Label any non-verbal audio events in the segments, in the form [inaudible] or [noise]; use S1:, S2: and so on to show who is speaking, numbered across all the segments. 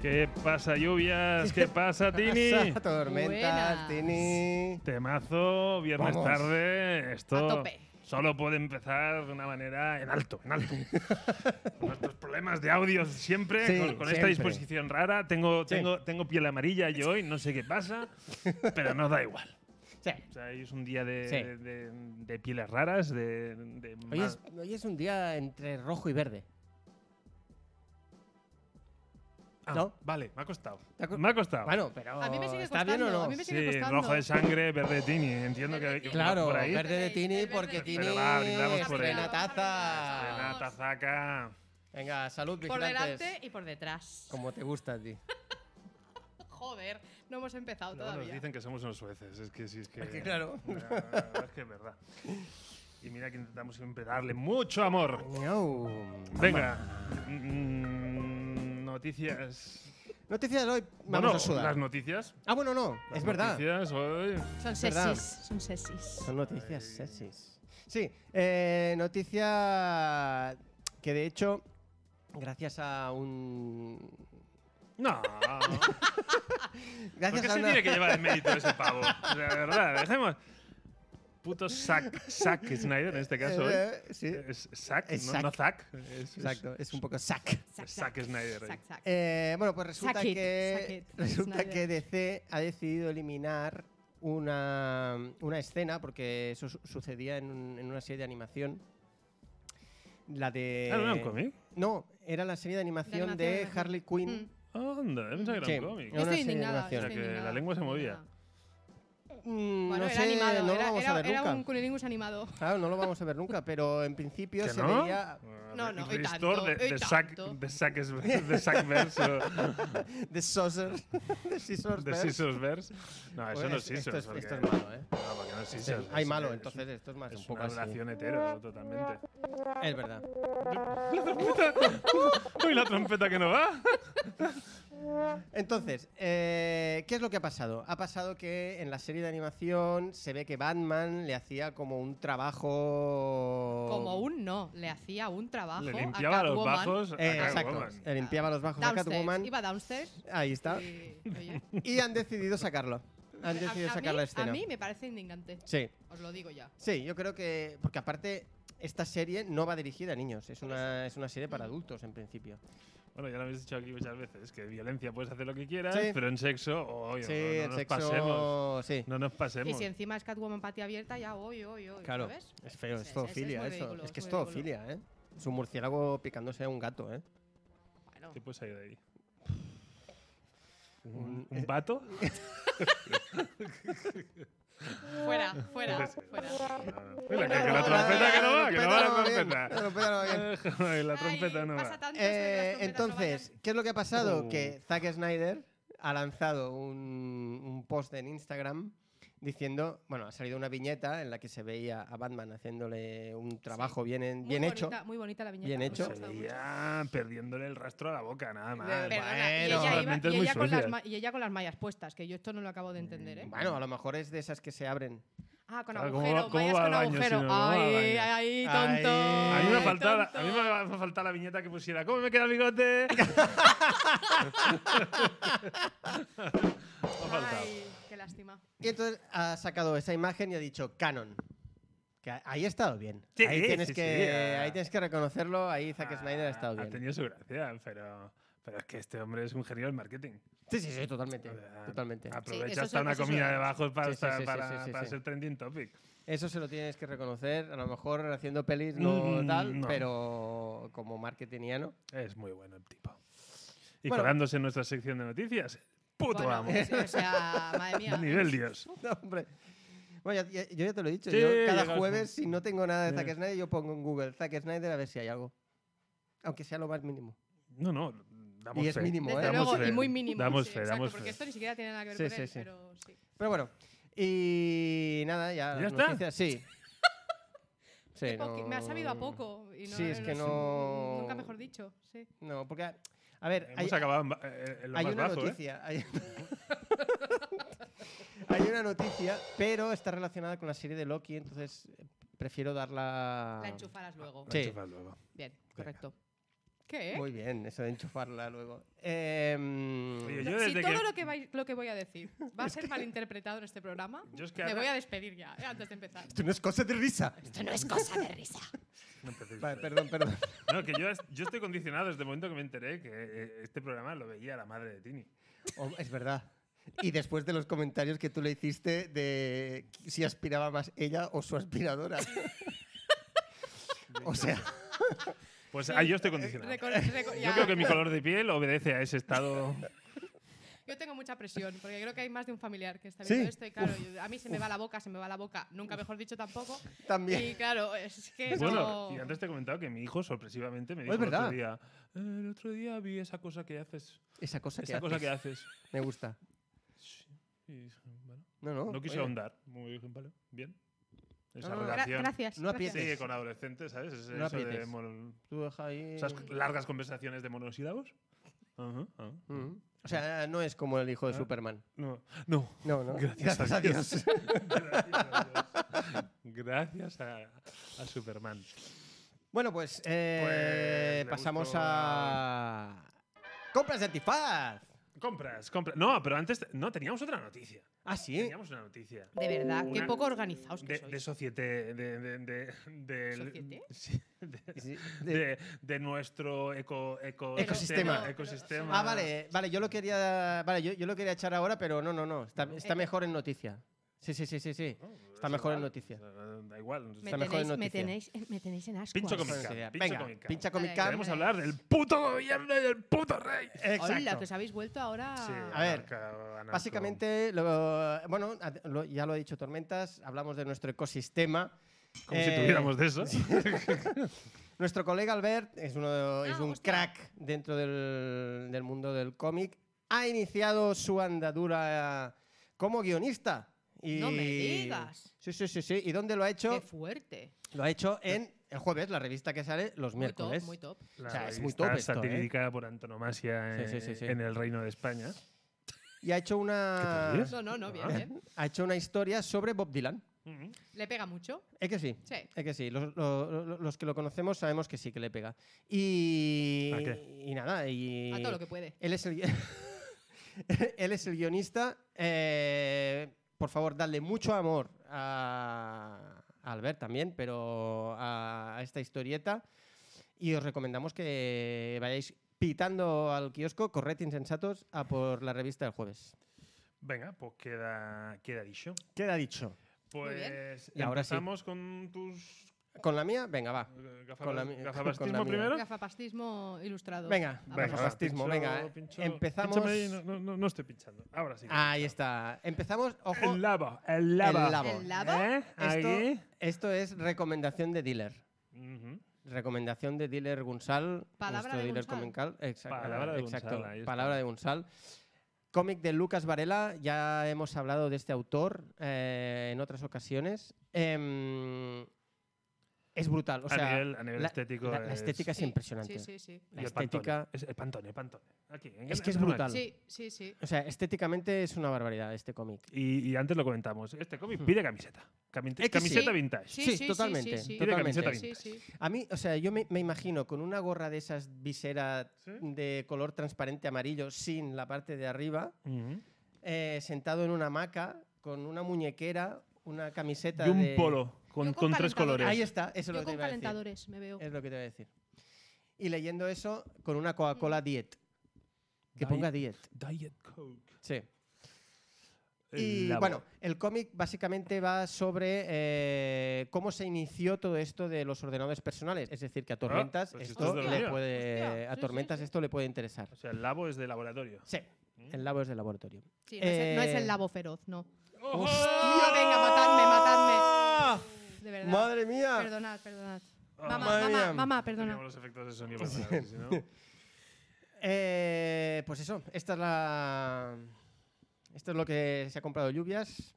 S1: ¿Qué pasa, lluvias? ¿Qué pasa, Tini?
S2: Pasa, tormentas,
S3: Buenas.
S2: Tini.
S1: Temazo, viernes
S2: Vamos.
S1: tarde. Esto
S3: A tope.
S1: solo puede empezar de una manera en alto, en
S2: [laughs]
S1: alto. con nuestros problemas de audio siempre,
S2: Sí,
S1: con, con esta
S2: siempre.
S1: disposición rara. Tengo,
S2: Sí.
S1: tengo, tengo piel amarilla yo hoy, no sé qué
S2: [laughs]
S1: pasa, pero nos da igual.
S2: Sí.
S1: O sea, hoy es un día de,
S2: Sí.
S1: de- de- de pieles raras, de. de
S2: Hoy
S1: ma-
S2: es, hoy es un día entre rojo y verde.
S1: Ah,
S2: ¿no?
S1: Vale, me ha costado.
S2: ¿Te acu-
S1: Me ha costado.
S2: Bueno, pero.
S3: A mí me sigue
S2: ¿Está
S3: costando,
S2: bien o no?
S3: a mí me sigue
S1: Sí,
S3: costando.
S1: rojo de sangre, verde de Tini. Entiendo que,
S3: Verde
S1: que
S2: Claro,
S1: por ahí.
S2: verde de Tini
S3: El verde
S2: porque
S3: de Tini.
S2: Tini.
S1: Pero va, brindamos
S2: es
S1: por él.
S2: plena taza.
S3: Plena.
S1: Renata Zaca.
S2: Venga, salud,
S3: Por
S2: vigilantes.
S3: delante y por detrás.
S2: Como te gusta a ti.
S3: Joder, no hemos empezado
S1: No, nos
S3: todavía.
S1: dicen que somos unos sueces, es que sí, es que...
S2: Es
S1: [laughs]
S2: que claro.
S1: La verdad es que es verdad. Y mira que intentamos siempre darle mucho amor.
S2: Miau.
S1: Venga, mm, noticias...
S2: Noticias de hoy. Vamos
S1: Bueno,
S2: a sudar.
S1: las noticias.
S2: Ah, bueno, no.
S1: Las
S2: es verdad.
S1: Noticias hoy.
S3: Son
S2: ¿Verdad?
S3: sesis, son sesis.
S2: Son noticias
S1: Ay.
S2: sexys. Sí, eh, noticia que de hecho, gracias a un. [laughs]
S1: No. ¿Por
S2: Gracias
S1: qué
S2: a
S1: se
S2: una-
S1: tiene que llevar el mérito ese pavo? La verdad, dejemos... Puto Zack, Zack Snyder en este caso. ¿eh?
S2: Eh, eh, sí,
S1: Es Zack,
S2: Es
S1: no,
S2: Zack.
S1: no Zack. Es- es-
S2: exacto, es un poco sac.
S3: Sac,
S1: Zack Snyder. ahí.
S3: sac, sac.
S2: Eh, bueno, pues resulta
S3: Sack it, sack
S2: que
S3: it,
S2: resulta
S3: Snyder.
S2: que DC ha decidido eliminar una, una escena porque eso su- sucedía en, un- en una serie de animación. La de
S1: Ah, no era un cómic.
S2: No, era la serie de animación de,
S3: animación, de
S2: Harley Quinn.
S3: Mm.
S1: Anda, pensaba que
S2: Sí.
S1: era un cómic.
S2: No,
S3: Yo
S2: no,
S3: estoy
S2: sí,
S3: indignada.
S2: animación.
S3: yo
S1: O sea,
S3: estoy
S1: que la
S3: indignada,
S1: lengua se
S3: estoy
S1: movía.
S3: indignada.
S2: Mm, no
S3: Bueno, era
S2: sé,
S3: animado,
S2: no
S3: era,
S2: lo vamos
S3: era-
S2: a ver
S3: era
S2: nunca.
S3: un cunilingus animado.
S2: Claro, no lo vamos a ver nunca, pero en principio
S1: ¿Que
S2: se
S1: no?
S2: veía
S3: No, no, hoy
S1: Restore
S3: tanto,
S1: de,
S3: hoy
S1: de Zack-
S3: tanto.
S1: de Zack es- de Zack
S2: [laughs]
S1: Verso,
S2: de [laughs] Saucer, de Scissors.
S1: de Scissors Verse. No, eso no es Scissors.
S2: Pues, Esto es,
S1: porque-
S2: esto es malo, ¿eh?
S1: No, porque no es
S2: Sí,
S1: Scissors.
S2: hay
S1: es-
S2: malo,
S1: es-
S2: entonces esto es más
S1: Es
S2: un poco
S1: una
S2: así.
S1: relación hetero, totalmente.
S2: Es verdad.
S1: ¡Uy, la trompeta que no va!
S2: Entonces, eh, ¿qué es lo que ha pasado? Ha pasado que en la serie de animación se ve que Batman le hacía como un trabajo.
S3: Como un no, le hacía un trabajo.
S1: Le
S3: a
S1: limpiaba los
S3: Catwoman.
S1: bajos a
S2: Eh, exacto.
S1: Catwoman.
S2: Le limpiaba los bajos a
S3: Downstairs,
S2: Catwoman.
S3: Iba downstairs.
S2: Ahí está.
S3: y, oye,
S2: [laughs] Y han decidido sacarlo. Han
S3: a-
S2: decidido
S3: a
S2: sacar
S3: mí-
S2: la escena.
S3: A mí me parece indignante.
S2: Sí.
S3: Os lo digo ya.
S2: Sí, yo creo que. Porque aparte, esta serie no va dirigida a niños. Es una, es una serie
S3: Mm.
S2: para adultos, en principio.
S1: Bueno, ya lo habéis dicho aquí muchas veces, que violencia puedes hacer lo que quieras,
S2: Sí.
S1: pero en sexo, oye,
S2: sí,
S1: no, no
S2: el
S1: nos
S2: sexo.
S1: pasemos.
S2: Sí.
S1: No nos
S3: Y
S1: pasemos.
S3: si encima es Catwoman pati abierta, ya hoy, hoy, hoy.
S2: Claro.
S3: ¿sabes?
S2: Es feo,
S3: Es-
S2: es
S3: es-
S2: zoofilia
S3: es muy
S2: eso.
S3: ridículo,
S2: es que
S3: es
S2: es
S3: muy
S2: zoofilia, ¿eh? Es un murciélago picándose a un gato, ¿eh?
S3: Bueno,
S1: ¿Qué puedes salir de ahí?
S2: Un-
S1: ¿Un, un
S2: [laughs]
S1: pato?
S3: fuera, fuera, fuera.
S1: Mira, que, que la trompeta que no va, que no va la trompeta.
S2: La trompeta no va bien.
S1: [laughs] Ay, la trompeta
S3: Ay,
S1: no
S3: pasa
S1: va.
S3: tanto eso de que
S2: Eh,
S3: las trompetas no
S2: entonces,
S3: vayan.
S2: ¿qué es lo que ha pasado?
S1: Uh.
S2: Que Zack Snyder ha lanzado un, un post en Instagram diciendo, bueno, ha salido una viñeta en la que se veía a Batman haciéndole un trabajo bien, en-
S3: Muy
S2: bien hecho.
S3: bonita- Muy bonita la viñeta.
S2: Bien
S3: me ha
S2: hecho.
S1: Se
S3: gustado mucho.
S1: veía perdiéndole el rastro a la boca, nada más.
S3: Perdona, y
S2: Bueno,
S3: ella iba-
S1: Ah, realmente es
S3: y
S1: muy
S3: ella con las
S1: sucia. Mm,
S3: ma- y ella con las mallas puestas, que yo esto no lo acabo de entender, ¿eh?
S2: Bueno, a lo mejor es de esas que se abren.
S3: Ah, con
S1: Claro, ¿cómo
S3: agujero,
S1: va- cómo
S3: mallas
S1: va
S3: con
S1: al baño
S3: agujero.
S1: si no? ¿Cómo va al
S3: ay,
S1: baño?
S3: ay, tonto.
S2: Ay.
S1: A mí, me ha
S3: ay,
S1: faltado la-
S3: tonto.
S1: a mí me ha me ha faltado la viñeta que pusiera ¿Cómo me queda el
S3: [laughs]
S1: bigote? [laughs] me ha faltado.
S3: Ay, qué lástima.
S2: Y entonces ha sacado esa imagen y ha dicho canon. Que a- ahí ha estado bien.
S1: Sí,
S2: ahí, tienes
S1: sí,
S2: que,
S1: sí, ah.
S2: ahí tienes que reconocerlo, ahí Zack Snyder ha estado
S1: Ha
S2: bien.
S1: tenido su gracia, pero, pero es que este hombre es un genio del marketing.
S2: Sí, sí, sí, totalmente.
S1: O sea,
S2: Totalmente.
S1: Aprovecha
S3: eso
S1: hasta
S3: se-
S1: una
S3: eso se
S1: comida
S3: lo-
S1: de bajos para,
S2: Sí, sí, sí, sí,
S1: para,
S2: sí, sí,
S1: para
S2: sí.
S1: ser trending topic.
S2: Eso se lo tienes que reconocer. A lo mejor haciendo pelis no
S1: Mm,
S2: tal,
S1: no.
S2: pero como marketingiano.
S1: Es muy bueno el tipo. y
S2: Bueno.
S1: colándose en nuestra sección de noticias. Puto
S3: Bueno,
S1: amo.
S3: eh, sí, O sea, madre mía.
S1: [laughs] Nivel Dios.
S2: [laughs] No, hombre. Bueno, ya- ya- yo ya te lo he dicho.
S1: Sí,
S2: yo
S1: llegas-
S2: cada jueves, si no tengo nada de
S1: Sí.
S2: Zack Snyder, yo pongo en Google Zack Snyder a ver si hay algo. Aunque sea lo más mínimo.
S1: No, no. Damos
S2: Y es
S1: fe.
S2: mínimo, ¿eh?
S3: Desde
S2: Damos
S3: luego,
S1: fe.
S3: y muy mínimo.
S1: Damos
S3: sí,
S1: fe,
S3: exacto,
S1: damos
S3: porque
S1: fe.
S3: esto ni siquiera tiene nada que ver
S2: Sí,
S3: con
S2: sí,
S3: él,
S2: sí.
S3: pero sí.
S2: Pero bueno. Y nada, ya.
S1: ¿Ya
S2: las
S1: está?
S2: noticias-
S1: [laughs]
S2: Sí. Sí,
S3: Qué poqui- Me ha
S2: no-
S3: sabido a poco. Y no,
S2: Sí, es que
S3: sé,
S2: no-
S3: Nunca mejor dicho. Sí.
S2: No, porque. a- A ver, hay,
S1: Hemos acabado en, ba- eh, en lo
S2: hay
S1: más
S2: una
S1: bajo, ¿eh?
S2: noticia. Hay... [laughs] hay una noticia, pero está relacionada con la serie de Loki, entonces eh, prefiero darla.
S3: La
S2: Ah.
S3: enchufarás luego.
S1: Lo
S2: Sí.
S1: enchufas luego.
S3: Bien, correcto. ¿Qué?
S2: Muy bien, eso de enchufarla luego. Em,
S1: Oye,
S3: No,
S1: yo
S3: si
S1: desde
S3: todo
S1: que-
S3: lo, que vai- lo que voy a decir
S1: [laughs]
S3: va a ser malinterpretado en este programa,
S1: Yo es que
S3: me
S1: ahora-
S3: voy a despedir ya, eh, antes de empezar.
S2: Esto no es cosa de risa.
S3: Esto no es cosa de [laughs] risa.
S1: No empecéis.
S2: Vale, perdón, perdón.
S1: No, que yo, es- yo estoy condicionado desde el momento que me enteré que eh, este programa lo veía la madre de Tini.
S2: Oh, es verdad. Y después de los comentarios que tú le hiciste de si aspiraba más ella o
S1: [laughs]
S2: su aspiradora. o sea,
S1: Pues
S3: Sí. eh,
S1: ahí yo estoy condicionado.
S3: Reco- reco-
S1: Yo
S3: ya,
S1: creo que mi color de piel obedece a ese estado.
S3: yo tengo mucha presión, porque creo que hay más de un familiar que está viendo
S2: Sí.
S3: esto y claro, yo- a mí se me va la boca, se me va la boca, nunca mejor dicho tampoco.
S2: también.
S3: Y claro, [laughs] es que
S1: Bueno,
S3: no-
S1: y antes te he comentado que mi hijo sorpresivamente me
S2: Oh,
S1: dijo
S2: es
S1: el otro
S2: verdad.
S1: día, "Eh, el otro día vi esa cosa que haces,
S2: Esa cosa que
S1: esa cosa
S2: haces,
S1: que haces.
S2: me gusta.
S1: Sí. Y dije, bueno,
S2: No, no.
S1: no quise
S2: Oh, oye,
S1: ahondar. Muy bien, vale, bien. Esa
S2: no, no.
S3: Ah. Gra-
S1: relación.
S3: gracias.
S2: No
S3: gracias.
S1: Sí, con adolescentes, ¿sabes? Es
S2: No
S1: eso de
S2: aprietes.
S1: mono-
S2: tú deja
S3: Eh.
S2: ahí-
S1: esas largas conversaciones de monosílabos. Ajá, ah.
S2: Mm. O sea, no es como el hijo de
S1: Ah.
S2: Superman.
S1: No, no. [laughs]
S2: No, no.
S1: Gracias,
S2: a Dios.
S1: Gracias a Dios. Gracias a, a Superman.
S2: bueno, pues, eh,
S1: Pues, le
S2: pasamos
S1: busco
S2: a... Compras de antifaz.
S1: Compras, compras. No, pero antes. te- No, teníamos otra noticia.
S2: Ah, sí.
S1: Teníamos una noticia.
S3: De verdad, qué
S1: Una-
S3: poco organizados que
S1: De,
S3: sois.
S1: de Societe. De, de, de, del-
S3: ¿Societe?
S1: Sí, de,
S2: Sí, de-
S1: [laughs] de- de nuestro eco, eco-
S2: Ecosistema.
S1: sistema- ecosistema.
S2: Ah, vale, vale, yo lo quería, vale, yo, yo lo quería echar ahora, pero no, no, no, está, está mejor en noticia. Sí, sí, sí, sí, sí.
S1: No, es
S2: Está mejor en
S1: igual,
S2: noticia.
S1: o sea, Da igual.
S3: me,
S2: Está mejor en
S3: tenéis, me,
S2: noticia.
S3: tenéis, me tenéis en ascuas.
S1: Pincho Comic
S2: Bueno,
S1: Cam,
S2: sería-
S1: pincha
S2: Venga,
S1: Comic Cam.
S2: pincha Comic Cam.
S1: Queremos hablar del puto gobierno y del puto rey.
S3: Hola, pues, ah. que os
S2: Exacto.
S3: habéis vuelto ahora.
S1: Sí,
S2: A ver,
S1: anarca- anarco-
S2: Básicamente, lo- bueno, ad- lo- ya lo ha dicho Tormentas, hablamos de nuestro ecosistema.
S1: Como si
S2: eh,
S1: tuviéramos de
S2: [laughs]
S1: eso.
S2: Nuestro colega Albert es, uno, es un
S3: Ah, hostia.
S2: crack dentro del, del mundo del cómic. Ha iniciado su andadura como guionista. Y,
S3: No me digas.
S2: Sí, sí, sí, sí. ¿Y dónde lo ha hecho?
S3: Qué fuerte.
S2: Lo ha hecho en el jueves, la revista que sale los
S3: Muy top,
S2: miércoles.
S3: muy top.
S1: La
S2: O sea, es muy
S1: revista
S2: top esto, ¿eh?
S1: satírica por antonomasia
S2: Sí, sí,
S1: eh,
S2: sí, sí.
S1: en el Reino de España.
S2: Y ha hecho
S1: ¿Qué te
S2: una
S1: ríes?
S3: No, no, no, bien,
S1: Ah.
S3: bien.
S2: ha hecho una historia sobre Bob Dylan.
S3: ¿Le pega mucho?
S2: Es que sí.
S3: Sí.
S2: Es que sí. Los, lo- lo- los que lo conocemos sabemos que sí que le pega. Y
S1: ¿A qué?
S2: y nada, y
S3: A todo lo que puede.
S2: él es el gui- [laughs] él es el guionista. eh, por favor, dadle mucho amor a a Albert también, pero a a esta historieta. Y os recomendamos que vayáis pitando al kiosco, corred insensatos, a por la revista del jueves.
S1: Venga, pues queda, queda dicho.
S2: Queda dicho.
S3: bien.
S1: Pues
S2: Y ahora sí.
S1: empezamos con tus
S2: Con la mía, venga, va.
S1: eh,
S2: Con la
S1: gafabas-
S2: mi- con la
S1: gafabastismo
S2: mía.
S1: primero.
S3: Gafapastismo ilustrado.
S2: Venga,
S3: Ah,
S1: Venga,
S3: vamos.
S1: va,
S2: fascismo,
S1: pincho-
S2: venga, eh.
S1: pincho-
S2: empezamos-
S1: pínchame ahí, no, no- no- no estoy pinchando. Ahora sí. que
S2: Ahí
S1: pincho.
S2: está. Empezamos, ojo.
S1: El labo, el labo.
S2: El labo.
S3: ¿El labo?
S1: ¿Eh? Ahí.
S2: Esto, esto es recomendación de dealer.
S1: Ujú.
S2: Recomendación de dealer Gunsal.
S3: Palabra
S2: nuestro
S3: de
S2: dealer
S3: Gunsal.
S2: comical. Exacto.
S1: Palabra de
S2: exacto,
S1: Gunsal, ahí está.
S2: Palabra de Gunsal. Cómic de Lucas Varela, ya hemos hablado de este autor eh, en otras ocasiones. Em, es brutal. O sea,
S1: a nivel, a nivel
S2: la-
S1: estético.
S2: la- la estética es
S3: Sí,
S2: impresionante.
S3: Sí, sí, sí.
S1: y
S2: la
S1: el pantone,
S2: estética-
S1: Es el pantone, el pantone. Aquí, en-
S2: Es que es
S1: en-
S2: brutal. Vale.
S3: Sí, sí, sí.
S2: O sea, estéticamente es una barbaridad este cómic.
S1: Y, y antes lo comentamos. Este cómic
S2: Hmm.
S1: pide camiseta. Cami-
S2: Es que sí.
S1: camiseta vintage.
S3: Sí,
S2: Sí,
S3: sí, sí,
S2: totalmente.
S3: sí, sí.
S1: Tiene
S2: totalmente.
S1: camiseta
S3: Sí,
S1: vintage.
S3: sí.
S2: A mí, o sea, yo me, me imagino con una gorra de esas visera
S1: ¿Sí?
S2: de color transparente amarillo sin la parte de arriba,
S1: Ujú.
S2: eh, sentado en una hamaca con una muñequera, una camiseta
S1: Y un
S2: de-
S1: polo con, con
S3: Yo con
S1: tres
S3: calentadores.
S1: colores.
S2: Ahí está, eso es
S3: Yo
S2: lo que te
S3: con
S2: iba a decir. Eh,
S3: calentadores me veo.
S2: Es lo que te iba a decir. Y leyendo eso con una Coca-Cola
S3: Mm.
S2: Diet. Que ponga Diet.
S1: Diet Coke.
S2: Sí.
S1: El
S2: Y
S1: labo.
S2: bueno, el cómic básicamente va sobre eh, cómo se inició todo esto de los ordenadores personales. Es decir, que a Tormentas
S1: pues esto
S2: esto
S3: es de lo
S2: le
S1: mío.
S2: puede
S3: Hostia.
S2: a
S3: Sí,
S2: Tormentas
S3: sí, sí.
S2: esto le puede interesar.
S1: O sea, el labo es de laboratorio.
S2: Sí, el labo es de laboratorio.
S3: Sí, no, es el, no es el
S2: Eh,
S3: labo feroz, no.
S1: ¡Ojo!
S3: Hostia, venga, matadme, matadme. De verdad.
S2: ¡Madre mía! Oh,
S3: Perdonad, perdonad.
S1: Ah.
S3: Mamá,
S2: Madre mía.
S3: mamá, mamá,
S1: Teníamos
S3: perdona.
S1: los efectos de sonido preparados, si no-
S2: Eh, pues eso, esta es la. Esto es lo que se ha comprado lluvias.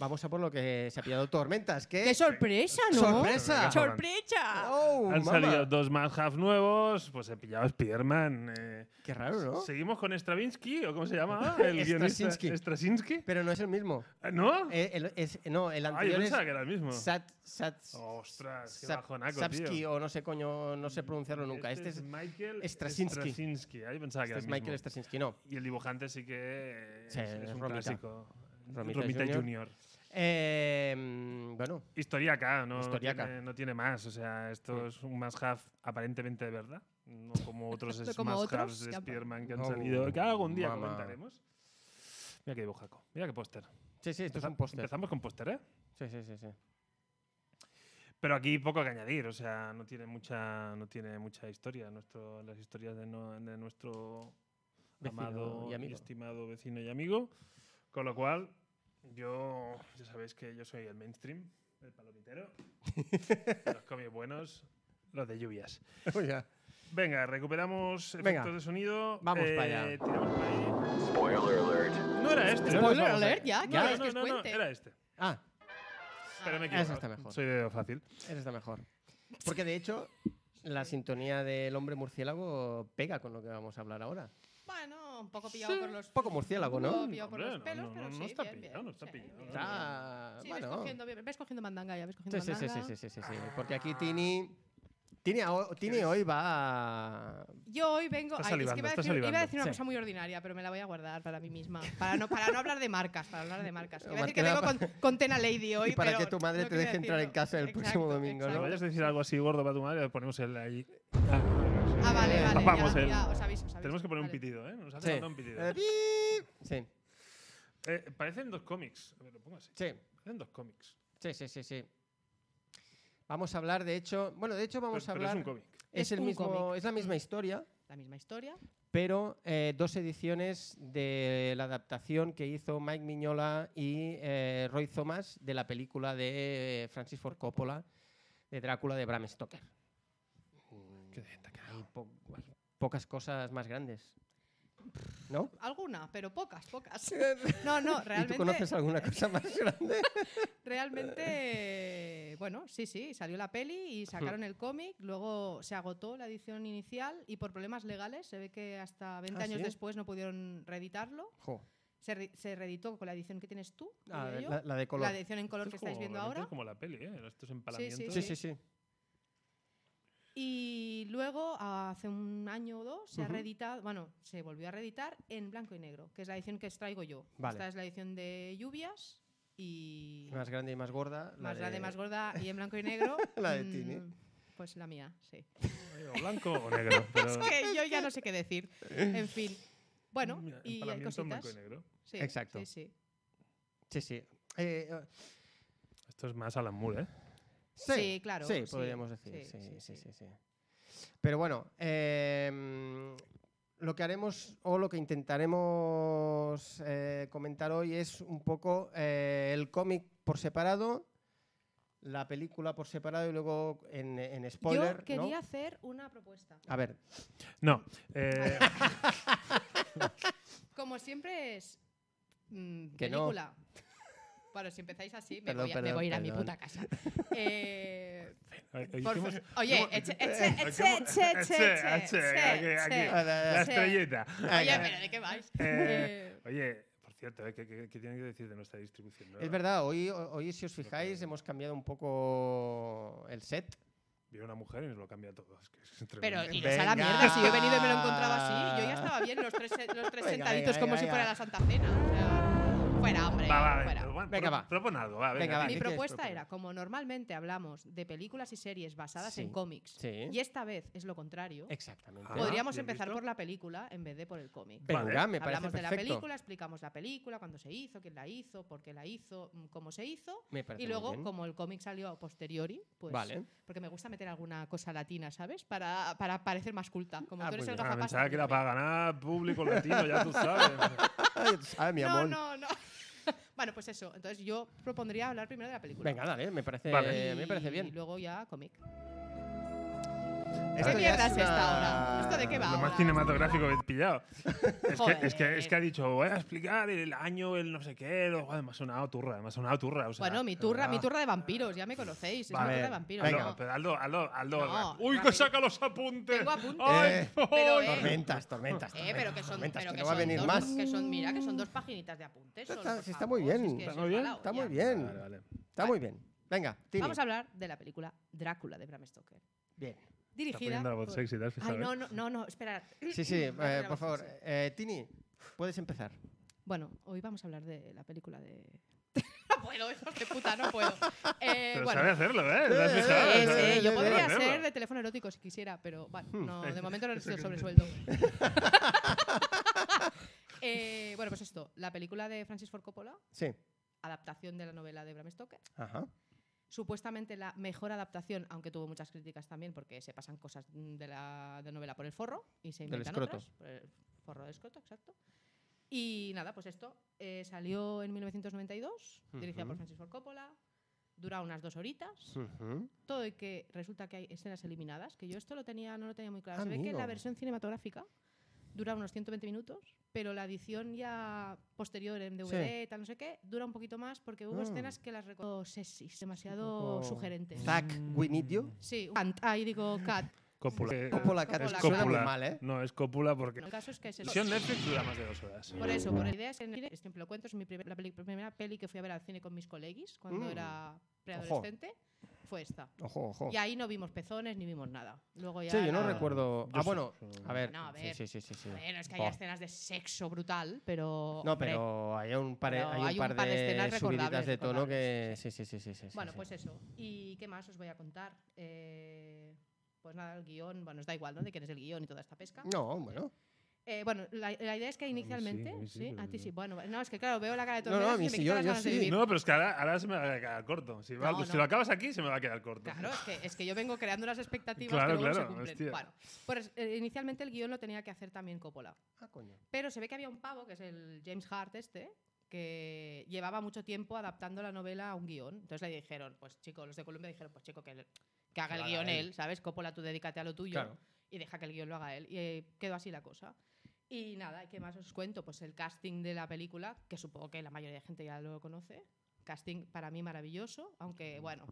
S2: Vamos a por lo que se ha pillado tormentas. ¿Qué?
S3: ¡Qué sorpresa,
S2: [laughs]
S3: no!
S2: ¡Sorpresa!
S3: ¡Sorpresa!
S2: ¡Oh,
S1: Han
S2: mamá!
S1: salido dos más half nuevos, pues he pillado Spider-Man. eh.
S2: Qué raro, ¿no?
S1: ¿Seguimos con Stravinsky o cómo se
S2: [laughs]
S1: llama? El guionista
S2: Straczynski.
S1: Straczynski.
S2: Pero no es el mismo.
S1: Ah, ¿No?
S2: Eh, el- es- no, el
S1: Ay, Ah, yo
S2: anterior es
S1: pensaba que era el mismo.
S2: Sat, Sat,
S1: Ostras, qué
S2: Sap-
S1: bajonaco,
S2: Sapsky
S1: tío.
S2: o no sé coño, no sé pronunciarlo nunca. Este, es,
S1: Michael
S2: Straczynski.
S1: Straczynski. Ahí pensaba que
S2: este
S1: era
S2: es
S1: el
S2: Michael
S1: mismo.
S2: Straczynski, no.
S1: Y el dibujante sí que es,
S2: Sí,
S1: es
S2: es
S1: un
S2: Romita.
S1: clásico.
S2: Romita
S1: Romita,
S2: Junior.
S1: Junior.
S2: Eh, mm, bueno,
S1: Historiaca, no,
S2: Historiaca. Mm.
S1: Tiene, no tiene más. O sea, esto es un más half aparentemente de verdad. No
S2: [laughs]
S1: como otros es
S3: Como
S1: más
S3: otros,
S1: halves de
S3: que han-
S1: Spider-Man que han
S2: No,
S1: salido. Que algún día
S2: mamá.
S1: comentaremos. Mira qué dibujaco. Mira qué póster.
S2: sí, sí, esto es
S1: Empeza-
S2: un póster.
S1: Empezamos con póster, ¿eh?
S2: Sí, sí, sí, sí.
S1: [laughs] Pero aquí poco que añadir, o sea, no tiene mucha, no tiene mucha historia. Nuestro, las historias de, no- de nuestro
S2: Vecino
S1: amado
S2: y
S1: y,
S2: amigo.
S1: estimado vecino y amigo. Con lo cual, yo, ya sabéis que yo soy el mainstream, el palomitero, los cómics buenos, los de lluvias. Venga, recuperamos efectos
S2: Venga.
S1: de sonido.
S2: Vamos
S1: eh,
S2: pa' allá.
S1: tiramos pa' ahí. No era este. No,
S2: Spoiler
S3: Spoiler
S2: vamos a ver.
S3: alert, ya,
S1: no,
S3: ¿quieres
S1: no,
S3: que os
S1: no, no,
S3: cuente? Ah.
S1: era este.
S2: Ah,
S1: Pero me he
S2: Ese
S1: equivocado.
S2: está mejor.
S1: Soy de fácil.
S2: esa está mejor. Porque de hecho, la sintonía del hombre murciélago pega con lo que vamos a hablar ahora.
S3: Bueno, un poco pillado por los...
S2: Un poco murciélago,
S3: Un
S2: ¿no? Ah,
S3: poco pillado por
S1: Hombre,
S3: los
S1: no,
S3: pelos,
S1: no,
S3: pero
S1: no
S3: sí,
S1: está
S3: bien,
S1: pillado,
S3: bien,
S1: no está
S3: sí,
S1: pillado.
S3: bien.
S2: Está.
S3: Sí, ves,
S2: bueno.
S3: cogiendo, bien, ves cogiendo mandanga ya, ves cogiendo
S2: Sí, sí, sí,
S3: mandanga.
S2: sí, sí, sí, sí, sí. Porque aquí Tini. Tini, aho- Tini hoy va. a-
S3: Yo hoy vengo.
S1: Estás
S3: Ay, es que
S1: salivando,
S3: iba a
S1: estás
S3: decir, iba a
S1: salivando.
S3: decir una
S2: Sí.
S3: cosa muy ordinaria, pero me la voy a guardar para mí misma. Para no, para no hablar de marcas, para hablar de marcas. Iba a decir que
S2: Marquera
S3: vengo con, con Tena Lady
S2: [laughs]
S3: hoy.
S2: Y para
S3: pero
S2: que tu madre
S3: no
S2: te
S3: quería
S2: deje entrar en
S3: decirlo.
S2: casa el próximo domingo, ¿no?
S1: Cuando vayas a decir algo así gordo para tu madre, le ponemos el ahí.
S3: Ah, vale, vale.
S1: Vamos,
S3: ya,
S1: el-
S3: ya, os aviso, os aviso,
S1: Tenemos que poner un
S3: vale.
S1: pitido, ¿eh? Nos hace
S2: Sí.
S1: falta un pitido.
S2: Eh, pi- Sí,
S1: Eh, parecen dos cómics. A ver, lo pongo así.
S2: sí,
S1: Parecen dos cómics.
S2: sí, sí, sí, sí. Vamos a hablar, de hecho. Bueno, de hecho, vamos
S1: Pero-
S2: a
S1: pero
S2: hablar.
S1: es un cómic.
S2: es
S3: Es
S2: el
S3: un
S2: mismo,
S3: cómic.
S2: es la misma historia,
S3: La misma historia.
S2: pero eh, dos ediciones de la adaptación que hizo Mike Mignola y eh, Roy Thomas de la película de eh, Francis Ford Coppola de Drácula de Bram Stoker.
S1: Qué destacado.
S2: Hay po- hay pocas cosas más grandes, ¿no?
S3: Alguna, pero pocas, pocas. No, no,
S2: [laughs] ¿Y tú conoces
S3: realmente.
S2: alguna cosa
S3: [laughs]
S2: más grande?
S3: Realmente, bueno, sí, sí, salió la peli y sacaron el cómic. Luego se agotó la edición inicial y por problemas legales se ve que hasta 20
S2: Ah,
S3: años
S2: ¿sí?
S3: después no pudieron reeditarlo.
S2: Jo,
S3: se, re- se reeditó con la edición que tienes tú,
S2: ah,
S3: diría yo,
S2: la, la de color.
S3: la edición en color
S1: Esto
S3: que
S1: es
S3: estáis
S1: como-
S3: viendo
S1: realmente
S3: ahora.
S1: Es como la peli, ¿eh? Estos empalamientos.
S2: Sí, sí, sí.
S3: Y luego, hace un año o dos, se ha
S2: Ujú.
S3: reeditado, bueno, se volvió a reeditar en blanco y negro, que es la edición que os traigo yo.
S2: Vale.
S3: Esta es la edición de lluvias y
S2: Más grande y más gorda. la
S3: más grande,
S2: de-
S3: más gorda y en blanco y negro.
S2: [laughs] La de
S3: mm,
S2: Tini.
S3: Pues la mía,
S2: [laughs]
S3: sí.
S1: O blanco o
S3: [laughs]
S1: negro. Pero
S3: Es que yo ya no sé qué decir. En fin. Bueno,
S1: Mira,
S3: y hay
S1: empalamiento en
S3: cositas.
S1: blanco y negro.
S3: Sí,
S2: Exacto.
S3: Sí, sí.
S2: Sí, sí. Eh, eh,
S1: Esto es más Alan Moore, ¿eh?
S2: Sí,
S3: Sí, claro,
S2: Sí,
S3: sí,
S2: podríamos
S3: sí,
S2: decir. Sí, sí,
S3: sí,
S2: sí.
S3: sí.
S2: sí. Pero bueno, em, lo que haremos o lo que intentaremos eh, comentar hoy es un poco eh, el cómic por separado, la película por separado y luego en, en spoiler.
S3: yo
S2: ¿no?
S3: quería hacer una propuesta.
S2: A
S3: [laughs]
S2: ver,
S1: No. eh,
S3: Como siempre es mm,
S2: Que no.
S3: película. Bueno, si empezáis así, me,
S2: Perdón,
S3: voy, a, me
S2: perdón,
S3: voy a ir a mi
S2: perdón.
S3: puta casa. Eh, por
S1: hicimos-
S3: fa- oye, eche, eche, eche, eche,
S1: Eche,
S3: eche,
S1: eche,
S3: eche,
S1: aquí,
S3: eche.
S1: aquí. La
S3: Sí. [laughs]
S1: estrellita.
S3: Oye, pero ¿de qué vais?
S1: Eh,
S3: Eh,
S1: Oye, por cierto, ¿eh? ¿Qué, qué, qué tienen que decir de nuestra distribución? nueva?
S2: es verdad, hoy, hoy si os fijáis
S1: que-
S2: hemos cambiado un poco el set.
S1: Viene una mujer y nos lo cambia todo. Es que es
S3: pero
S1: tremendo.
S3: iros a
S2: Venga.
S3: la mierda, si yo he venido y me lo he encontrado así, yo ya estaba bien los tres, los tres
S2: Venga,
S3: sentaditos
S2: venga,
S3: como
S2: venga,
S3: si fuera
S2: venga.
S3: la Santa Cena. o sea, fuera, hombre,
S1: Va, va,
S3: fuera.
S1: pero Juan.
S2: Venga,
S1: pro-
S2: va.
S1: Propon algo, va. Venga.
S2: Venga, va.
S1: di.
S2: ¿qué
S3: Mi
S2: quieres
S3: propuesta
S2: proponer?
S3: era, como normalmente hablamos de películas y series basadas
S2: Sí,
S3: en cómics,
S2: sí.
S3: y esta vez es lo contrario,
S2: Exactamente.
S1: Ah,
S3: podríamos
S1: ¿bien
S3: empezar
S1: visto?
S3: por la película en vez de por el cómic.
S2: Venga,
S1: Vale.
S2: me parece
S3: Hablamos de la
S2: perfecto.
S3: película, explicamos la película, cuándo se hizo, quién la hizo, por qué la hizo, mm, cómo se hizo.
S2: Me parece
S3: Y
S2: muy
S3: luego,
S2: bien.
S3: como el cómic salió a posteriori, pues.
S2: Vale.
S3: Porque me gusta meter alguna cosa latina, ¿sabes? Para, para parecer más culta. Como
S2: Ah,
S3: tú eres
S2: muy
S3: el
S2: bien.
S1: Ah,
S3: gafapasta.
S1: pensaba que
S3: yo
S1: era
S3: también.
S1: para ganar público latino, ya tú
S3: [laughs]
S1: sabes.
S2: Ay, sabe, Ah, mi
S3: No,
S2: amor.
S3: no, no. [laughs] bueno, pues eso. Entonces yo propondría hablar primero de la película.
S2: Venga, dale, me parece,
S1: Vale.
S2: me parece
S3: Y
S2: bien.
S3: luego ya cómic.
S2: Esto ya
S3: mierda es
S2: una-
S3: esta ahora? ¿Esto de qué va?
S1: Lo más
S3: Ahora.
S1: cinematográfico que he pillado. Es que, es, que, es que
S3: Joder.
S1: ha dicho, voy a explicar el año, el no sé qué. lo- joder, me ha sonado turra, me ha sonado turra. O sea,
S3: bueno, mi turra,
S1: ah.
S3: mi turra de vampiros, ya me conocéis. Es
S2: eh, Vale.
S3: mi turra de vampiros.
S2: Venga.
S1: Aldo,
S3: ¿no?
S1: pero Aldo, Aldo, Aldo. eh.
S3: No,
S1: Uy, que
S3: rápido.
S1: saca los apuntes.
S3: Tengo apuntes.
S1: Ay,
S3: Pero,
S1: ay.
S3: eh,
S2: Tormentas, tormentas.
S3: Eh, pero que son,
S2: tormentas,
S3: pero
S2: que
S3: que
S2: no va a
S3: son
S2: venir
S3: dos,
S2: más.
S3: que son, mira, que son dos paginitas de apuntes.
S2: Está-
S3: solo,
S2: está-
S3: por
S2: sí, está muy
S3: favor, si
S2: bien.
S3: es que
S1: Está
S3: se
S1: muy
S3: va
S1: bien,
S3: la
S2: está
S3: olla.
S2: muy bien.
S1: Vale, vale.
S2: Está muy bien. Venga, Tini.
S3: Vamos a hablar de la película Drácula de Bram Stoker,
S2: Bien.
S1: Está
S3: dirigida.
S1: poniendo la voz
S3: por-
S1: sexy, ¿te has fijado,
S3: Ay,
S1: eh?
S3: no, no, no, no, esperad.
S2: Sí,
S3: [clears throat]
S2: sí,
S3: Voy a poner
S2: eh,
S3: la
S2: por
S3: voz
S2: favor.
S3: sexy.
S2: Eh, Tini, puedes empezar.
S3: Bueno, hoy vamos a hablar de la película de. [laughs] no puedo, hijos de puta,
S2: [laughs]
S3: no puedo. Eh,
S1: Pero
S3: bueno.
S1: sabe hacerlo, ¿eh? ¿Lo has
S2: Eh,
S1: fijado?
S3: Sí,
S1: Sabe-
S3: sí, yo
S1: sabe
S3: podría
S1: hacerlo.
S3: ser de teléfono erótico si quisiera, pero bueno,
S1: Hmm.
S3: no, de
S1: [laughs]
S3: momento no necesito sobresueldo. Eh, bueno, pues esto, la película de Francis Ford Coppola,
S2: Sí.
S3: adaptación de la novela de Bram Stoker,
S2: Ajá.
S3: supuestamente la mejor adaptación, aunque tuvo muchas críticas también porque se pasan cosas mm, de la de novela por el forro y se
S2: Del
S3: inventan
S2: escroto.
S3: otras, por el forro del escroto, exacto. Y nada, pues esto eh, salió en 1992, dirigida
S2: Ujú.
S3: por Francis Ford Coppola, dura unas dos horitas,
S2: Ujú.
S3: todo y que resulta que hay escenas eliminadas, que yo esto lo tenía, no lo tenía muy claro. Se ve que
S2: Amigo.
S3: la versión cinematográfica dura unos 120 minutos, pero la edición ya posterior en DVD, tal no sé qué, dura un poquito más porque hubo
S2: Ah.
S3: escenas que las recuerdo sexys,
S2: Un
S3: demasiado
S2: poco-
S3: sugerentes.
S2: Zack, we need you.
S3: Sí, un cant, ahí digo cat.
S1: Coppola. Eh,
S2: Coppola,
S3: Coppola,
S2: Carlos,
S3: Coppola.
S2: suena muy
S1: Coppola.
S2: mal, ¿eh?
S1: No, es cópula porque.
S3: No, el caso es que es
S1: La
S3: eso.
S1: Versión Netflix dura más de dos horas.
S3: Por eso, por la idea es en el cine, siempre lo cuento, es mi primer- la, peli- primera peli que fui a ver al cine con mis coleguis cuando
S2: Mm.
S3: era preadolescente, fue esta.
S2: Ojo, ojo.
S3: Y ahí no vimos pezones ni vimos nada. Luego ya
S2: Sí, yo no
S3: la-
S2: recuerdo. Ah,
S1: sé,
S2: bueno,
S1: yo-
S2: a ver.
S3: No, a
S2: sí,
S3: ver.
S2: Sí, sí, sí, sí.
S3: Bueno, es que
S2: Buah.
S3: hay escenas de sexo brutal, pero.
S2: No,
S3: hombre,
S2: pero hay un par,
S3: Pero
S2: hay un par, de, subiditas
S3: escenas recordables,
S2: de tono que.
S3: recordables,
S2: Sí, sí, sí, sí. sí, sí,
S3: Bueno,
S2: sí.
S3: pues eso. ¿Y qué más os voy a contar? Eh, pues nada, el guión. Bueno, os da igual, ¿no? De quién es el guión y toda esta pesca.
S2: No, bueno.
S3: Eh, bueno, la, la idea es que inicialmente.
S1: a mí sí,
S3: sí,
S1: pero
S3: a ti
S1: no.
S3: sí. Bueno, no, es que claro, veo la cara de todos
S2: No, no,
S3: los
S2: a mí
S3: y me
S2: sí,
S3: quita
S2: yo-
S3: las
S2: yo
S3: ganas de
S2: sí.
S3: vivir.
S1: No, pero es que ahora, ahora se me va a quedar corto. Si, va-
S3: No,
S1: si
S3: no.
S1: lo acabas aquí, se me va a quedar corto.
S3: Claro, es que, es que yo vengo creando las
S2: [laughs]
S3: expectativas
S1: Claro,
S3: que luego no
S1: claro,
S3: se cumplen.
S1: hostia.
S3: Bueno, pues eh, inicialmente el guión lo tenía que hacer también Coppola.
S2: Ah, coño.
S3: Pero se ve que había un pavo, que es el James Hart este, que llevaba mucho tiempo adaptando la novela a un guión. Entonces le dijeron, pues chico, los de Colombia dijeron, pues chico, que, le- que haga
S2: lo
S3: el
S2: haga
S3: guión
S2: él.
S3: él. ¿sabes? Coppola, tú dedícate a lo tuyo
S2: Claro.
S3: y deja que el guión lo haga él. Y eh, quedó así la cosa. Y nada, ¿qué más os cuento? Pues el casting de la película, que supongo que la mayoría de gente ya lo conoce. Casting para mí maravilloso, aunque bueno,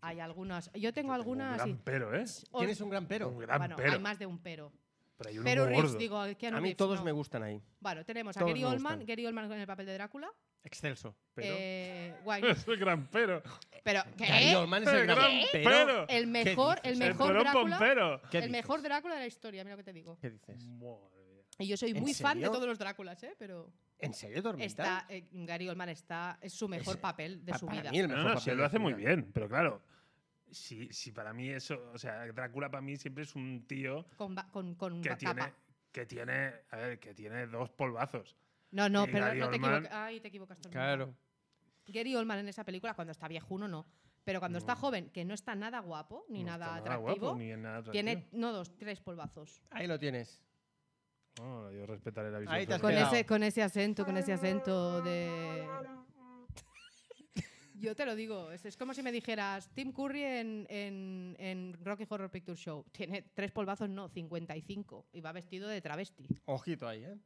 S3: hay algunas. Yo tengo algunas.
S1: Un
S3: y-
S1: gran pero, ¿eh?
S3: os-
S2: Tienes un gran pero.
S1: Un gran
S3: bueno,
S1: pero.
S3: hay más de un pero.
S1: Pero hay uno
S3: Pero
S1: muy
S3: Reeves,
S1: gordo.
S3: digo, Keanu
S2: A mí
S3: Reeves,
S2: todos
S3: no.
S2: me gustan ahí.
S3: Bueno, tenemos a
S2: Todos
S3: Gary
S2: me
S3: Oldman,
S2: gustan.
S3: Gary Oldman con el papel de Drácula.
S2: Excelso.
S1: Pero.
S3: Eh,
S2: [laughs]
S3: guay.
S1: [laughs] Es el gran pero.
S3: Pero,
S2: Gary
S3: ¿qué?
S2: Oldman es el gran pero.
S1: pero.
S3: El mejor,
S2: ¿Qué
S3: el
S2: dices?
S3: mejor
S1: el pero
S3: Drácula.
S1: pompero.
S2: ¿Qué
S3: ¿eh? El
S2: dices?
S3: mejor Drácula de la historia, mira lo que te digo.
S2: ¿Qué dices?
S1: Madre mía.
S3: Y yo soy
S2: ¿En
S3: muy fan de
S2: serio?
S3: todos los Dráculas, ¿eh? Pero
S2: ¿En serio, Dormita?
S3: está, eh, Gary Oldman está, es su mejor
S2: Es-
S3: papel de
S2: Pa-
S3: su
S2: para
S3: vida.
S2: mí
S1: No,
S2: el mejor
S1: no,
S2: papel
S1: sí,
S2: de
S1: lo hace
S2: su
S1: muy
S2: vida.
S1: bien, pero claro. Si, si para mí eso. O sea, Drácula para mí siempre es un tío
S3: Con, ba- con, con
S1: que
S3: ba-
S1: tiene.
S3: capa.
S1: Que tiene. A ver, que tiene dos polvazos.
S3: No, no,
S1: y
S3: pero
S1: Gary
S3: no
S1: Oldman-
S3: te equivocas. Ay, te equivocas. Tormenta.
S2: Eh, Claro.
S3: Gary Oldman en esa película, cuando está viejuno, no. Pero cuando está joven, que no está nada guapo, ni
S1: No
S3: nada
S1: está nada
S3: atractivo,
S1: guapo, ni es nada
S3: tiene,
S1: atractivo.
S3: no, dos, tres polvazos.
S2: Ahí lo tienes.
S1: No, Oh, yo respetaré la visión.
S2: Ahí te has
S3: Con
S2: Pegao.
S3: ese, con ese acento, con ese acento de. [laughs] Yo te lo digo, es, es como si me dijeras Tim Curry en, en- en Rocky Horror Picture Show. Tiene tres polvazos, no, 55. Y va vestido de travesti.
S2: Ojito ahí, ¿eh?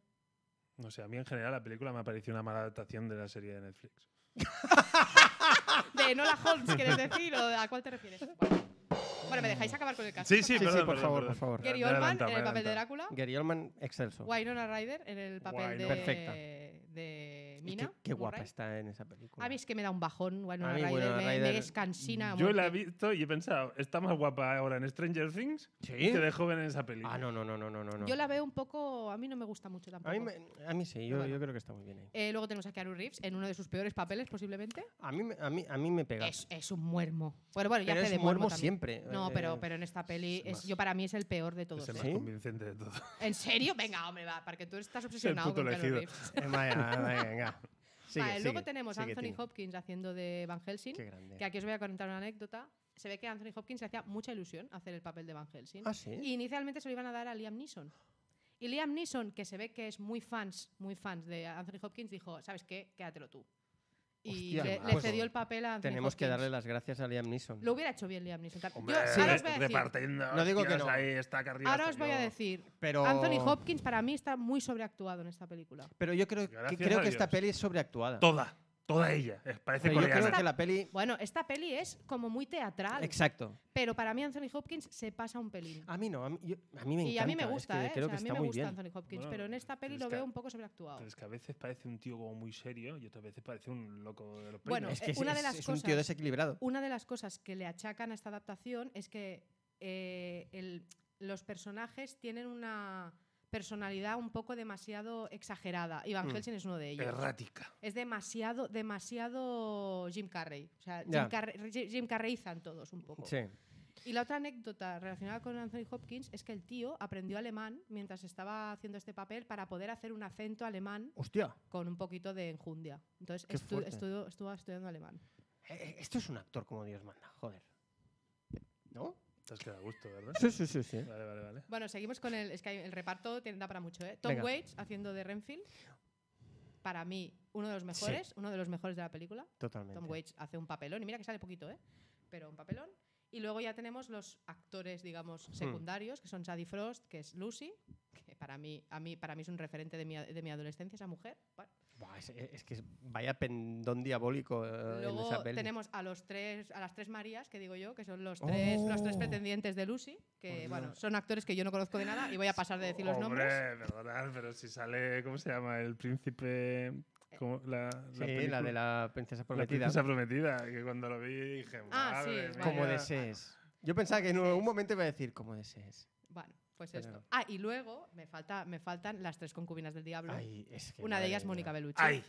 S1: No sé, a mí en general la película me ha parecido una mala adaptación de la serie de Netflix.
S3: De Nola Holmes, ¿quieres decir? ¿O ¿A cuál te refieres? Bueno, Bueno, ¿me dejáis acabar con el caso?
S1: Sí, sí,
S2: Sí, sí,
S1: perdón,
S2: por
S1: perdón,
S2: favor,
S1: perdón.
S2: por favor.
S1: Me
S3: Gary
S1: he
S3: Oldman
S1: adelantado,
S3: en
S1: me he
S3: el papel de
S1: adelantado.
S3: Drácula.
S2: Gary Oldman, excelso.
S3: Wynonna Ryder en el papel
S1: Wynonna.
S3: de.
S2: Perfecta.
S3: de eh,
S2: Y
S3: Mina.
S2: Qué, qué guapa
S3: Murray.
S2: está en esa película.
S3: A mí es que me da un bajón. Bueno,
S2: A
S3: la
S2: mí
S3: Ryder,
S2: Winona
S3: me- me,
S2: Ryder-
S3: es cansina. a
S1: Yo la he
S3: muerte.
S1: visto y he pensado, está más guapa ahora en Stranger Things
S2: ¿Sí?
S1: que de joven en esa película.
S2: ¿Eh? Ah, no, no, no, no, no, no, no.
S3: Yo la veo un poco. A mí no me gusta mucho tampoco.
S2: a, mí me- a mí sí, yo,
S3: Bueno.
S2: yo creo que está muy bien ahí.
S3: Eh, luego tenemos a Keanu Reeves en uno de sus peores papeles, posiblemente.
S2: A mí, me- a mí, a mí me pega.
S3: Es, es un muermo. Bueno, bueno, ya
S2: pero
S3: hace
S2: es
S3: de
S2: muermo
S3: también.
S2: siempre.
S3: No,
S2: eh,
S3: pero, pero en esta peli,
S2: es
S3: es,
S2: más.
S3: yo para mí es el peor de
S1: Es
S3: todos. ¿eh?
S1: el más
S2: ¿Sí?
S1: convincente de todos.
S3: ¿En serio? Venga, hombre, va, porque tú estás obsesionado
S1: puto
S3: con Keanu
S1: elegido.
S3: Reeves.
S2: eh, vaya, vaya, venga. Sigue,
S3: [laughs] Vale, luego
S2: sigue,
S3: tenemos a
S2: sigue,
S3: Anthony
S2: Tini.
S3: Hopkins haciendo de Van Helsing.
S2: Qué grande.
S3: Que aquí os voy a contar una anécdota. Se ve que a Anthony Hopkins le hacía mucha ilusión hacer el papel de Van Helsing.
S2: Ah, sí.
S3: Y inicialmente se lo iban a dar a Liam Neeson. Y Liam Neeson, que se ve que es muy fans, muy fans de Anthony Hopkins, dijo, ¿sabes qué? Quédatelo tú. Y
S2: Hostia,
S3: le,
S2: qué
S3: le
S2: majo.
S3: cedió el papel a Anthony
S2: Tenemos que
S3: Hopkins.
S2: darle las gracias a Liam Neeson.
S3: Lo hubiera hecho bien Liam Neeson. Tam-
S1: Hombre,
S3: Yo, ahora os voy a decir,
S1: Eh, repartiendo.
S2: No digo que
S1: hostias
S2: no.
S1: Ahí está que arriba
S3: ahora
S1: estoy
S3: os voy a
S1: yo.
S3: decir,
S2: pero,
S3: Anthony Hopkins para mí está muy sobreactuado en esta película.
S2: Pero yo creo que,
S1: Gracias
S2: creo
S1: a
S2: que esta
S1: Dios.
S2: peli es sobreactuada.
S1: Toda, toda ella. Es-
S2: O sea,
S1: Parece
S2: yo creo
S1: coreana.
S2: que la peli.
S3: Bueno, esta peli es como muy teatral,
S2: Exacto.
S3: pero para mí Anthony Hopkins se pasa un pelín.
S2: A mí no, a mí, yo- a mí me encanta.
S3: y a mí me
S2: es
S3: gusta,
S2: que
S3: ¿eh?
S2: Creo
S3: O
S2: que
S3: sea, a mí
S2: está
S3: me
S2: muy
S3: gusta
S2: bien.
S3: Anthony Hopkins,
S1: Bueno,
S3: pero en esta peli
S1: es
S3: lo
S1: que-
S3: veo un poco sobreactuado.
S1: Pero es que a veces parece un tío como muy serio y otras veces parece un loco de los
S3: Bueno,
S1: peines.
S2: es que es,
S3: Eh, una de
S2: es-
S3: las
S2: es un tío
S3: cosas-
S2: desequilibrado.
S3: Una de las cosas que le achacan a esta adaptación es que eh, el- los personajes tienen una personalidad un poco demasiado exagerada. Y Van
S2: Mm.
S3: Helsing es uno de ellos.
S1: errática.
S3: Es demasiado, demasiado Jim Carrey. O sea, Jim,
S2: Ya.
S3: Carrey, Jim- Jim Carreyizan todos un poco.
S2: Sí.
S3: Y la otra anécdota relacionada con Anthony Hopkins es que el tío aprendió alemán mientras estaba haciendo este papel para poder hacer un acento alemán
S2: Hostia.
S3: con un poquito de enjundia. Entonces
S2: Qué
S3: estu-
S2: fuerte.
S3: estudió- estuvo estudiando alemán.
S2: Eh, eh, Esto es un actor como Dios manda, joder. ¿No?
S1: Te has quedado a gusto, ¿verdad?
S2: Sí, sí, sí, sí.
S1: Vale, vale, vale.
S3: Bueno, seguimos con el. Es que hay- el reparto tiene- da para mucho, ¿eh? Tom
S2: Venga.
S3: Waits haciendo de Renfield. Para mí, uno de los mejores, uno de los mejores de la película.
S2: Totalmente.
S3: Tom Waits hace un papelón, y mira que sale poquito, ¿eh? Pero un papelón. Y luego ya tenemos los actores, digamos,
S2: Hmm.
S3: secundarios, que son Sadie Frost, que es Lucy, que para mí, a mí, para mí es un referente de mi, a- de mi adolescencia, esa mujer. Bueno,
S2: Buah, es, es que es- vaya pendón diabólico eh, en
S3: luego
S2: esa peli.
S3: tenemos a los tres, a las tres Marías, que digo yo, que son los
S2: Oh.
S3: tres, los tres pretendientes de Lucy, que
S2: Por
S3: bueno,
S2: Dios.
S3: son actores que yo no conozco de nada y voy a pasar de decir los
S1: Hombre,
S3: nombres.
S1: perdonad, pero si sale, ¿cómo se llama? El príncipe. ¿cómo? La, la
S2: Sí, la de
S1: película-
S2: la princesa
S1: La
S2: prometida.
S1: princesa prometida, que cuando lo vi dije,
S3: Ah, sí,
S1: "Madre
S3: vale.
S2: Como
S1: mía".
S2: desees. Ah. Yo pensaba que en un momento iba a decir, como desees.
S3: Bueno, pues
S2: Pero-
S3: esto. Ah, y luego me, falta, me faltan las tres concubinas del diablo.
S2: Ay, es que
S3: Una de
S2: madre
S3: ellas,
S2: mía.
S3: Mónica Bellucci.
S1: Ay,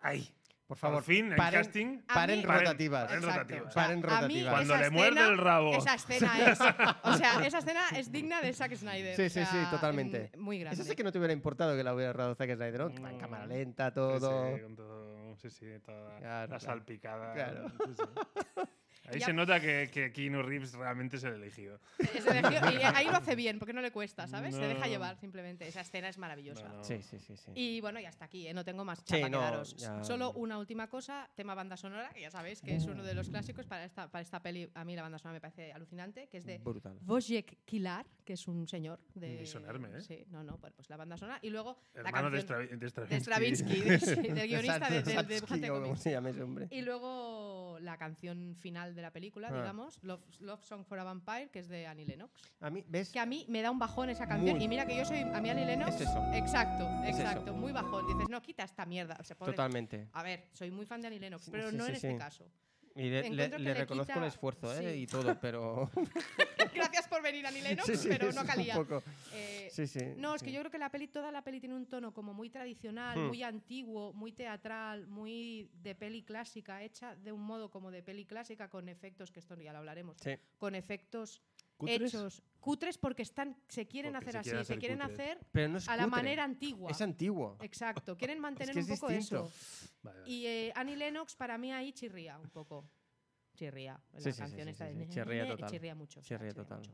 S1: ay.
S2: Por
S1: Por
S2: favor,
S1: fin, el
S2: paren,
S1: casting.
S3: A
S2: paren
S3: mí-
S1: Paren,
S2: rotativas.
S1: paren
S3: Exacto.
S1: rotativas.
S3: O sea,
S2: Paren
S3: a mí
S2: rotativas.
S3: esa
S1: Cuando le
S3: escena-
S1: muerde el rabo. [laughs]
S3: Esa escena es. O sea, esa escena es digna de Zack Snyder.
S2: Sí,
S3: o
S2: sí, sí,
S3: sea,
S2: totalmente.
S3: mm, Muy grande.
S2: Eso sí que no te hubiera importado que la hubiera rodado Zack Snyder, ¿no? Que va en
S1: No.
S2: cámara lenta,
S1: Sí,
S2: todo.
S1: Sí, con todo. Sí, sí, toda
S2: Claro,
S1: la
S2: claro.
S1: salpicada.
S2: Claro.
S1: sí, sí.
S3: [laughs]
S1: Ahí
S3: Ya.
S1: se nota que, que Keanu Reeves realmente es el elegido.
S3: Es de elegir-
S2: [laughs]
S3: y ahí lo hace bien, porque no le cuesta, ¿sabes? Se deja
S1: No.
S3: llevar simplemente. Esa escena es maravillosa.
S1: No, no.
S2: Sí, sí, sí. sí.
S3: Y bueno, ya hasta aquí, ¿eh? no tengo más
S2: Sí,
S3: chapa que
S2: no,
S3: daros.
S2: ya-
S3: Solo una última cosa, tema banda sonora, que ya sabéis que es uno de los clásicos para esta, para esta peli. A mí la banda sonora me parece alucinante, que es de
S2: Brutal.
S3: Wojciech Kilar, que es un señor de...
S1: Ni sonarme, ¿eh?
S3: Sí, no, no, bueno, pues la banda sonora. Y luego la
S1: Hermano de,
S3: canción
S1: Stravi- de [laughs]
S3: de
S1: Stravinsky.
S3: Stravinsky, de- sí, del guionista
S2: [laughs] Exacto,
S3: de, del
S2: Sapsky,
S3: dibujante
S2: o como
S3: cómic.
S2: se llama ese hombre.
S3: Y luego la canción final de la película,
S2: Ah.
S3: digamos, Love, Love Song for a Vampire, que es de Annie Lennox.
S2: A mí, ¿ves?
S3: Que a mí me da un bajón esa canción.
S2: Muy.
S3: Y mira que yo soy a mí Annie Lennox.
S2: Es eso.
S3: Exacto,
S2: Es
S3: exacto. Muy bajón. Dices, no, quita esta mierda. O sea, pobre-
S2: Totalmente.
S3: A ver, soy muy fan de Annie Lennox,
S2: Sí,
S3: pero
S2: sí,
S3: no
S2: sí,
S3: en este
S2: sí.
S3: caso.
S2: Y le,
S3: encuentro
S2: le-
S3: que
S2: le
S3: le
S2: reconozco
S3: quita-
S2: el esfuerzo ¿eh?
S3: sí.
S2: y todo, [laughs] pero.
S3: Gracias por venir, Annie Lennox,
S2: Sí, sí,
S3: pero
S2: es
S3: no calía.
S2: Un poco.
S3: Eh,
S2: Sí, sí.
S3: No, es
S2: sí.
S3: que yo creo que la peli, toda la peli tiene un tono como muy tradicional,
S2: Hmm.
S3: muy antiguo, muy teatral, muy de peli clásica, hecha de un modo como de peli clásica, con efectos, que esto ya lo hablaremos,
S2: Sí.
S3: con efectos
S1: ¿Cutres?
S3: hechos cutres porque están, se quieren
S1: Porque
S3: hacer
S1: se
S3: así,
S1: quieren
S3: se
S1: hacer
S3: quieren
S1: cutres.
S3: hacer
S2: Pero no es
S3: a la
S2: cutre,
S3: manera antigua. Eh,
S2: Es antiguo. [laughs]
S3: Exacto, quieren
S2: Es
S3: mantener
S2: que es
S3: un poco
S2: distinto.
S3: eso.
S1: Vale, vale.
S3: Y eh, Annie Lennox para mí ahí chirría un poco. Chirría. La
S2: Sí, sí, sí,
S3: canción
S2: sí,
S3: esta
S2: sí,
S3: de
S2: sí. Chirría total.
S3: Chirría mucho. o sea,
S2: Chirría total.
S3: mucho.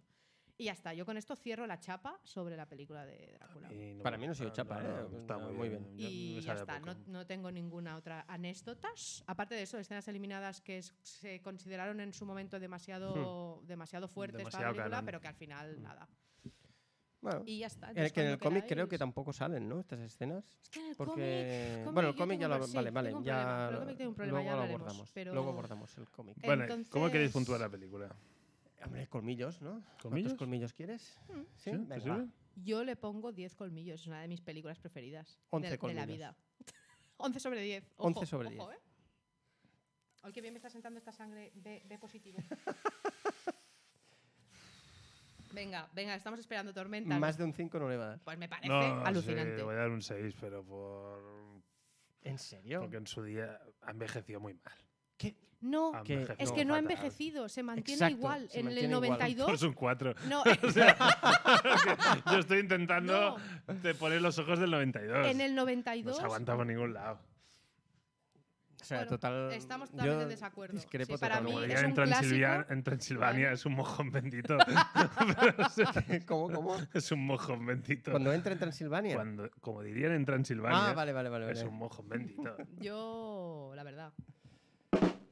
S3: Y ya está. Yo con esto cierro la chapa sobre la película de Drácula.
S1: Y no
S2: Para
S1: me
S2: mí no ha sido
S1: gusta,
S2: chapa, ¿eh?
S1: está
S2: No,
S1: muy,
S2: muy
S1: bien. Ya
S3: Y
S1: me
S3: ya
S1: sabe
S3: está,
S1: poco.
S3: no, no tengo ninguna otra anécdotas. Aparte de eso, escenas eliminadas que es- se consideraron en su momento demasiado,
S2: Hmm.
S3: demasiado fuertes para
S1: Demasiado
S3: la película,
S1: canon.
S3: pero que al final nada.
S2: Bueno,
S3: Y ya está.
S2: en el Hmm.
S3: entonces,
S2: Eh, que en el
S3: cuando
S2: cómic creo
S3: queráis-
S2: que tampoco salen, ¿no? Estas escenas.
S3: Es que en el cómic-
S2: Porque.
S3: cómic
S2: bueno, el
S3: yo
S2: cómic ya
S3: tengo un
S2: lo.
S3: pro-
S2: Vale,
S3: sí,
S2: vale.
S3: tengo un problema,
S2: Ya.
S3: pero el cómic tiene un problema,
S2: luego
S3: ya
S2: lo
S3: hablaremos,
S2: abordamos.
S3: pero-
S2: Luego abordamos el cómic.
S3: Eh,
S1: Bueno, ¿cómo
S3: Entonces-
S1: queréis puntuar la película?
S2: Hombre, colmillos, ¿no?
S1: ¿Colmillos?
S2: ¿Cuántos colmillos quieres?
S3: Mm.
S2: Sí,
S1: ¿Sí?
S2: venga,
S1: ¿Posible?
S2: va.
S3: Yo le pongo 10 colmillos, es una de mis películas preferidas.
S2: 11
S3: de, de la
S2: colmillos.
S3: vida. [laughs] 11 sobre 10.
S2: 11 sobre 10.
S3: ¿eh? Ay, qué bien me está sentando esta sangre B, B
S2: [laughs]
S3: positivo. venga, venga, estamos esperando tormenta.
S2: Más de un 5 no le va a dar.
S3: Pues me parece
S1: No,
S3: alucinante.
S1: sí, voy a dar un 6, pero por...
S2: ¿En serio?
S1: porque en su día ha envejecido muy mal.
S2: ¿Qué?
S3: No,
S1: Ha
S2: que-
S1: envejecido
S3: es que no ha
S1: fatal.
S3: envejecido, se mantiene
S2: Exacto,
S3: igual.
S2: se
S3: en
S2: mantiene
S3: el
S2: igual.
S3: 92.
S1: Es un 4.
S3: [laughs] No,
S1: [laughs] Yo estoy intentando de poner los ojos del 92.
S3: [laughs] en el
S1: No
S3: 92.
S1: se aguanta por ningún lado.
S2: O sea,
S3: Bueno,
S2: total.
S3: estamos
S2: yo
S3: totalmente en desacuerdo.
S2: discrepo
S3: Sí, para mí
S1: Como
S3: es
S1: diría
S3: un
S1: en, Transilvania-
S3: clásico.
S1: en Transilvania
S3: Vale.
S1: es un mojón
S3: [laughs]
S1: bendito.
S2: totalmente. [laughs] ¿Cómo,
S1: [laughs]
S2: cómo?
S1: es un mojón bendito.
S2: Cuando entra en Transilvania.
S1: Cuando- como dirían en Transilvania,
S2: Ah, vale, vale, vale.
S1: es
S2: vale.
S1: un mojón bendito.
S3: Yo, la verdad.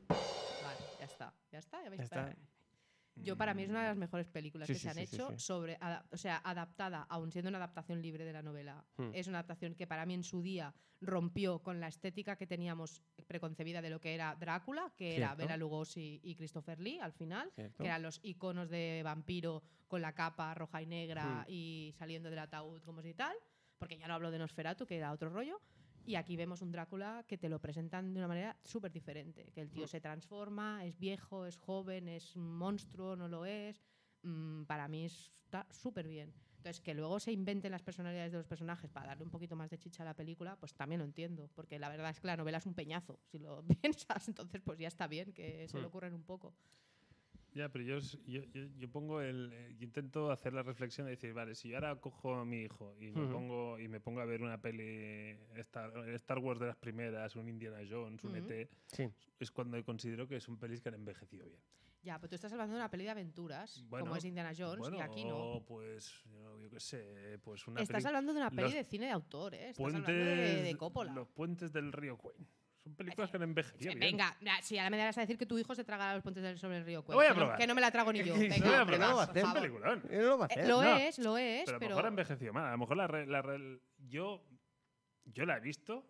S3: Vale, ya está. Ya está, ya veis.
S2: Ya está. Mm.
S3: Yo para mí es una de las mejores películas
S2: Sí,
S3: que
S2: sí,
S3: se han
S2: sí, sí,
S3: hecho
S2: sí.
S3: sobre, ada- o sea, adaptada, aun siendo una adaptación libre de la novela.
S2: Hmm.
S3: Es una adaptación que para mí en su día rompió con la estética que teníamos preconcebida de lo que era Drácula, que era
S2: Cierto.
S3: Bela Lugosi y Christopher Lee al final,
S2: Cierto.
S3: que eran los iconos de vampiro con la capa roja y negra y saliendo del ataúd como si tal, porque ya no hablo de Nosferatu, que era otro rollo. Y aquí vemos un Drácula que te lo presentan de una manera súper diferente, que el
S2: Pues
S3: tío se transforma, es viejo, es joven, es un monstruo, no lo es. Mm, para mí está súper bien. Entonces, que luego se inventen las personalidades de los personajes para darle un poquito más de chicha a la película, pues también lo entiendo, porque la verdad es que la novela es un peñazo, si lo [laughs] piensas, entonces pues ya está bien que se le
S2: Hmm.
S3: ocurren un poco.
S1: Ya, pero yo, os- yo, yo, yo pongo el, eh, yo intento hacer la reflexión de decir, vale, si yo ahora cojo a mi hijo y me
S2: Ujú.
S1: pongo y me pongo a ver una peli Star, Star Wars de las primeras, un Indiana Jones, un
S3: Ujú.
S1: ET,
S2: Sí.
S1: es cuando considero que son pelis que han envejecido bien.
S3: Ya, pero tú estás hablando de una peli de aventuras,
S1: Bueno,
S3: como es Indiana Jones,
S1: bueno,
S3: y aquí no.
S1: o, pues yo, yo qué sé, pues una
S3: Estás
S1: peli
S3: hablando de una peli
S1: los
S3: de cine de autor, ¿eh? Estás
S1: puentes
S3: hablando de, de Coppola.
S1: los puentes del río Queen. Son películas que han envejecido
S3: Eh,
S1: bien.
S3: Venga, na- si ahora me darás a decir que tu hijo se tragará los puentes del sobre el río Cuenca.
S1: voy a
S3: que no-
S1: probar.
S3: Que no me la trago ni yo.
S2: Sí,
S3: Venga,
S1: [laughs] No voy a
S2: que no,
S1: probar,
S3: por
S1: es
S2: hacer-
S1: un
S3: favor.
S1: peliculón.
S2: Yo no lo va a
S3: Eh,
S2: hacer.
S3: lo
S1: No,
S3: es, lo es,
S1: Pero a
S3: pero...
S1: lo mejor ha envejecido mal. A lo mejor la, re- la re- yo, yo la he visto.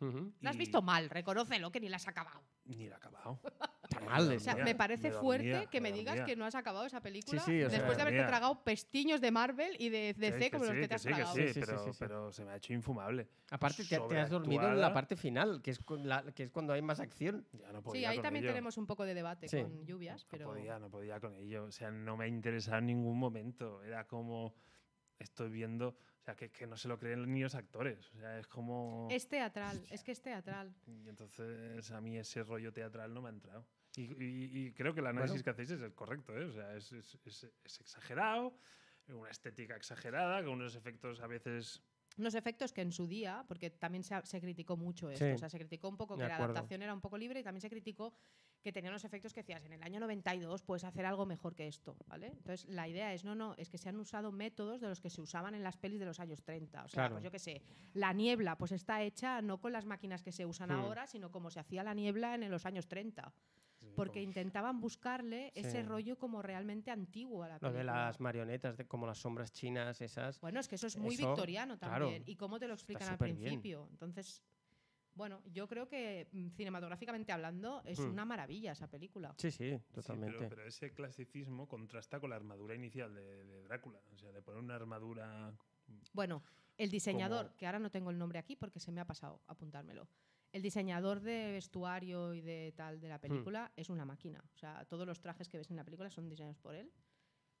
S2: Ujú.
S3: La has
S1: y
S3: visto mal, reconócelo, que ni la has acabado.
S1: Ni la he acabado.
S2: Está mal.
S3: O sea,
S1: Dormía,
S3: me parece
S1: me dormía,
S3: fuerte que
S1: me
S3: me digas
S1: dormía.
S3: que no has acabado esa película
S2: sí, o sea,
S3: después de haberte
S1: dormía.
S3: tragado pestiños de Marvel y de DC
S1: Que
S3: como los
S1: sí,
S3: que te
S1: que
S3: has
S1: sí, que
S3: tragado.
S1: sí,
S2: Sí, sí, sí,
S1: pero,
S2: sí, sí.
S1: pero se me ha hecho infumable.
S2: Aparte, te, te has dormido en
S1: sobreactuada.
S2: la parte final, que es, cu- la- que es cuando hay más acción.
S1: Ya no
S3: Sí,
S1: podía
S3: ahí
S1: con
S3: también
S1: ello.
S3: tenemos un poco de debate
S2: Sí.
S3: con lluvias,
S1: No
S3: pero...
S1: podía, no podía con ello. O sea, no me ha interesado en ningún momento. Era como estoy viendo, o sea, que, que no se lo creen ni los actores. O sea, es como
S3: Es teatral, es que es teatral.
S1: y entonces a mí ese rollo teatral no me ha entrado. Y, y- y creo que el análisis que hacéis es el correcto, ¿eh? O sea, es, es- es- es exagerado, una estética exagerada, con unos efectos a veces
S3: unos efectos que en su día, porque también se, ha- se criticó mucho esto,
S2: Sí.
S3: o sea, se criticó un poco
S2: De
S3: que la
S2: acuerdo.
S3: adaptación era un poco libre y también se criticó que tenía unos efectos que decías, en el año 92 puedes hacer algo mejor que esto, ¿vale? Entonces, la idea es, no, no, es que se han usado métodos de los que se usaban en las pelis de los años 30, o sea,
S2: Claro.
S3: pues yo qué sé, la niebla pues está hecha no con las máquinas que se usan
S2: Hmm.
S3: ahora, sino como se hacía la niebla en los años 30,
S1: sí,
S3: porque intentaban buscarle ese
S2: Sí.
S3: rollo como realmente antiguo a la
S2: Lo de
S3: película.
S2: las marionetas, de, como las sombras chinas, esas.
S3: Bueno, es que eso es muy
S2: Eso,
S3: victoriano
S2: claro,
S3: también. ¿Y cómo te lo explican al
S2: superbién.
S3: principio? Entonces, bueno, yo creo que mm, cinematográficamente hablando es
S2: Hmm.
S3: una maravilla esa película.
S2: Sí, sí,
S1: Sí, pero-
S2: totalmente.
S1: pero, ese clasicismo contrasta con la armadura inicial de, de Drácula. O sea, le ponen una armadura.
S3: Bueno, el diseñador,
S1: Como-
S3: que ahora no tengo el nombre aquí porque se me ha pasado apuntármelo. El diseñador de vestuario y de tal
S2: Hmm.
S3: de la película es una máquina. O sea, todos los trajes que ves en la película son diseñados por él.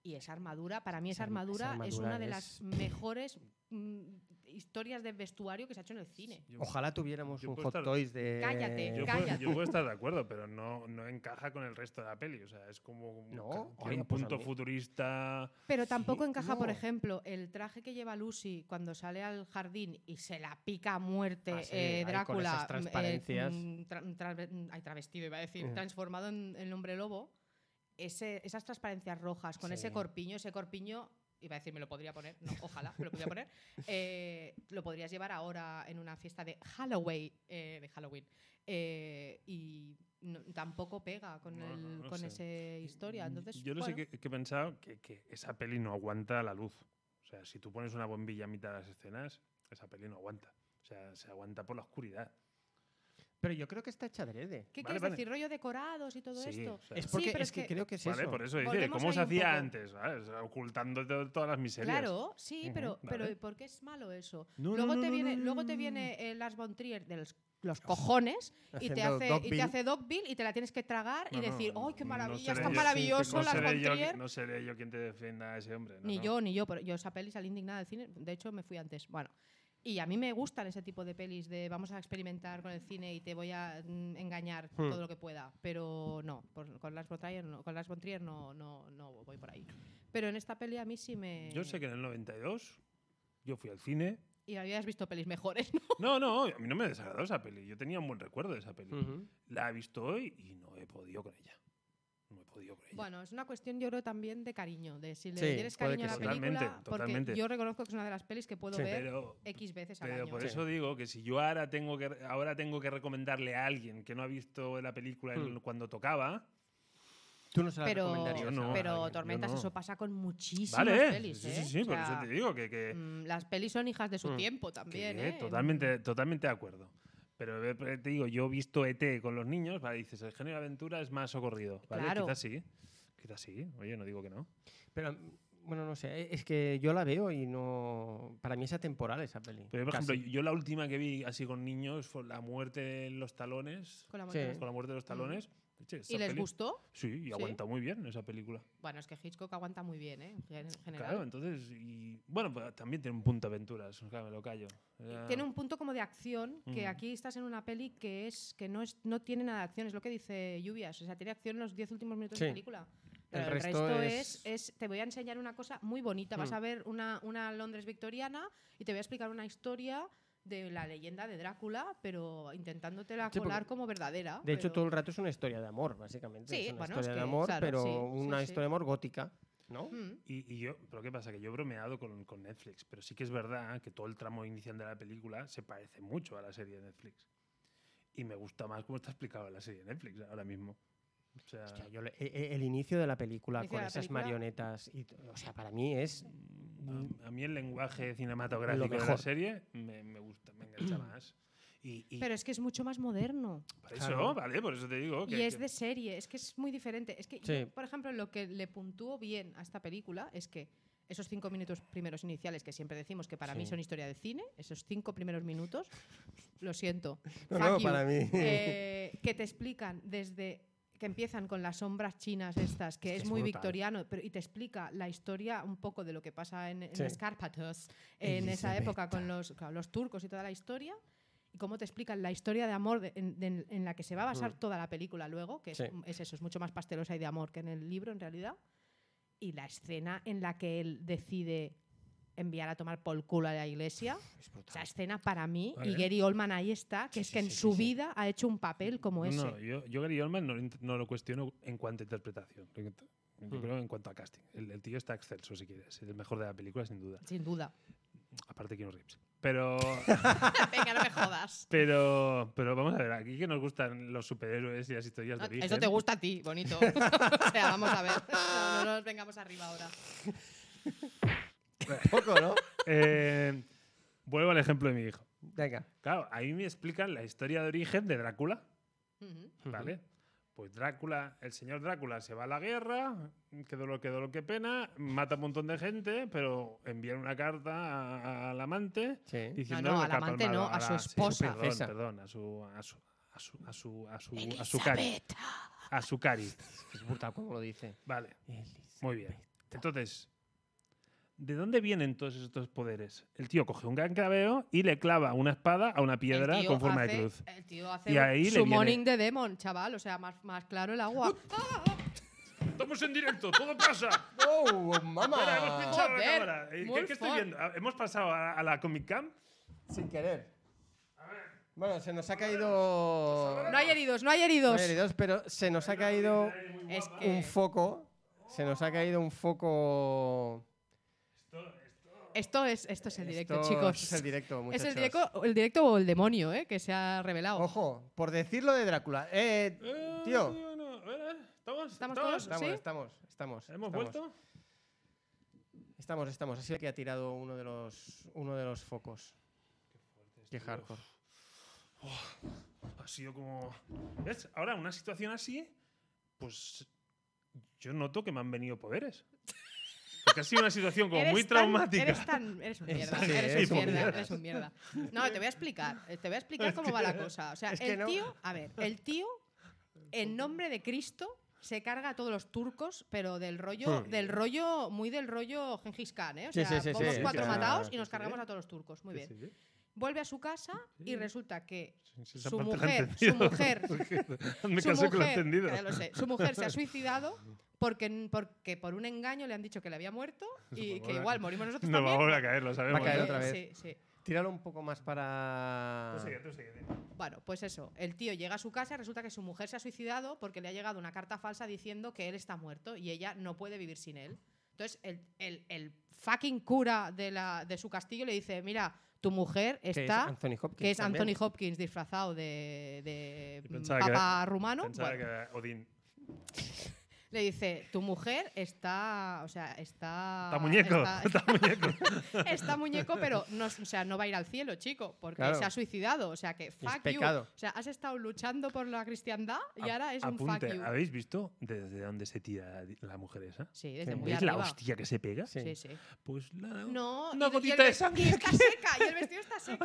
S3: Y esa armadura, para mí
S2: Esa
S3: esa
S2: arm-
S3: armadura,
S2: esa
S3: es
S2: armadura
S3: una de
S2: es-
S3: las mejores mm, historias de vestuario que se ha hecho en el cine.
S1: Yo-
S2: Ojalá tuviéramos
S1: Yo
S2: un
S1: puedo
S2: Hot
S1: estar-
S2: Toys de.
S3: Cállate,
S1: Yo puedo,
S3: Cállate.
S1: yo puedo estar de acuerdo, pero no, no encaja con el resto de la peli. O sea, es como un,
S2: No,
S1: ca- tiene
S2: oye,
S1: un
S2: pues a
S1: punto
S2: mí-
S1: futurista.
S3: Pero tampoco encaja, por
S2: no.
S3: ejemplo, el traje que lleva Lucy cuando sale al jardín y se la pica a muerte
S2: Ah, sí,
S3: eh,
S2: ahí con
S3: Drácula.
S2: esas
S3: mm, eh,
S2: transparencias.
S3: mm, tra- mm, trasve- mm, ay, travestido, iba a decir,
S2: Mm.
S3: transformado en, en hombre lobo. Ese- esas transparencias rojas con ese
S2: Sí.
S3: corpiño, ese corpiño. Iba a decir, me lo podría poner, no, ojalá, me lo podría poner. Eh, lo podrías llevar ahora en una fiesta de Halloween. eh, de Halloween. Eh, y no- tampoco pega con,
S1: No, no,
S3: el-
S1: no
S3: con
S1: sé. Mm,
S3: esa historia. Entonces,
S1: yo no
S3: bueno.
S1: sé qué, qué he pensado, que, que esa peli no aguanta la luz. O sea, si tú pones una bombilla a mitad de las escenas, esa peli no aguanta. O sea, se aguanta por la oscuridad.
S2: Pero yo creo que está hecha adrede.
S3: ¿Qué
S1: Vale,
S3: quieres
S1: vale.
S3: decir? ¿Rollo decorados y todo
S1: Sí,
S3: esto?
S1: o sea,
S2: Es porque
S3: pero
S2: es
S3: es
S2: que,
S3: que-
S2: creo que es
S1: vale,
S2: eso.
S1: por eso dice,
S3: Volvemos
S1: ¿cómo
S3: ahí
S1: se
S3: un
S1: hacía
S3: poco.
S1: antes? ¿sabes? O sea, Ocultando to- todas las miserias.
S3: Claro, sí,
S1: Ujú,
S3: pero,
S1: vale.
S3: pero ¿por qué es malo eso?
S2: No,
S3: luego,
S2: no,
S3: te
S2: no,
S3: viene,
S2: no, no,
S3: luego
S2: no,
S3: te
S2: no,
S3: viene eh, Lars von Trier de los, los cojones y te, hace, y te hace Dogville y te la tienes que tragar
S1: No,
S3: y
S1: no,
S3: decir, ¡ay, qué
S1: no
S3: maravilla!
S1: seré
S3: está
S1: yo-
S2: sí,
S3: maravilloso
S2: no
S1: No
S3: Lars
S1: seré,
S3: von
S1: yo,
S3: Trier.
S1: no seré yo quien te defienda a ese hombre. no,
S3: ni
S1: no.
S3: yo, ni yo, pero yo esa peli salí indignada del cine, de hecho me fui antes. Bueno, y a mí me gustan ese tipo de pelis de vamos a experimentar con el cine y te voy a mm, engañar
S2: Hmm.
S3: todo lo que pueda, pero no, por- con Lars von Trier no, con Lars von Trier no, no, no voy por ahí. Pero en esta peli a mí sí me...
S1: Yo sé que en
S3: [laughs]
S1: el 92 yo fui al cine.
S3: Y habías visto pelis mejores, ¿no? [laughs]
S1: No, no, a mí no me desagradó esa peli. Yo tenía un buen recuerdo de esa peli.
S2: Ujú.
S1: La he visto hoy y no he podido con ella. No he podido con ella.
S3: Bueno, es una cuestión, yo creo, también de cariño. De si le
S2: Sí,
S3: tienes
S2: puede
S3: cariño a
S2: que
S3: la
S2: sí.
S3: película.
S1: Totalmente,
S3: porque
S1: totalmente.
S3: yo reconozco que es una de las pelis que puedo
S2: Sí.
S3: ver
S1: pero,
S3: X veces al
S1: pero
S3: año.
S1: por
S2: Sí.
S1: eso digo que si yo ahora tengo que ahora tengo que recomendarle a alguien que no ha visto la película en-
S2: Hmm.
S1: cuando tocaba,
S2: Tú no se la
S3: Pero,
S2: recomendarías.
S1: Yo no.
S2: a-
S3: pero
S1: yo
S3: Tormentas,
S1: no.
S3: eso pasa con muchísimas
S1: vale.
S3: pelis.
S1: sí,
S3: ¿eh?
S1: sí, sí,
S3: O
S1: por
S3: sea,
S1: eso te digo que, que-
S3: mm, las pelis son hijas de su
S2: Mm.
S3: tiempo también.
S1: que
S3: ¿eh?
S1: totalmente totalmente de acuerdo. Pero eh, pero te digo, yo he visto ET con los niños, vale, dices, el género de aventura es más socorrido, ¿vale?
S3: Claro.
S1: Quizás sí. Quizás sí. Oye, no digo que no.
S2: Pero, bueno, no sé. e- Es que yo la veo y no. Para mí es atemporal esa peli.
S1: Pero por
S2: casi.
S1: ejemplo, yo la última que vi así con niños fue la muerte en los talones,
S3: Con la
S2: Sí.
S3: muerte.
S1: con la muerte de los talones. Che, esa
S3: ¿Y les
S1: peli-
S3: gustó?
S1: Sí, y aguanta muy bien esa película.
S3: Bueno, es que Hitchcock aguanta muy bien, ¿eh? en gen- en general.
S1: Claro, entonces. Y, bueno, pues, también tiene un punto de aventuras, claro, me lo callo. Era-
S3: Tiene un punto como de acción, que
S1: Ujú.
S3: aquí estás en una peli que es que no es no tiene nada de acción, es lo que dice Lluvias, o sea, tiene acción en los 10 últimos minutos de
S2: Sí.
S3: película. Pero el,
S2: resto
S3: resto,
S2: es-
S3: es... es- te voy a enseñar una cosa muy bonita, vas
S2: Hmm.
S3: a ver una, una Londres victoriana y te voy a explicar una historia de la leyenda de Drácula, pero intentándotela
S2: Sí, porque-
S3: colar como verdadera.
S2: De hecho,
S3: pero-
S2: todo el rato es una historia de amor, básicamente.
S3: Sí,
S2: es una
S3: bueno,
S2: historia
S3: es
S2: de
S3: que,
S2: amor,
S3: claro,
S2: pero
S3: sí, sí,
S2: una
S3: sí.
S2: historia de amor gótica, ¿no?
S3: Mm,
S1: Y, y yo, pero ¿qué pasa? Que yo he bromeado con, con Netflix, pero sí que es verdad que todo el tramo inicial de la película se parece mucho a la serie de Netflix. Y me gusta más cómo está explicado la serie de Netflix ahora mismo. O sea,
S2: Hostia, yo le- e- e- el inicio de la película
S3: El inicio
S2: con
S3: de la
S2: esas
S3: película.
S2: marionetas, y, t- o sea, para mí es
S1: a, a mí el lenguaje cinematográfico de la
S2: mejor.
S1: serie me, me gusta, me engancha
S2: [clears throat]
S1: más. Y, y
S3: Pero es que es mucho más moderno.
S1: por eso,
S2: Claro.
S1: ¿vale? Por eso te digo que.
S3: Y es
S1: que-
S3: de serie, es que es muy diferente. Es que,
S2: Sí.
S3: yo, por ejemplo, lo que le puntúo bien a esta película es que esos cinco minutos primeros iniciales que siempre decimos que para mí
S2: Sí.
S3: son historia de cine, esos cinco primeros minutos, lo siento.
S2: No,
S3: fuck
S2: no,
S3: you,
S2: para mí.
S3: [laughs] eh, que te explican desde que empiezan con las sombras chinas estas, que
S2: Es
S3: es,
S2: que es
S3: muy
S2: brutal.
S3: victoriano, pero, y te explica la historia un poco de lo que pasa en, en
S2: Sí.
S3: Escárpatos, en esa época con los, claro, los turcos y toda la historia, y cómo te explican la historia de amor de- en, de- en la que se va a basar
S2: Mm.
S3: toda la película luego, que es,
S2: Sí.
S3: es eso, es mucho más pastelosa y de amor que en el libro en realidad, y la escena en la que él decide enviar a tomar por culo a la iglesia.
S2: es
S3: Esa
S2: brutal.
S3: escena para mí,
S1: Vale.
S3: y Gary Oldman ahí está, que
S2: Sí,
S3: es
S2: sí,
S3: que
S2: sí,
S3: en su
S2: sí, sí.
S3: vida ha hecho un papel como ese.
S1: No, yo, yo Gary Oldman no, lo int- no lo cuestiono en cuanto a interpretación. Yo
S2: Mm.
S1: creo en cuanto a casting. El, el tío está excelso, si quieres. Es el mejor de la película, sin duda.
S3: Sin duda.
S1: Aparte que no rips. Pero,
S3: [laughs]
S1: [laughs]
S3: Venga, no me jodas.
S1: pero, pero vamos a ver, aquí que nos gustan los superhéroes y las historias de origen.
S3: Ah, Eso te gusta a ti, bonito. o sea, vamos a ver. No, no nos vengamos arriba ahora.
S2: [laughs] Poco, ¿no?
S1: Eh, vuelvo al ejemplo de mi hijo.
S3: [laughs]
S2: Venga.
S1: Claro, ahí me explican la historia de origen de Drácula,
S3: Ujú.
S1: ¿vale? Pues Drácula, el señor Drácula se va a la guerra, que dolor, que dolor, que pena, mata a un montón de gente, pero envía una carta a- a- al amante
S2: Sí.
S1: diciendo
S3: No, no,
S1: que
S3: al
S1: carta
S3: amante no,
S1: malvado,
S3: a su
S1: la- Ah, sí,
S3: esposa.
S1: Perdón,
S2: Esa.
S1: perdón, a su a su a su a su a su a su cari, a su cari.
S2: Es brutal como lo dice.
S1: Vale. Muy bien. Entonces, ¿de dónde vienen todos estos poderes? El tío coge un gran cabeo y le clava una espada a una
S3: El
S1: piedra
S3: tío
S1: con forma
S3: hace-
S1: de cruz.
S3: El tío hace
S1: Y ahí le
S3: su
S1: viene-
S3: morning de demon, chaval. O sea, más, más claro el [laughs] agua.
S1: Estamos en directo, todo pasa.
S2: ¡Oh,
S1: Ahora
S3: [laughs]
S1: hemos
S2: mamá!
S1: pinchado la
S3: Joder,
S1: cámara. Eh, ¿Qué,
S3: muy
S1: qué estoy
S3: fuerte.
S1: viendo? Ah, Hemos pasado a, a la Comic Cam.
S2: [laughs] Sin querer. Bueno, se nos ha caído.
S3: No hay heridos, no hay
S2: No
S3: heridos.
S2: hay heridos, pero se nos ha caído
S1: Eh,
S3: Es
S2: un
S3: que
S2: foco. Se nos ha caído un foco.
S3: esto es, esto es el directo,
S2: Esto
S3: chicos.
S2: Es el directo,
S3: Es
S2: muchachos.
S3: el directo, el directo o el demonio, ¿eh? Que se ha revelado.
S2: Ojo, por decirlo de Drácula. Eh, tío.
S1: ¿eh? ¿Estamos?
S3: ¿Estamos todos?
S2: Estamos,
S3: ¿Sí?
S2: Ah, estamos, estamos.
S1: ¿Hemos
S2: estamos.
S1: vuelto?
S2: Estamos, estamos. Ha sido el que ha tirado uno de los, uno de los focos. Qué hardcore.
S1: ha sido como. ¿Ves? Ahora, una situación así, pues yo noto que me han venido poderes. Porque ha sido una situación como
S3: Eres
S1: muy
S3: tan-
S1: traumática.
S3: Eres, tan, eres un
S2: [laughs]
S3: mierda,
S2: Sí,
S3: eres,
S2: eres
S3: un
S2: un
S3: mierda,
S1: mierda.
S3: eres un mierda. No, te voy a explicar, eh, te voy a explicar cómo va la cosa. O sea,
S2: es que
S3: el
S2: no.
S3: tío, a ver, el tío, en nombre de Cristo, se carga a todos los turcos, pero del rollo,
S2: Hmm.
S3: del rollo, muy del rollo Gengis Khan, ¿eh? O
S2: Sí,
S3: sea,
S2: sí, sí,
S3: vamos
S2: sí,
S3: cuatro
S2: sí,
S3: matados
S1: sí,
S3: y nos
S1: sí.
S3: cargamos a todos los turcos. Muy bien.
S1: Sí, sí,
S3: Vuelve a su casa
S1: Sí.
S3: y resulta que
S1: sí, sí, esa
S3: su
S1: parte la he
S3: mujer, su
S1: entendido. [laughs]
S3: mujer,
S1: Me
S3: su
S1: casé con lo
S3: mujer-
S1: entendido.
S3: ya lo sé, su
S1: [laughs]
S3: mujer se ha suicidado porque, porque por un engaño le han dicho que le había muerto y
S1: Supongo
S3: que
S1: que-
S3: igual morimos nosotros
S1: No va a
S3: también.
S1: volver a caer, lo sabemos.
S2: Va a caer
S1: ¿no?
S2: otra vez.
S3: Sí, sí.
S2: Tíralo un poco más para.
S1: Tú sigue, tú sigue, tío.
S3: Bueno, pues eso. El tío llega a su casa y resulta que su mujer se ha suicidado porque le ha llegado una carta falsa diciendo que él está muerto y ella no puede vivir sin él. Entonces, el, el- el fucking cura de, la, de su castillo le dice: Mira, tu mujer
S2: que es
S3: está.
S2: Anthony Hopkins.
S3: Que es
S2: también.
S3: Anthony Hopkins disfrazado de, de
S1: Yo
S3: mm,
S1: pensaba que
S3: papa rumano.
S1: Pensaba
S3: Bueno,
S1: que era Odín.
S3: Le dice, tu mujer está, o sea,
S1: [laughs]
S3: está...
S1: Está muñeco,
S3: Ah, Está, muñeco. está muñeco, pero no, o sea, no va a ir al cielo, chico, porque
S2: Claro.
S3: se ha suicidado. O sea, que fuck you.
S2: pecado.
S3: O sea, has estado luchando por la cristiandad y ahora es
S1: Apunte,
S3: un fuck you.
S1: ¿habéis visto desde dónde se tira la mujer esa?
S3: Sí, desde
S2: Sí.
S3: muy
S1: ¿Veis
S3: arriba.
S1: la hostia que se pega?
S3: Sí, sí.
S1: Pues la...
S3: No,
S1: Una
S3: y- y el
S1: gotita de
S3: ve-
S1: sangre [laughs]
S3: Y está seca, y el vestido está seco.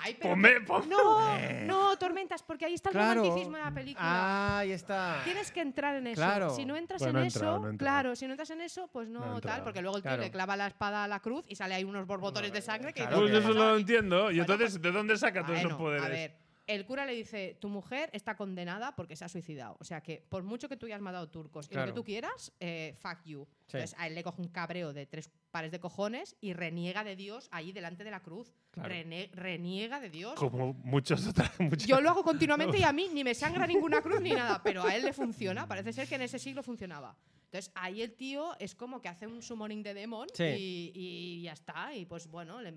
S3: Ay, pero
S1: Ponme- Eh.
S3: que-
S1: ponme-
S3: No, no, tormentas, porque ahí está el
S2: Claro.
S3: romanticismo de la película.
S2: Ah, ahí está.
S3: Tienes que entrar en eso.
S2: Claro.
S3: Si no entras
S1: Bueno,
S3: en
S1: he entrado,
S3: eso,
S1: no he entrado.
S3: claro, si no entras en eso, pues no,
S1: No he entrado.
S3: tal, porque luego el tío
S2: Claro.
S3: le clava la espada a la cruz y sale ahí unos borbotones de sangre que
S2: claro
S1: Pues
S2: que-
S1: eso lo entiendo. ¿Y
S3: Bueno,
S1: entonces
S3: pues-
S1: de dónde saca todos
S3: Bueno,
S1: esos poderes?
S3: A ver, el cura le dice, tu mujer está condenada porque se ha suicidado. O sea que por mucho que tú hayas matado turcos y
S2: Claro.
S3: lo que tú quieras, eh, fuck you.
S2: Sí.
S3: Entonces a él le coge un cabreo de tres pares de cojones y reniega de Dios ahí delante de la cruz.
S2: Claro.
S3: Rene- reniega de Dios.
S1: Como muchos otras. Muchas...
S3: Yo lo hago continuamente y a mí ni me sangra ninguna cruz ni nada, pero a él le funciona. Parece ser que en ese siglo funcionaba. Entonces ahí el tío es como que hace un summoning de demon
S2: Sí.
S3: y, y ya está. Y pues bueno, le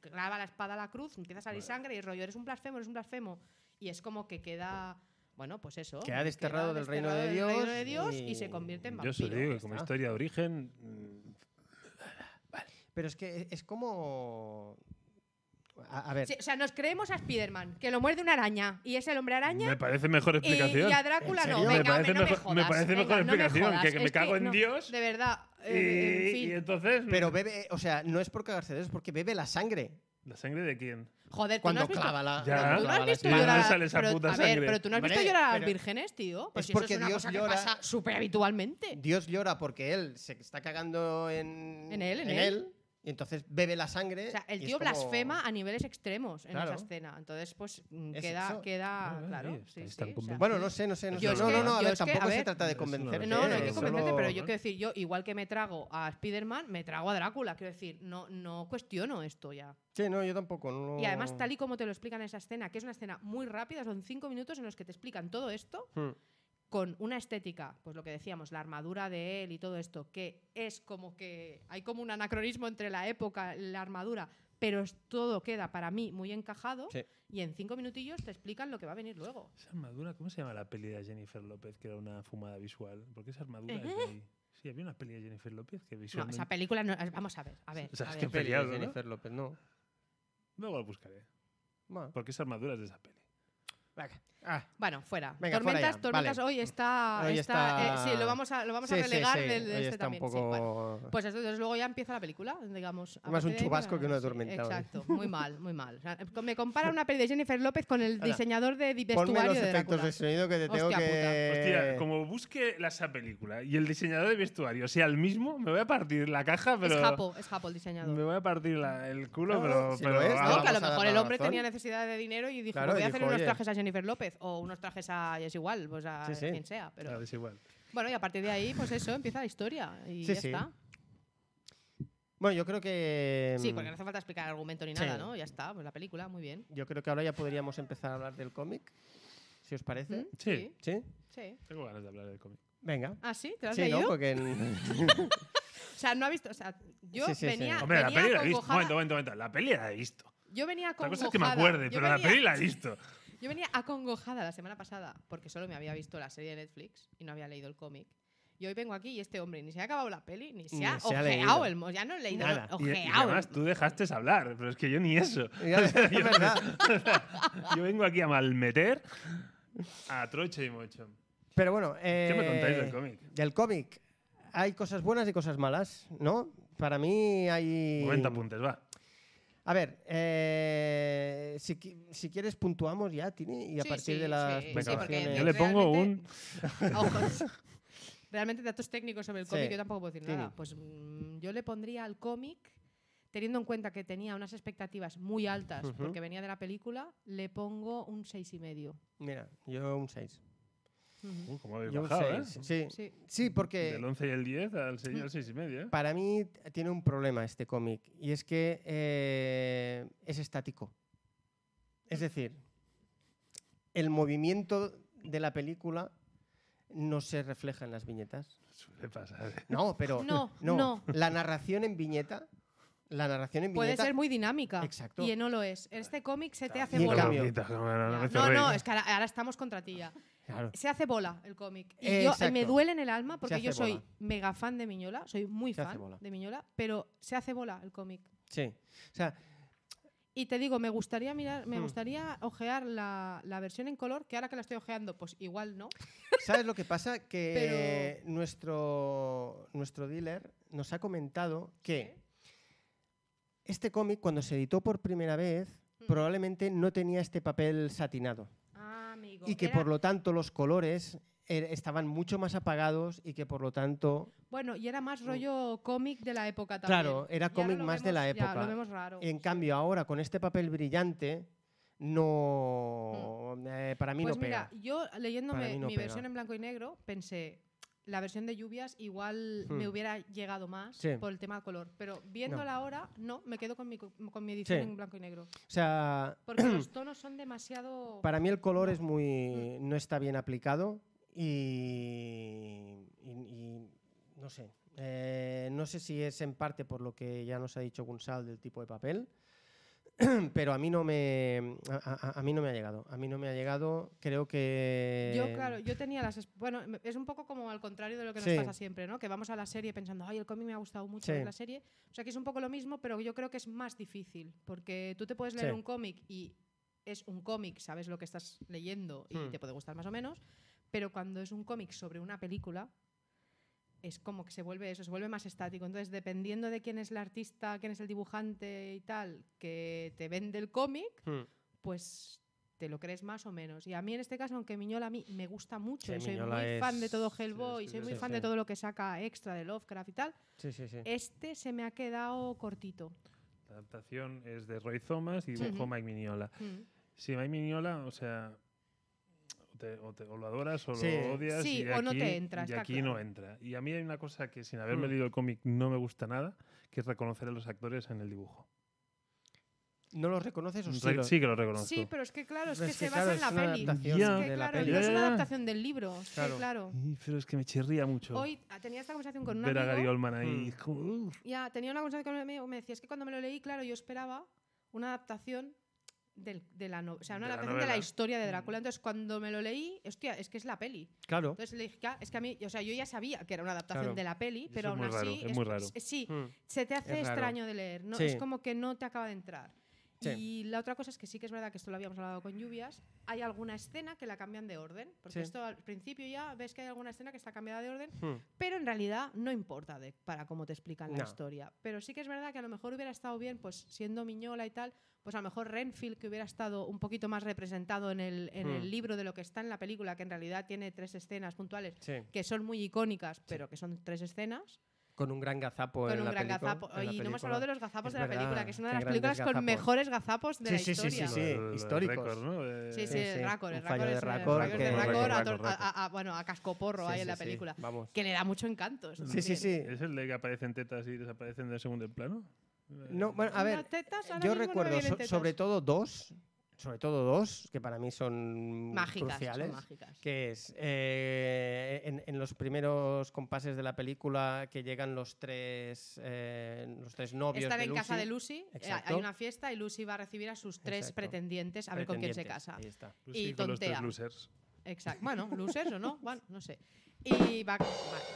S3: clava la espada a la cruz, empieza a salir sangre y es rollo, eres un blasfemo, eres un blasfemo. Y es como que queda, bueno, pues eso.
S2: Queda desterrado del reino de
S3: desterrado
S2: Dios
S3: reino de Dios y...
S2: y-
S3: se convierte
S1: Yo
S3: en vampiro.
S1: se lo digo, que como
S2: está.
S1: historia de origen. mm,
S2: Pero es que es como. A, a ver.
S3: Sí, o sea, nos creemos a Spiderman, que lo muerde una araña y es el hombre araña.
S1: Me parece mejor
S3: Y,
S1: explicación.
S3: y a Drácula
S2: ¿En
S3: no,
S2: serio?
S3: venga,
S1: Me parece
S3: hombre, no me
S1: mejor-
S3: jodas.
S1: me parece
S3: venga,
S1: mejor
S3: no me
S1: explicación,
S3: jodas.
S1: que- que me
S3: Es
S1: cago en Dios.
S3: De verdad,
S1: Y,
S3: eh, en
S1: y
S3: fin.
S1: entonces.
S2: Pero bebe, o sea, no es por cagarse de eso, es porque bebe la sangre
S1: ¿La sangre de quién?
S3: Joder, ¿tú no
S2: cuando
S3: has visto,
S2: clava la.
S1: Ya.
S2: cuando
S3: ¿tú no
S2: clava
S3: has
S2: la
S3: visto
S2: espada.
S1: ¿De dónde
S3: llorar a-
S1: sale esa
S3: pero-
S1: puta
S3: a ver,
S1: sangre?
S3: pero tú no has visto
S2: Hombre,
S3: llorar a las
S2: pero-
S3: vírgenes, tío. Pues
S2: Es
S3: si eso
S2: porque
S3: es una
S2: Dios
S3: cosa
S2: llora-
S3: que pasa súper habitualmente.
S2: Dios llora porque él se está cagando en.
S3: En él, en él.
S2: y entonces bebe la sangre.
S3: O sea, el
S2: y es
S3: tío
S2: como-
S3: blasfema a niveles extremos en
S2: Claro.
S3: esa escena. Entonces, pues mm,
S2: Es
S3: queda,
S2: eso.
S3: queda,
S1: Ah,
S3: claro.
S1: sí,
S3: sí,
S1: estáis
S3: sí,
S1: tan
S3: o sea,
S1: convencidos.
S2: Bueno, no sé, no sé, no sé.
S3: Yo es
S2: no,
S3: que-
S2: no, no, a
S3: yo
S2: ver,
S3: es que,
S2: tampoco
S3: a
S2: se
S3: ver,
S2: trata de
S1: eso no lo
S2: convencerte.
S3: No, no hay que
S1: Solo-
S3: convencerte, pero yo quiero decir, yo igual que me trago a Spider-Man, me trago a Drácula. Quiero decir, no, no cuestiono esto ya.
S2: Sí, no, yo tampoco. no-
S3: Y además, tal y como te lo explican en esa escena, que es una escena muy rápida, son cinco minutos en los que te explican todo esto
S2: Hmm.
S3: con una estética, pues lo que decíamos, la armadura de él y todo esto, que es como que hay como un anacronismo entre la época, la armadura, pero es- todo queda para mí muy encajado
S2: Sí.
S3: y en cinco minutillos te explican lo que va a venir luego.
S1: Esa armadura, ¿cómo se llama la peli de Jennifer López? Que era una fumada visual. Porque esa armadura es de ahí. Sí, había una peli de Jennifer López que
S3: ¿Eh? No,
S1: visualmente.
S3: esa película no, vamos a ver, a
S2: [laughs]
S3: ver.
S1: O sea,
S3: a
S1: es
S3: ver.
S1: que
S2: Peli de
S1: peleado, ¿no?
S2: Jennifer López, no.
S1: Luego la buscaré.
S2: Bueno,
S1: Porque esa armadura es de esa peli.
S2: venga. Ah,
S3: Bueno, fuera.
S2: Venga, fuera
S3: tormentas,
S2: ya,
S3: tormentas
S2: vale.
S3: hoy está,
S2: Hoy
S3: está,
S2: está-
S3: eh, sí, lo vamos a lo vamos
S2: sí,
S3: a
S2: sí,
S3: relegar
S2: sí,
S3: del, de
S2: hoy
S3: este
S2: está un
S3: también. sí,
S2: poco...
S3: bueno. Pues entonces luego ya empieza la película, digamos. a
S2: Más un
S3: partir de ahí,
S2: chubasco
S3: pues,
S2: que una
S3: sí,
S2: tormenta, ¿vale?
S3: Exacto, muy mal, muy mal. O sea, eh, me compara
S2: [laughs]
S3: una peli de Jennifer López con el
S2: Hala.
S3: diseñador de di-
S2: Ponme
S3: vestuario
S2: los
S3: de
S2: efectos
S3: Drácula.
S2: de sonido que te tengo
S3: Hostia
S2: que...
S1: Hostia, como busque la- esa película y el diseñador de vestuario sea el mismo, me voy a partir la caja, pero.
S3: Es Japo, es Japo el diseñador.
S1: Me voy a partir la- el culo,
S2: No,
S1: pero.
S2: si
S1: pero
S2: lo es,
S1: ah,
S2: ahora
S3: No, que a lo
S2: vamos a
S3: mejor
S2: dar
S3: el
S2: la
S3: hombre
S2: razón.
S3: tenía necesidad de dinero y dijo,
S2: Claro,
S3: voy a
S2: dijo,
S3: hacer unos
S2: "Oye".
S3: trajes a Jennifer López o unos trajes a Jess Igual, pues a
S2: Sí, sí.
S3: quien sea. Pero...
S1: claro, es igual.
S3: Bueno, y a partir de ahí, pues eso, empieza la historia y
S2: Sí,
S3: ya
S2: sí.
S3: está.
S2: Bueno, yo creo que...
S3: Sí,
S2: mm,
S3: porque no hace falta explicar argumento ni
S2: Sí.
S3: nada, ¿no? Ya está, pues la película, muy bien.
S2: Yo creo que ahora ya podríamos empezar a hablar del cómic, si os parece.
S3: ¿Mm?
S1: Sí.
S2: ¿Sí?
S3: Sí.
S1: Tengo ganas de hablar del cómic.
S2: Venga.
S3: Ah, sí, te lo has
S2: Sí,
S3: leído.
S2: ¿no?
S1: [laughs]
S2: Porque... en- [laughs]
S3: O sea, no ha visto. O sea, yo
S2: Sí, sí, sí.
S3: venía.
S1: Hombre, la
S3: venía
S1: peli la he visto.
S3: acongojada-
S1: Momento, momento, momento. La peli la he visto.
S3: Yo venía
S1: La
S3: acongojada.
S1: cosa es que me acuerde,
S3: yo
S1: pero la
S3: venía-
S1: peli la he visto.
S3: Yo venía acongojada la semana pasada porque solo me había visto la serie de Netflix y no había leído el cómic. Y hoy vengo aquí y este hombre ni se ha acabado la peli, ni se
S2: Ni
S3: ha
S2: se ha
S3: ojeado
S2: leído.
S3: el mo- Ya no he leído,
S2: Nada.
S3: ojeado.
S1: Y, y
S3: el
S1: además tú dejaste hablar, pero es que yo ni eso.
S2: Ya, es verdad.
S1: Yo vengo aquí a malmeter a Troche y Mocho.
S2: Pero bueno.
S1: ¿Qué me contáis
S2: eh,
S1: del cómic?
S2: Del cómic. Hay cosas buenas y cosas malas, ¿no? Para mí hay.
S1: 90 apuntes, va.
S2: A ver, eh, si, qui- si quieres puntuamos ya, Tini, y a
S3: Sí,
S2: partir
S3: sí,
S2: de las
S3: sí,
S1: sí, porque
S2: puntuaciones-
S1: Yo le pongo
S3: realmente-
S1: un. [laughs]
S3: Ojos. Realmente datos técnicos sobre el
S2: Sí.
S3: cómic yo tampoco puedo decir
S2: Tini.
S3: nada. Pues mm, yo le pondría al cómic, teniendo en cuenta que tenía unas expectativas muy altas
S2: Ujú.
S3: porque venía de la película, le pongo un seis y medio.
S2: Mira, yo un 6.
S3: Ujú.
S1: Uh, ¿Cómo habéis
S2: Yo un
S1: bajado, eh?
S2: 6, sí. sí.
S3: Sí.
S2: porque
S1: Del 11 y el 10 al 6 al 6 y medio, ¿eh?
S2: para mí t- tiene un problema este cómic, y es que eh, es estático. Es decir, el movimiento de la película no se refleja en las viñetas.
S1: Suele pasar. ¿eh?
S2: No, pero
S3: No, no.
S2: la narración en viñeta, la narración en
S3: Puede
S2: viñeta
S3: ser muy dinámica.
S2: Exacto.
S3: Y no lo es. Este cómic se te hace
S2: Y en
S3: bola.
S2: cambio-
S1: Bromita, no, no, no me
S3: no,
S1: cerréis.
S3: no, es que ahora, ahora estamos contra ti ya.
S2: Claro.
S3: Se hace bola el cómic. Y yo, eh,
S2: Exacto.
S3: me duele en el alma porque
S2: hace
S3: yo soy
S2: bola.
S3: mega fan de Miñola, soy muy
S2: Se hace
S3: fan
S2: bola.
S3: de Miñola, pero se hace bola el cómic.
S2: Sí. O sea,
S3: Y te digo, me gustaría mirar, me
S2: Hmm.
S3: gustaría ojear la, la versión en color, que ahora que la estoy ojeando, pues igual no.
S2: ¿Sabes lo que
S3: [laughs]
S2: pasa? Que nuestro, nuestro dealer nos ha comentado que este cómic, cuando se editó por primera vez,
S3: Mm.
S2: probablemente no tenía este papel satinado.
S3: Ah, amigo.
S2: Y que
S3: Era-
S2: por lo tanto los colores eh, estaban mucho más apagados y que por lo tanto,
S3: Bueno, y era más rollo cómic de la época también.
S2: Claro, era
S3: Y ahora
S2: cómic
S3: lo
S2: más de la
S3: vemos- ya,
S2: época. Eh,
S3: lo vemos raro.
S2: en cambio ahora con este papel brillante, no... eh, para mí
S3: pues
S2: no
S3: mira,
S2: pega.
S3: yo
S2: Para
S3: leyéndome
S2: mí no
S3: mi
S2: pega.
S3: versión en blanco y negro, pensé, la versión de lluvias igual
S2: Hmm.
S3: me hubiera llegado más
S2: Sí.
S3: por el tema del color. Pero viéndola ahora, no, me quedo con mi, co- con mi edición
S2: Sí.
S3: en blanco y negro.
S2: O sea,
S3: Porque los tonos son demasiado.
S2: Para mí el color es muy. no está bien aplicado y. y- y no sé. Eh, no sé si es en parte por lo que ya nos ha dicho Gunsal del tipo de papel. [clears throat] Pero a mí no me. A, a- a mí no me ha llegado. A mí no me ha llegado. Creo que.
S3: Yo, claro, yo tenía las. es- Bueno, me- es un poco como al contrario de lo que
S2: Sí.
S3: nos pasa siempre, ¿no? Que vamos a la serie pensando, ay, el cómic me ha gustado mucho
S2: Sí.
S3: ver la serie. O sea, que es un poco lo mismo, pero yo creo que es más difícil. Porque tú te puedes leer
S2: Sí.
S3: un cómic y es un cómic, sabes lo que estás leyendo y
S2: Hmm.
S3: te puede gustar más o menos. Pero cuando es un cómic sobre una película, es como que se vuelve eso, se vuelve más estático. Entonces, dependiendo de quién es el artista, quién es el dibujante y tal, que te vende el cómic
S2: Hmm.
S3: pues te lo crees más o menos. Y a mí en este caso, aunque Miñola a mí me gusta mucho,
S2: Sí,
S3: y soy
S2: Miñola
S3: muy
S2: es-
S3: fan de todo
S1: sí,
S3: Hellboy,
S1: sí,
S3: soy
S1: sí,
S3: muy
S2: sí,
S3: fan
S2: sí.
S3: de todo lo que saca extra de Lovecraft y tal,
S2: Sí, sí, sí.
S3: este se me ha quedado cortito.
S1: La adaptación es de Roy Thomas y
S3: Sí.
S1: dibujó Mike Mignola.
S2: Hmm.
S3: Mm.
S1: Sí, Mike Mignola, o sea, o, te- o te- o lo adoras o
S2: Sí.
S1: lo odias.
S3: Sí,
S1: y
S3: o no te
S1: aquí-
S3: entra,
S1: Y
S3: está
S1: aquí
S3: claro.
S1: no entra. Y a mí hay una cosa que sin haberme
S2: Mm.
S1: leído el cómic no me gusta nada, que es reconocer a los actores en el dibujo.
S2: ¿No los reconoces o sí?
S1: Re-
S2: los-
S1: sí que lo reconozco.
S3: Sí, pero es que claro, es,
S2: Es
S3: que,
S2: que,
S3: se
S2: claro,
S3: basa en
S2: es
S3: la
S2: una
S3: peli.
S2: adaptación
S3: es
S1: Ya.
S3: que
S2: de la
S3: claro,
S1: peli.
S3: no es
S1: Ya, ya,
S3: una
S1: ya.
S3: adaptación del libro. es que,
S2: Claro.
S3: Claro.
S1: Y- pero es que me chirría mucho
S3: Hoy ah, tenía esta conversación con un
S1: ver a Gary
S3: amigo.
S1: Oldman ahí.
S2: Mm.
S1: es como, "Uf".
S3: Ya, tenía una conversación con un amigo, me decía, es que cuando me lo leí, claro, yo esperaba una adaptación del- de la no- o sea, una
S1: De la
S3: adaptación de la
S1: novela.
S3: historia de Drácula. Entonces, cuando me lo leí, hostia, es que es la peli.
S2: Claro.
S3: Entonces le dije, "Ya, es que a mí, o sea, yo ya sabía que era una adaptación
S2: Claro.
S3: de la peli,
S1: Eso
S3: pero
S1: es
S3: aún
S1: muy
S3: así.
S1: raro, es muy raro.
S3: es- Sí,
S2: Hmm.
S3: se te hace
S2: Es raro.
S3: extraño de leer, ¿no?
S2: Sí.
S3: Es como que no te acaba de entrar.
S2: Sí.
S3: Y la otra cosa es que sí que es verdad que esto lo habíamos hablado con lluvias. Hay alguna escena que la cambian de orden, porque
S2: Sí.
S3: esto al principio ya ves que hay alguna escena que está cambiada de orden,
S2: Hmm.
S3: pero en realidad no importa de, para cómo te explican
S2: No.
S3: la historia. Pero sí que es verdad que a lo mejor hubiera estado bien, pues siendo Miñola y tal, pues a lo mejor Renfield, que hubiera estado un poquito más representado en el, en
S2: Mm.
S3: el libro de lo que está en la película, que en realidad tiene tres escenas puntuales
S2: Sí.
S3: que son muy icónicas, pero que son tres escenas,
S2: Con un gran gazapo
S3: con
S2: en
S3: un
S2: la
S3: gran
S2: pelico-
S3: gazapo.
S2: en la
S3: Y no hemos
S2: película.
S3: hablado de los gazapos
S2: Es
S3: de la
S2: verdad,
S3: película, que es una de
S2: qué
S3: las
S2: grandes
S3: películas
S2: gazapos.
S3: con mejores gazapos de
S2: Sí,
S3: la
S2: sí, sí, sí,
S3: historia.
S2: sí.
S1: Lo- lo- lo de
S2: históricos.
S1: récord, ¿no? Eh, De-
S3: Sí, sí,
S2: Sí, sí,
S3: el Racor,
S2: un
S3: el
S2: fallo
S3: Racor
S2: de
S3: es el
S2: Racor
S3: Racor
S1: que-
S3: de Racor, a
S1: Racor,
S3: tor- a-
S1: Racor.
S3: a- a- bueno, a cascoporro
S2: Sí,
S3: ahí
S2: sí,
S3: en la
S2: sí.
S3: película,
S2: Vamos.
S3: que le da mucho encanto. eso
S2: Sí, sí,
S3: también.
S2: sí.
S1: ¿Es el de que aparecen tetas y desaparecen del segundo plano? Eh,
S2: No, bueno, a
S3: Las
S2: ver,
S3: tetas, ahora
S2: Yo
S3: mismo no me
S2: recuerdo
S3: vienen
S2: so-
S3: tetas.
S2: sobre todo dos, sobre todo dos, que para mí son
S3: mágicas, son
S2: cruciales.
S3: mágicas.
S2: Que es eh, en, en los primeros compases de la película que llegan los tres, eh, los tres novios.
S3: Están
S2: de
S3: en casa de
S2: Lucy.
S3: Lucy, eh,
S2: Exacto.
S3: hay una fiesta y Lucy va a recibir a sus tres
S2: Exacto.
S3: pretendientes a ver con quién se
S2: Pretendientes,
S3: casa.
S2: ahí está.
S1: Lucy
S3: y
S1: pues con los tres
S3: tontea.
S1: losers.
S3: Exacto. Bueno, losers
S2: [laughs]
S3: o no, bueno, no sé. Y va, va-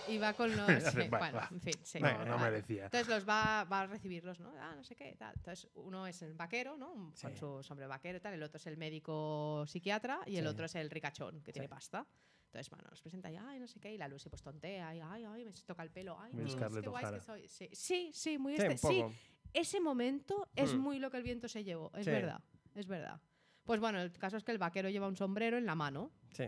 S3: y va con los...
S1: Hace,
S3: sí,
S1: va,
S3: bueno,
S1: va.
S3: en fin, sí.
S1: No, no
S3: vale.
S1: merecía.
S3: Entonces los va, va a recibirlos, ¿no? Ah, no sé qué, tal. Entonces uno es el vaquero, ¿no? Un-
S2: Sí.
S3: Con su sombrero vaquero y tal. El otro es el médico psiquiatra y el
S2: Sí.
S3: otro es el ricachón, que tiene
S2: Sí.
S3: pasta. Entonces, bueno, los presenta y, ay, no sé qué, y la Lucy pues tontea, y, ay, ay, me toca el pelo, ay,
S1: Muy
S3: no, es
S1: Scarlett
S3: que guays que
S1: O'Hara.
S3: soy. Sí, sí, sí, muy
S2: Sí,
S3: este.
S2: un
S3: Sí,
S2: poco.
S3: ese momento es
S2: Hmm.
S3: muy lo que el viento se llevó, es
S2: Sí.
S3: verdad, es verdad. Pues bueno, el caso es que el vaquero lleva un sombrero en la mano
S2: Sí.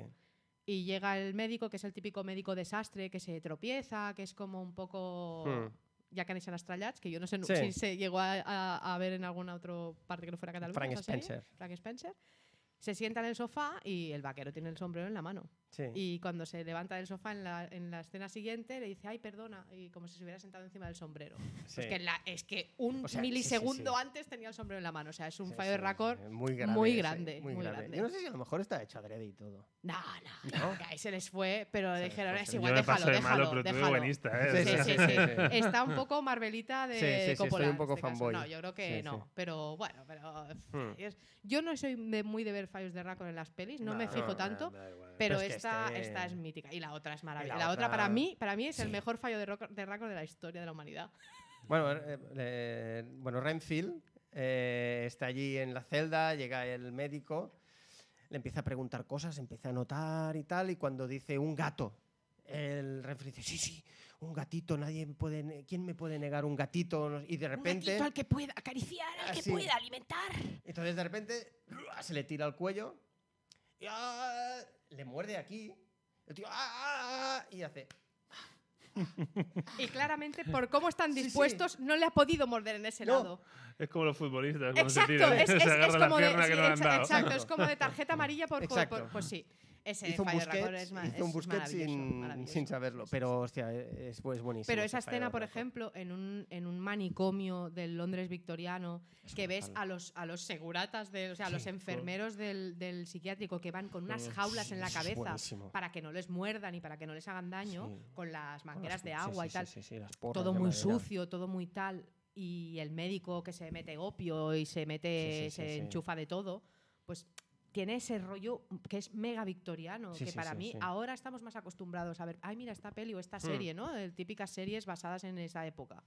S3: y llega el médico, que es el típico médico desastre, que se tropieza, que es como un poco...
S2: Hmm.
S3: Ya que han hecho las trallats, que yo no sé nu-
S2: Sí.
S3: si se llegó a, a- a ver en alguna otra parte que no fuera Cataluña.
S2: Frank
S3: esa serie,
S2: Spencer.
S3: Frank Spencer. Se sienta en el sofá y el vaquero tiene el sombrero en la mano.
S2: Sí.
S3: Y cuando se levanta del sofá en la, en la escena siguiente, le dice, ay, perdona, y como si se hubiera sentado encima del sombrero.
S2: Sí.
S3: Es pues, que, la- es que un
S2: O sea, sí, sí,
S3: milisegundo
S2: sí.
S3: antes tenía el sombrero en la mano. O sea, es un
S2: Sí,
S3: fallo de
S2: sí,
S3: racor.
S2: sí, Muy grande.
S3: muy
S2: sí,
S3: grande, muy grande.
S2: Yo no sé si a lo mejor está hecho adrede y todo.
S3: No, no, no, que ahí se les fue, pero
S2: Se les
S3: dijeron,
S2: fue,
S3: es
S2: se les
S3: igual,
S1: Yo me paso
S3: déjalo,
S1: de malo,
S3: déjalo,
S1: pero tú eres
S3: déjalo.
S1: buenista, ¿eh?
S3: Sí,
S1: O sea,
S3: sí,
S2: sí,
S3: sí.
S2: [laughs] sí, sí.
S3: Está un poco Marbelita de
S2: Sí, sí, sí, soy
S3: Coppola,
S2: un
S3: en
S2: poco
S3: caso.
S2: fanboy.
S3: No, yo creo que
S2: Sí,
S3: no.
S2: sí.
S3: Pero bueno, pero.
S2: Hmm.
S3: Dios, Yo no soy de- muy de ver fallos de racor en las pelis, no, me
S2: No,
S3: fijo
S2: no,
S3: tanto.
S1: da igual.
S3: Pero
S2: Pero es que
S3: esta,
S2: este-
S3: esta es mítica y la otra es maravillosa.
S2: Y
S3: La,
S2: la
S3: otra,
S2: otra-
S3: para mí para mí es el
S2: Sí.
S3: mejor fallo de, rock- de racor de la historia de la humanidad.
S2: Bueno, eh, eh, bueno Renfield eh, está allí en la celda, llega el médico, le empieza a preguntar cosas, empieza a notar y tal, y cuando dice un gato, el Renfield dice, sí, sí, un gatito, nadie me puede, ne- ¿quién me puede negar un gatito? No- Y de repente... Ah,
S4: gatito al que pueda acariciar, al
S2: Así.
S4: que pueda alimentar.
S2: Entonces de repente ¡ruah! se le tira al cuello y ¡ah! le muerde aquí. El tío ¡ah! y hace.
S3: Y claramente, por cómo están
S2: Sí, sí.
S3: dispuestos, no le ha podido morder en ese
S2: No.
S3: lado.
S1: Es como los futbolistas cuando se
S3: Exacto,
S1: tiran,
S3: es,
S1: [laughs]
S3: es-
S1: se
S3: es
S1: agarran la
S3: como de,
S1: pierna
S3: sí,
S1: que no le han
S3: exa-
S1: dado.
S3: exacto,
S2: Exacto.
S3: es como de tarjeta amarilla por, por- por-
S2: Exacto.
S3: pues sí. Ese
S2: hizo un
S3: fallo de Racor
S2: busquets,
S3: es ma-
S2: hizo un
S3: es
S2: Busquets
S3: maravilloso,
S2: sin,
S3: maravilloso.
S2: sin saberlo. Pero, hostia, es, es buenísimo.
S3: Pero
S2: ese
S3: esa
S2: fallo
S3: escena,
S2: de
S3: por
S2: Rocco.
S3: ejemplo, en un, en un manicomio del Londres victoriano,
S2: Es
S3: que
S2: una
S3: ves
S2: pasada.
S3: a los, a los seguratas, de, o sea, a los
S2: Sí.
S3: enfermeros del, del psiquiátrico que van con unas
S2: Mm, Sí,
S3: jaulas en la
S2: eso es
S3: cabeza
S2: buenísimo.
S3: para que no les muerdan y para que no les hagan daño,
S2: Sí. Con
S3: con las
S2: las
S3: mangueras de
S2: pu- sí,
S3: agua
S2: sí,
S3: y tal.
S2: sí, sí, las porras
S3: todo
S2: de
S3: muy
S2: madera.
S3: sucio, todo muy tal, y el médico que se mete opio y se mete,
S2: Sí, sí, sí,
S3: se
S2: sí.
S3: enchufa de todo, pues tiene ese rollo que es mega victoriano,
S2: Sí,
S3: que
S2: sí,
S3: para
S2: sí,
S3: mí
S2: sí.
S3: ahora estamos más acostumbrados a ver, ay, mira esta peli o esta serie, ¿no? Eh, Típicas series basadas en esa época.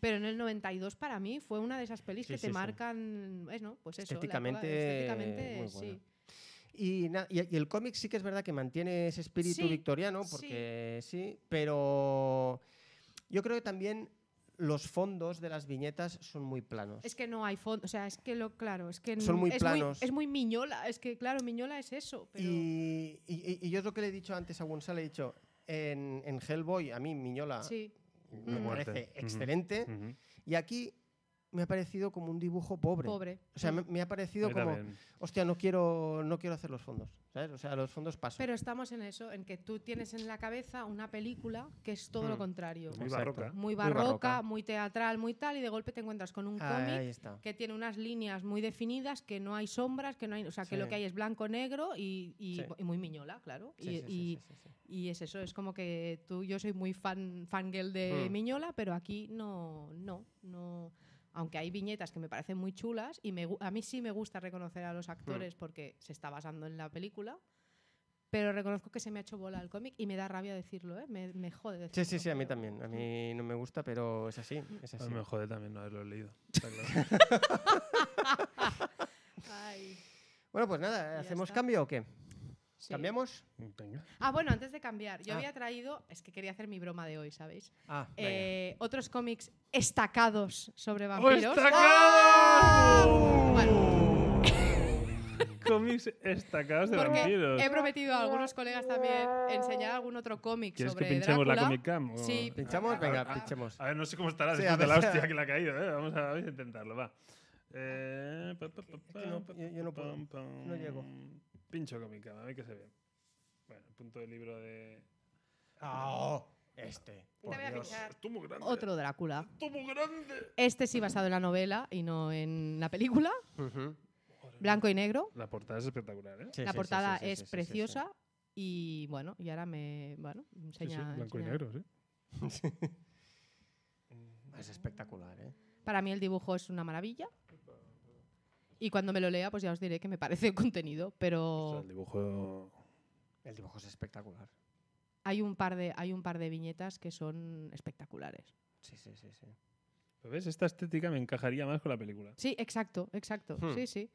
S3: Pero en el 92 para mí fue una de esas pelis
S2: Sí,
S3: que
S2: sí,
S3: te
S2: sí.
S3: marcan, es, ¿no? Pues eso, la época-
S2: Estéticamente,
S3: estéticamente,
S2: muy
S3: sí.
S2: buena. Y, na- y- y el cómic sí que es verdad que mantiene ese espíritu
S3: Sí,
S2: victoriano,
S3: sí.
S2: porque sí, pero yo creo que también los fondos de las viñetas son muy planos.
S3: Es que no hay fondo, o sea, es que lo claro, es que
S2: Son muy
S3: es
S2: planos.
S3: es muy miñola, es que claro, miñola es eso, pero
S2: Y, y- y yo es lo que le he dicho antes a Gonzalo, he dicho, en, en Hellboy, a mí Miñola
S3: sí.
S2: me parece
S3: Mm.
S1: Muerte.
S2: este, excelente,
S1: Ujú.
S2: y aquí me ha parecido como un dibujo pobre.
S3: Pobre.
S2: O sea,
S3: Mm.
S2: me, me ha parecido
S1: A mí
S2: como,
S1: también.
S2: hostia, no quiero, no quiero hacer los fondos, ¿sabes? O sea, los fondos paso.
S3: Pero estamos en eso, en que tú tienes en la cabeza una película que es todo lo
S2: Mm.
S3: contrario.
S1: Muy
S2: Exacto.
S1: barroca.
S3: Muy
S2: barroca.
S3: barroca, muy teatral, muy tal, y de golpe te encuentras con un
S2: ahí
S3: cómic
S2: está.
S3: que tiene unas líneas muy definidas, que no hay sombras, que no hay, o sea, que
S2: Sí.
S3: lo que hay es blanco, negro y, y-
S2: Sí.
S3: y muy miñola, claro.
S2: Sí,
S3: y,
S2: sí, sí,
S3: y-
S2: sí, sí, sí.
S3: y es eso, es como que tú, yo soy muy fan, fangirl de
S2: Mm.
S3: Miñola, pero aquí no, no, no. Aunque hay viñetas que me parecen muy chulas y me gu- a mí sí me gusta reconocer a los
S2: Hmm.
S3: actores porque se está basando en la película, pero reconozco que se me ha hecho bola el cómic y me da rabia decirlo, ¿eh? me, me jode decirlo.
S2: Sí, sí, sí, a mí
S3: pero-
S2: también. A mí no me gusta, pero es así, es
S1: A
S2: así.
S1: mí me jode también no haberlo leído. está
S2: [laughs]
S1: claro.
S3: Ay.
S2: Bueno, pues nada,
S3: Ya
S2: ¿hacemos
S3: está.
S2: cambio o qué?
S3: Sí.
S2: [laughs] ¿Cambiamos?
S1: Venga.
S3: Ah, bueno, antes de cambiar, yo
S2: Ah.
S3: había traído, es que quería hacer mi broma de hoy, ¿sabéis?
S2: Ah,
S3: Eh, otros cómics estacados
S2: ¡Oh,
S3: sobre
S1: ¡Oh,
S3: vampiros. ¡Ah!
S1: ¡Destacados!
S3: Bueno.
S1: Cómics destacados de
S3: Porque
S1: vampiros.
S3: he prometido a algunos colegas también enseñar algún otro cómic
S1: ¿Quieres
S3: sobre
S1: que pinchemos
S3: Drácula.
S1: la Comic Cam? o-
S3: Sí.
S2: ¿Pinchamos?
S3: Ah.
S2: Venga, pinchemos.
S1: A ver, no sé cómo estará
S2: Sí,
S1: después
S2: a
S1: de la
S2: ver.
S1: hostia que le ha caído. ¿eh? Vamos, a, vamos a intentarlo, va. Eh, pa, pa, pa,
S2: Es que no,
S1: pa,
S2: yo- yo no puedo,
S1: pam, pam.
S2: no llego.
S1: Pincho con mi cama, a ver qué se ve. Bueno, punto del libro de...
S2: Ah, este.
S3: voy a
S2: Dios.
S3: pinchar.
S1: Estuvo muy grande.
S3: Otro Drácula.
S1: Estuvo muy grande.
S3: Este sí basado en la novela y no en la película.
S2: Ujú.
S3: Blanco y negro.
S1: La portada es espectacular, ¿eh?
S2: Sí,
S3: la
S2: sí, sí,
S3: portada
S2: sí, sí,
S3: es
S2: sí, sí, sí.
S3: preciosa. Y bueno, y ahora me. Bueno,
S1: Sí, sí,
S3: enseña.
S1: blanco y
S3: enseña.
S1: negro, sí.
S2: [laughs] Es espectacular, ¿eh?
S3: Para mí el dibujo es una maravilla. Y cuando me lo lea, pues ya os diré que me parece contenido.
S1: O sea,
S3: Pero.
S1: el dibujo
S2: El dibujo es espectacular.
S3: Hay un par de, hay un par de viñetas que son espectaculares.
S2: Sí, sí, sí, sí.
S1: Pues ves, esta estética me encajaría más con la película.
S3: Sí, exacto, exacto.
S2: Hmm.
S3: Sí, sí.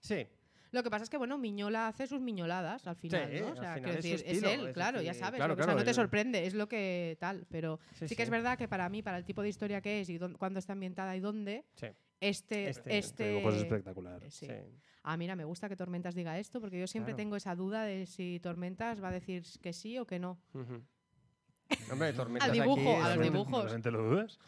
S2: Sí,
S3: Lo que pasa es que, bueno, Miñola hace sus miñoladas al final,
S2: Sí,
S3: ¿no?
S2: al
S3: O sea,
S2: final
S3: quiero
S2: es su
S3: decir,
S2: estilo,
S3: él,
S2: es
S3: claro, ya
S2: decir,
S3: sabes.
S2: claro,
S3: lo que- o sea,
S2: claro,
S3: no te
S2: él-
S3: sorprende, es lo que tal. Pero
S2: sí,
S3: sí, que es verdad que para mí, para el tipo de historia que es y dónde- cuándo está ambientada y dónde,
S2: Sí. Este-
S3: este... este,
S1: Este dibujo es espectacular.
S3: eh,
S2: Sí.
S3: sí. Ah, mira, me gusta que Tormentas diga esto, porque yo siempre
S2: Claro.
S3: tengo esa duda de si Tormentas va a decir que sí o que no.
S2: Ujú. Hombre, tormentas
S3: Al dibujo,
S2: aquí
S3: a los
S2: son-
S1: ¿Realmente-
S3: dibujos.
S1: ¿Realmente lo dudas?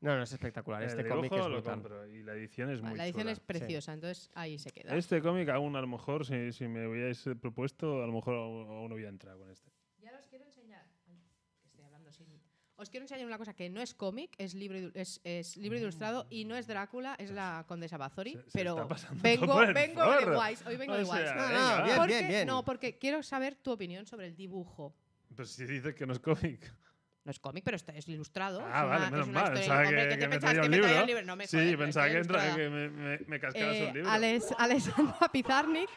S2: No, no, es espectacular.
S1: El
S2: Este
S1: dibujo
S2: cómic es
S1: Eh, lo
S2: brutal.
S1: compro y la edición es muy
S3: la edición
S1: chula.
S3: es ah. preciosa, entonces ahí se queda.
S1: Este cómic aún a lo mejor, si, si me hubierais eh, propuesto, a lo mejor aún, aún hubiera entrado con este.
S3: Ya os quiero enseñar. Ay, que estoy hablando sin- Os quiero enseñar una cosa que no es cómic, es libro, ilu- es, es libro ilustrado y no es Drácula, es la condesa Bazori.
S1: Se- se
S3: pero
S1: está pasando todo
S3: vengo,
S1: por el
S3: vengo de
S1: forro.
S3: guays, hoy vengo
S1: O
S3: de
S1: sea,
S3: guays.
S2: No,
S1: venga,
S2: no,
S1: va.
S2: bien.
S3: Porque- No, porque quiero saber tu opinión sobre el dibujo.
S1: Pues si dices que no es
S3: [laughs]
S1: cómic.
S3: No es cómic, pero está- es ilustrado.
S1: Ah,
S3: es una-
S1: vale,
S3: es
S1: menos
S3: una
S1: mal.
S3: historia-
S1: Pensaba que,
S3: hombre, ¿qué
S1: que
S3: te
S1: me
S3: pensabas
S1: traía
S3: que
S1: un
S3: me traía
S1: libro.
S3: un libro? No me
S1: sí,
S3: jodas,
S1: pensaba
S3: estoy
S1: que, entra-
S3: ilustrada.
S1: que me, me, me cascabas
S3: Eh,
S1: un libro.
S3: Alex- [laughs] Alessandra Pizarnik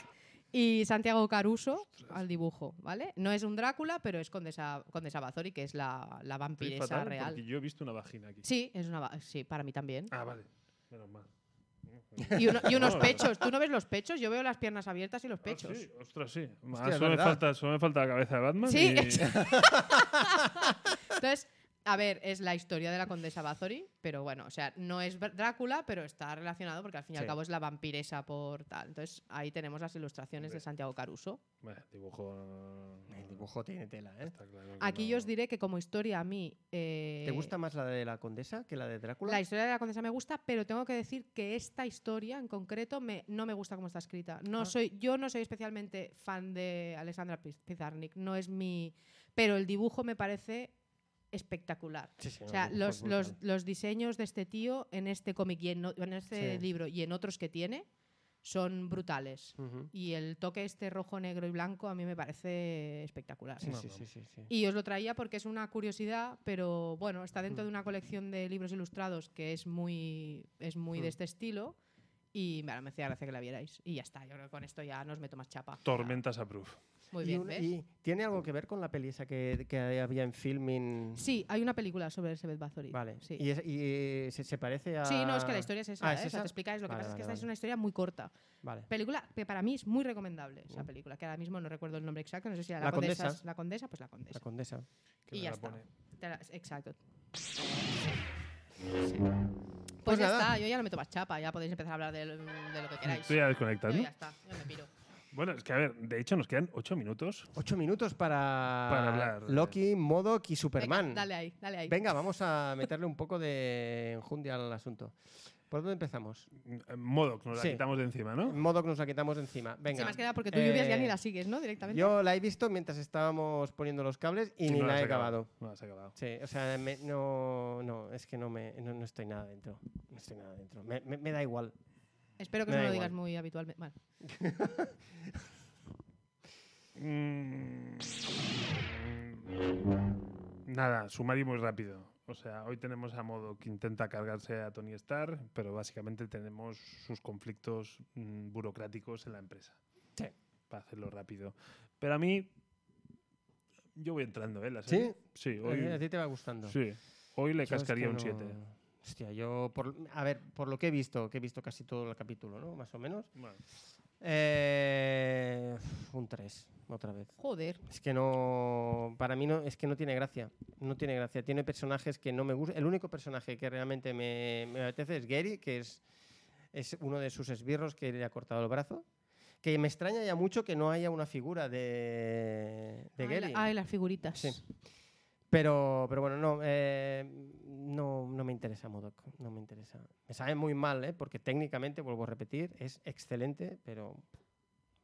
S3: y Santiago Caruso al dibujo, ¿vale? No es un Drácula, pero es Condesa, Condesa Bazori, que es la, la
S1: Estoy
S3: vampiresa
S1: fatal
S3: real.
S1: porque yo he visto una vagina aquí.
S3: Sí, es una, va- sí, para mí también.
S1: Ah, vale. Menos mal.
S3: Y, uno-
S1: [laughs]
S3: y unos
S1: No,
S3: pechos. ¿Tú no ves los pechos? Yo veo las piernas abiertas y los
S1: Ah,
S3: pechos.
S1: sí, ostras, sí. Ah,
S2: Hostia, es
S1: solo, me
S2: verdad.
S1: falta, solo me falta la cabeza de Batman.
S3: Sí,
S1: y-
S2: [laughs]
S3: exacto. Entonces, a ver, es la historia de la Condesa Bazori, pero bueno, o sea, no es Br- Drácula, pero está relacionado porque al fin y
S2: Sí.
S3: al cabo es la vampiresa por tal. Entonces, ahí tenemos las ilustraciones de
S1: Hombre.
S3: Santiago Caruso.
S1: Bueno, dibujo.
S2: El dibujo tiene tela, ¿eh?
S1: está claro que
S3: Aquí
S1: no.
S3: yo os diré que como historia a mí... eh,
S2: ¿Te gusta más la de la condesa que la de Drácula?
S3: La historia de la condesa me gusta, pero tengo que decir que esta historia en concreto me, no me gusta cómo está escrita. No
S2: Ah.
S3: soy, yo no soy especialmente fan de Alexandra Piz- Pizarnik, no es mi. Pero el dibujo me parece espectacular.
S2: Sí, sí,
S3: O
S2: no,
S3: sea,
S2: el dibujo
S3: los,
S2: es
S3: los,
S2: brutal.
S3: los diseños de este tío en este cómic y en, o- en este
S2: Sí.
S3: libro y en otros que tiene son brutales.
S2: Ujú.
S3: Y el toque este rojo, negro y blanco a mí me parece espectacular.
S2: Sí,
S1: No,
S2: sí,
S1: no.
S2: sí, sí, sí.
S3: Y os lo traía porque es una curiosidad, pero bueno, está dentro
S2: Mm.
S3: de una colección de libros ilustrados que es muy, es muy
S2: Mm.
S3: de este estilo. Y bueno, me hacía gracia que la vierais. Y ya está, yo creo que con esto ya nos meto más chapa.
S1: Tormentas Approve.
S3: Muy
S2: Y
S3: bien,
S2: un-
S3: ¿ves?
S2: y tiene algo que ver con la peli esa que, que había en filming?
S3: Sí, hay una película sobre Elizabeth Bathory.
S2: Vale.
S3: Sí.
S2: ¿Y, es- y, eh, se, se parece a...?
S3: Sí, no, es que la historia es esa,
S2: Ah,
S3: ¿eh?
S2: ¿es
S3: O sea,
S2: esa?
S3: te explicáis. Lo que
S2: Vale,
S3: pasa es que
S2: vale,
S3: esta es
S2: vale.
S3: una historia muy corta.
S2: Vale.
S3: Película que para mí es muy recomendable, esa
S2: Mm.
S3: película, que ahora mismo no recuerdo el nombre exacto, no sé si era
S2: La
S3: la, condesa.
S2: Condesa.
S3: es La condesa, pues la condesa.
S2: La condesa.
S1: que
S3: y
S1: me
S3: ya
S1: la
S3: está.
S1: pone.
S3: Te la- Exacto. Pues,
S2: Pues
S3: ya
S2: nada. Pues
S3: está, yo ya no me tomo chapa, ya podéis empezar a hablar de, lo- de lo que queráis.
S1: Tú ya desconectas,
S3: Yo
S1: ¿no?
S3: ya está, yo me piro.
S1: Bueno, es que a ver, de hecho nos quedan ocho minutos.
S2: Ocho minutos para,
S1: Para hablar.
S2: Loki, Modoc y
S3: Venga,
S2: Superman.
S3: dale ahí, dale ahí.
S2: Venga, vamos a meterle un poco de enjundia al asunto. ¿Por dónde empezamos?
S1: Eh, Modoc, nos la
S2: Sí.
S1: quitamos de encima, ¿no?
S2: Modoc nos la quitamos de encima. Venga.
S3: Sí, más que nada porque tú lluvias ya
S2: Eh,
S3: ni la sigues, ¿no? Directamente.
S2: Yo la he visto mientras estábamos poniendo los cables y,
S1: Y
S2: ni
S1: no
S2: la
S1: has
S2: he acabado.
S1: No la has acabado.
S2: Sí, o sea, me- no, no, es que no, me, no, no estoy nada dentro. No estoy nada dentro. Me, me- me da igual.
S3: Espero que
S2: me
S3: no
S2: da
S3: lo digas
S2: igual.
S3: muy habitualmente. Bueno,
S1: Mm. Nada, sumario muy rápido. O sea, hoy tenemos a Modoc que intenta cargarse a Tony Stark, pero básicamente tenemos sus conflictos mm, burocráticos en la empresa.
S2: Sí.
S1: Para hacerlo rápido. Pero a mí, yo voy entrando, ¿eh? La
S2: ¿Sí?
S1: serie. Sí,
S2: A
S1: hoy,
S2: ti te va gustando.
S1: sí, hoy le
S2: Yo es
S1: cascaría
S2: que
S1: un
S2: no-
S1: 7.
S2: Hostia, yo, por, a ver, por lo que he visto, que he visto casi todo el capítulo, ¿no? Más o menos.
S1: Bueno,
S2: Eh, un 3, otra vez.
S3: joder.
S2: Es que no. Para mí no, es que no tiene gracia. No tiene gracia. Tiene personajes que no me gustan. El único personaje que realmente me, me apetece es Gary, que es, es uno de sus esbirros que le ha cortado el brazo. Que me extraña ya mucho que no haya una figura de, de
S3: Ay, la-
S2: Gary.
S3: ay, las figuritas.
S2: Sí. Pero, pero bueno, no, eh, no, no me interesa Modoc, no me interesa. Me sabe muy mal, ¿eh? porque técnicamente, vuelvo a repetir, es excelente, pero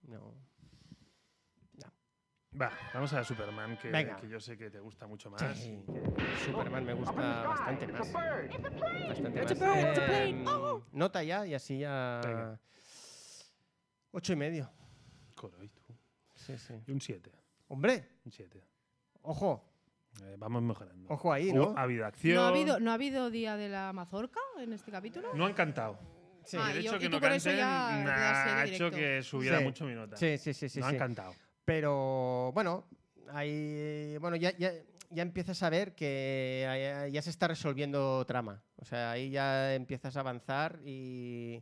S2: no.
S1: Va, vamos a Superman, que,
S2: Venga.
S1: que yo sé que te gusta mucho más.
S2: Sí, Superman me gusta bastante
S4: It's
S2: más. Bastante
S4: a
S2: más.
S4: bird, it's a
S2: Eh,
S4: plane. Oh.
S2: nota ya y así ya...
S1: Venga.
S2: Ocho y medio.
S1: Coro, ¿y tú?
S2: Sí, sí.
S1: Y un 7.
S2: Hombre,
S1: Un 7.
S2: ojo,
S1: Eh, vamos mejorando.
S2: ojo ahí,
S4: Oh,
S1: Hubo-
S4: ah.
S2: ¿no?
S1: Ha habido acción.
S3: ¿No ha, habido, ¿No ha habido día de la mazorca en este capítulo?
S1: No han cantado.
S2: Sí.
S3: Ah,
S1: El
S3: y
S1: hecho
S3: yo-
S1: que
S3: y
S1: no
S3: tú con eso
S1: canten
S3: ya te das
S1: nah,
S3: serie
S1: ha hecho
S3: directo.
S1: que subiera
S2: Sí.
S1: mucho mi nota.
S2: Sí, sí, sí, sí.
S1: no ha
S2: sí.
S1: encantado.
S2: Pero bueno, ahí, bueno ya, ya, ya empiezas a ver que ahí- ya se está resolviendo trama. O sea, ahí ya empiezas a avanzar y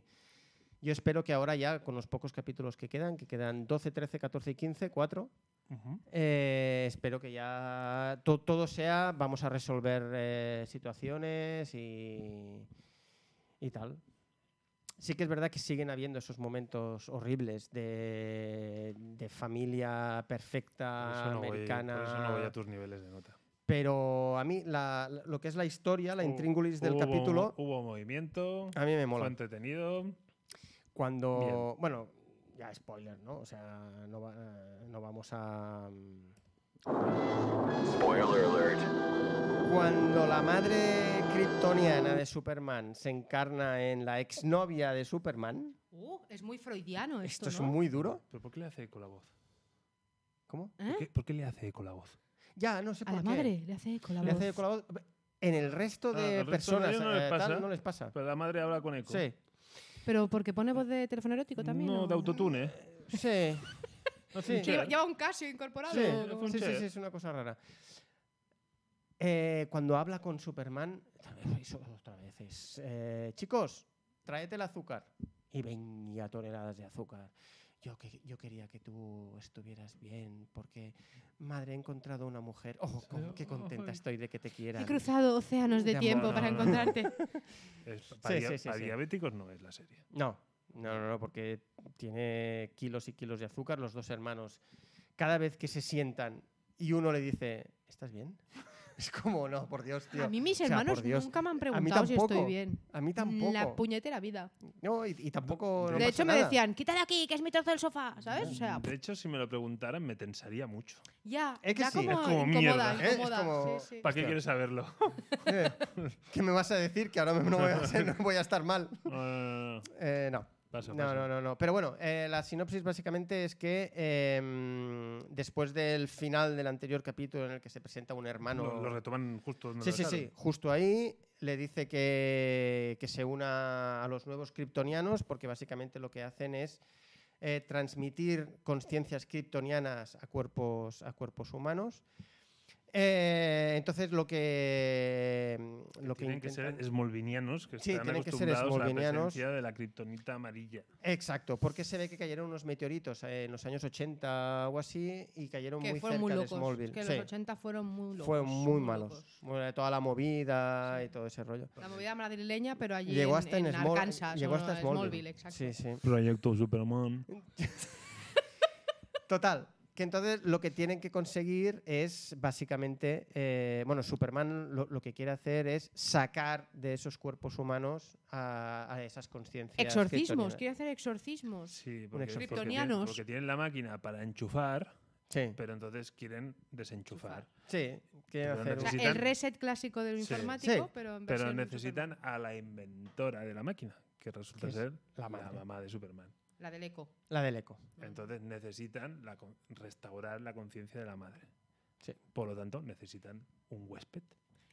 S2: yo espero que ahora ya, con los pocos capítulos que quedan, que quedan 12, 13, 14 y 15, 4,
S1: Ujú.
S2: Eh, espero que ya to- todo sea, vamos a resolver eh, situaciones y, y tal. Sí que es verdad que siguen habiendo esos momentos horribles de, de familia
S1: Por
S2: perfecta
S1: eso no voy-
S2: Ah, americana.
S1: por eso no voy a tus niveles de nota.
S2: Pero a mí la- la- lo que es la historia, la
S1: Hubo-
S2: intríngulis del
S1: hubo-
S2: capítulo,
S1: Hubo movimiento,
S2: a mí me
S1: fue
S2: mola.
S1: entretenido.
S2: Cuando,
S1: Bien.
S2: bueno, ya spoiler, ¿no? O sea, no, va- eh, no vamos a... mm,
S5: Spoiler alert.
S2: Cuando la madre kryptoniana de Superman se encarna en la exnovia de Superman,
S3: Uh, es muy freudiano
S2: esto
S3: esto,
S2: es
S3: ¿no?
S2: muy duro.
S1: ¿Pero por qué le hace eco la voz?
S2: ¿Cómo?
S3: ¿Eh?
S1: ¿Por, qué, por qué le hace eco la voz?
S2: Ya, no sé
S3: A
S2: por
S3: la
S2: qué.
S3: madre le hace con la
S2: Le
S3: voz.
S2: hace con la voz- En el resto
S1: Ah, al
S2: de
S1: resto de
S2: personas
S1: ellos no les
S2: eh,
S1: pasa.
S2: tal, no les pasa.
S1: Pero la madre habla con eco.
S2: Sí,
S3: Pero porque pone voz de teléfono erótico también.
S1: No,
S3: ¿o?
S1: de autotune. ¿eh?
S2: sí,
S1: [laughs] No hace un
S2: Sí.
S3: Lleva,
S1: cher.
S3: lleva un casio incorporado.
S2: sí,
S1: Algo
S3: como-
S1: con
S2: sí, sí,
S1: Cher.
S2: sí, es una cosa rara. Eh, cuando habla con Superman, eso otra vez es, eh, chicos, tráete el azúcar. Y 20 toneladas de azúcar. Yo, que, yo quería que tú estuvieras bien, porque, madre, he encontrado una mujer. Oh, cómo- qué contenta
S1: Ay.
S2: estoy de que te quiera.
S3: He cruzado océanos de
S2: De
S3: tiempo
S2: amor.
S3: para
S1: No, no, no.
S3: encontrarte.
S1: Es- para
S2: Sí,
S1: dia-
S2: sí, sí,
S1: para
S2: sí.
S1: diabéticos no es la serie.
S2: No, no, no, no, porque tiene kilos y kilos de azúcar. Los dos hermanos, cada vez que se sientan y uno le dice, ¿estás bien? [laughs] Es como, no, por Dios, [laughs] tío.
S3: A mí
S2: O
S3: mis
S2: sea, por
S3: hermanos
S2: Dios.
S3: nunca me han
S2: mí
S3: preguntado si estoy
S2: tampoco.
S3: bien.
S2: A mí
S3: La
S2: tampoco.
S3: puñetera vida.
S2: No, y, y tampoco. no
S3: de
S2: pasa
S3: hecho, me
S2: nada. [laughs]
S3: decían, quita de aquí, que es mi trozo del sofá, ¿sabes? O sea,
S1: De hecho, si me lo preguntaran, me tensaría mucho.
S3: ya,
S2: Es que
S3: ya
S2: sí.
S3: como,
S1: Es como
S3: incomoda,
S1: mierda,
S2: ¿eh? Es
S3: incomoda.
S2: como-
S3: Sí, sí.
S1: ¿Para qué
S2: Hostia.
S1: quieres
S2: [laughs]
S1: saberlo?
S2: Eh, [laughs] ¿Qué me vas a decir? Que ahora me- no voy a, ser- no voy a estar mal.
S1: No, no, no, no.
S2: Eh, no.
S1: Paso,
S2: No,
S1: paso.
S2: no, no, no. Pero bueno, eh, la sinopsis básicamente es que eh, después del final del anterior capítulo en el que se presenta un hermano.
S1: Lo, lo retoman justo donde
S2: Ah, Sí,
S1: lo
S2: sí,
S1: dejaron.
S2: sí. Justo ahí le dice que, que se una a los nuevos kryptonianos porque básicamente lo que hacen es eh, transmitir conciencias kryptonianas a cuerpos, a cuerpos humanos. Eh, entonces lo que... mm, Lo que
S1: tienen que ser
S2: intentan-
S1: smolvinianos, que
S2: Sí,
S1: están
S2: tienen que ser
S1: acostumbrados a la
S2: smolvinianos.
S1: presencia de la kriptonita amarilla.
S2: Exacto, porque se ve que cayeron unos meteoritos eh, en los años 80 o así y cayeron
S3: que
S2: muy cerca
S3: fueron muy
S2: de
S3: locos.
S2: Smallville.
S3: Que
S2: Sí,
S3: los 80 fueron muy locos.
S2: fueron muy malos.
S3: locos.
S2: Bueno, toda la movida y todo ese rollo.
S3: La movida madrileña, pero allí
S2: Llegó
S3: en-
S2: hasta en,
S3: en
S2: Small-
S3: Arkansas.
S2: llegó
S3: o
S2: hasta
S3: Smallville.
S2: Smallville.
S3: exacto.
S2: Sí, sí.
S1: Proyecto Superman.
S2: Total, que entonces lo que tienen que conseguir es básicamente, eh, bueno, Superman lo, lo que quiere hacer es sacar de esos cuerpos humanos a, a esas conciencias.
S3: Exorcismos,
S2: kryptonianas.
S3: quiere hacer exorcismos.
S1: Sí, porque, porque
S2: exorcismo.
S1: tienen,
S3: Kryptonianos.
S1: porque tienen la máquina para enchufar,
S2: Sí,
S1: pero entonces quieren desenchufar.
S2: sí, quieren
S1: Pero
S2: hacer
S3: O sea,
S2: un-
S1: necesitan-
S3: el reset clásico del
S1: Sí.
S3: informático,
S2: Sí.
S3: pero en
S1: Pero
S3: versión
S1: necesitan a la inventora de la máquina, que resulta
S2: Que es
S1: ser
S2: la
S1: la,
S2: madre.
S1: mamá de Superman.
S3: Superman. La del eco.
S2: la del eco.
S3: Mm.
S1: Entonces necesitan la con- restaurar la conciencia de la madre.
S2: Sí.
S1: Por lo tanto, necesitan un huésped.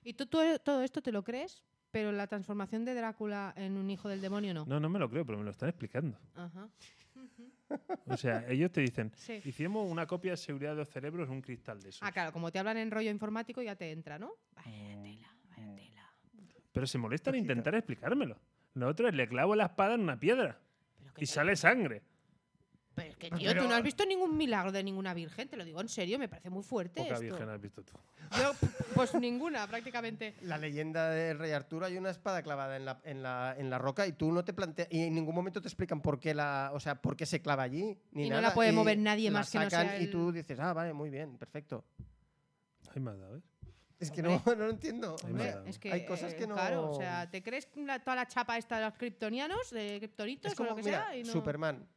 S3: Y tú, tú- todo esto te lo crees, pero la transformación de Drácula en un hijo del demonio no.
S1: No, no me lo creo, pero me lo están explicando.
S3: Ajá.
S1: O sea, ellos te dicen,
S3: Sí.
S1: hicimos una copia de seguridad de los cerebros en un cristal de esos.
S3: Ah, claro, como te hablan en rollo informático ya te entra, ¿no?
S1: Mm.
S4: Vaya tela, vaya tela.
S1: Pero se molestan en intentar explicármelo. Lo otro es, le clavo la espada en una piedra
S3: Pero que,
S1: y sale sangre.
S3: pero es que, tío, tú no has visto ningún milagro de ninguna virgen, te lo digo en serio, me parece muy fuerte
S1: Poca
S3: esto.
S1: virgen has visto tú.
S3: Yo, pues ninguna, prácticamente.
S2: La leyenda del rey Arturo hay una espada clavada en la, en la, en la roca y tú no te planteas y en ningún momento te explican por qué la, o sea, por qué se clava allí ni
S3: Y no
S2: nada,
S3: la puede
S2: y
S3: mover nadie
S2: la
S3: más que no
S2: sacan
S3: sea
S2: y
S3: el-
S2: tú dices, "Ah, vale, muy bien, perfecto."
S1: Ay, me ha dado, ¿eh?
S2: Es que no, [laughs] no lo
S1: Hay
S2: entiendo. o sea,
S3: Hombre,
S1: Claro.
S3: es que,
S2: Hay cosas
S3: eh,
S2: que no-
S3: Claro, o sea, te crees la- toda la chapa esta de los kryptonianos, de kryptonitos
S2: Es
S3: o
S2: como,
S3: lo que
S2: mira,
S3: sea. Y no...
S2: Superman